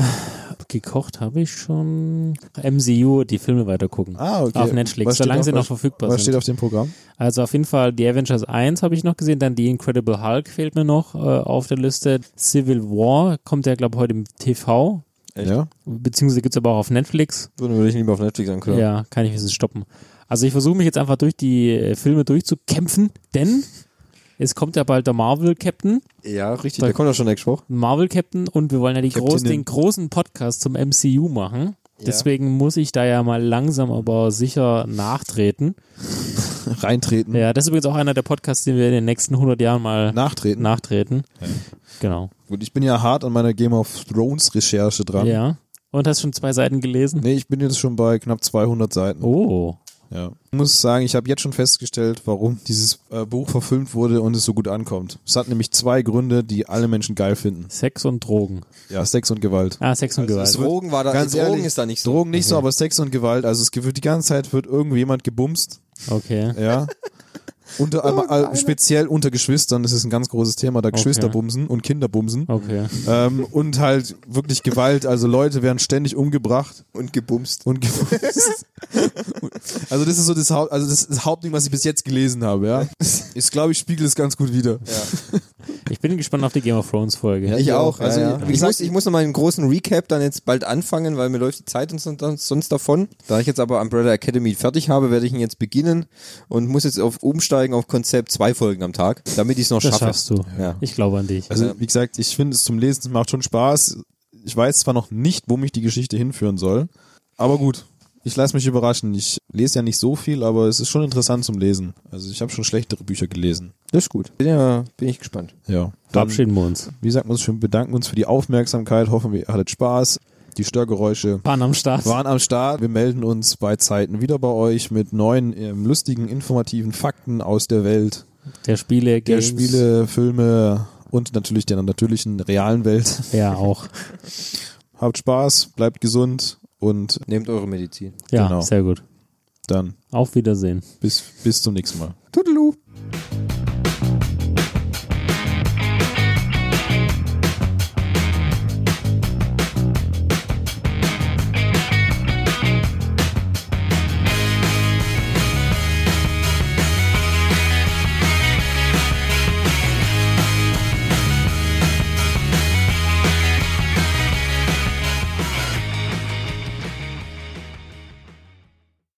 B: Gekocht habe ich schon. MCU, die Filme weitergucken.
C: Ah, okay.
B: Auf Netflix,
C: Was steht
B: solange
C: auf-
B: sie noch
C: was-
B: verfügbar
C: Was
B: sind.
C: steht auf dem Programm?
B: Also auf jeden Fall die Avengers 1 habe ich noch gesehen, dann die Incredible Hulk fehlt mir noch äh, auf der Liste. Civil War kommt ja, glaube ich, heute im TV,
A: Echt?
C: Ja.
B: beziehungsweise gibt's aber auch auf Netflix.
A: Würde würde ich lieber auf Netflix
B: Ja,
A: angucken.
B: kann ich jetzt stoppen. Also ich versuche mich jetzt einfach durch die äh, Filme durchzukämpfen, denn es kommt ja bald der Marvel Captain,
A: Ja, richtig.
B: Da-
A: Da kommt ja schon der Spruch.
B: Marvel Captain und wir wollen ja die
C: Captainin.
B: groß, den großen Podcast zum MCU machen. Deswegen muss ich da ja mal langsam aber sicher nachtreten.
C: Reintreten.
B: Ja, das ist übrigens auch einer der Podcasts, den wir in den nächsten 100 Jahren mal
C: Nachtreten.
B: nachtreten. Genau.
C: Gut, ich bin ja hart an meiner Game of Thrones Recherche dran.
B: Ja. Und hast schon zwei Seiten gelesen?
C: Nee, ich bin jetzt schon bei knapp 200 Seiten.
B: Oh.
C: Ja. Ich muss sagen, ich habe jetzt schon festgestellt, warum dieses äh, Buch verfilmt wurde und es so gut ankommt. Es hat nämlich zwei Gründe, die alle Menschen geil finden.
B: Sex und Drogen.
C: Ja, Sex und Gewalt.
B: Ah, Sex und
C: Also
B: Gewalt.
C: es wird-
A: Drogen
B: Ah,
A: war da,
C: Ganz
A: Drogen
C: ehrlich,
A: ist da nicht so.
C: Drogen
B: Mhm.
C: nicht so, aber Sex und Gewalt. Also es wird die ganze Zeit wird irgendjemand gebumst.
B: Okay.
C: Ja. Unter, aber, äh, speziell unter Geschwistern, das ist ein ganz großes Thema, da Geschwisterbumsen und Kinderbumsen.
B: Okay.
C: Ähm, und halt wirklich Gewalt, also Leute werden ständig umgebracht
A: und gebumst.
C: und gebumst. Also das ist so das, Haupt, also das, ist das Hauptding, was ich bis jetzt gelesen habe, ja. Ich glaube, ich spiegel es ganz gut wieder.
B: Ich bin gespannt auf die Game of Thrones Folge.
A: Ich auch.
C: ja,
A: also
C: ja.
A: Ich, muss, ich muss noch mal einen großen Recap dann jetzt bald anfangen, weil mir läuft die Zeit und sonst, sonst davon. Da ich jetzt aber Umbrella Academy fertig habe, werde ich ihn jetzt beginnen und muss jetzt auf umsteigen auf Konzept zwei Folgen am Tag, damit ich es noch
B: Das
A: schaffe.
B: schaffst du.
A: Ja.
B: Ich glaube an dich.
C: Also wie gesagt, ich finde es zum Lesen es macht schon Spaß. Ich weiß zwar noch nicht, wo mich die Geschichte hinführen soll, aber gut. Ich lasse mich überraschen. Ich lese ja nicht so viel, aber es ist schon interessant zum Lesen. Also ich habe schon schlechtere Bücher gelesen.
A: Das ist gut. Bin, ja, bin ich gespannt.
C: Ja. Dann,
B: Verabschieden wir uns.
C: wie sagt man es schon, bedanken uns für die Aufmerksamkeit. Hoffen wir, ihr hattet Spaß. Die Störgeräusche
B: Bahn am Start.
C: waren am Start. Wir melden uns bei Zeiten wieder bei euch mit neuen, ähm, lustigen, informativen Fakten aus der Welt
B: Der Spiele,
C: der
B: Games.
C: Spiele, Filme und natürlich der natürlichen, realen Welt.
B: Ja, auch.
C: Habt Spaß, bleibt gesund und
A: Nehmt eure Medizin.
B: Ja,
C: Genau.
B: sehr gut.
C: dann
B: Auf Wiedersehen.
C: bis, bis zum nächsten Mal.
A: Toodaloo.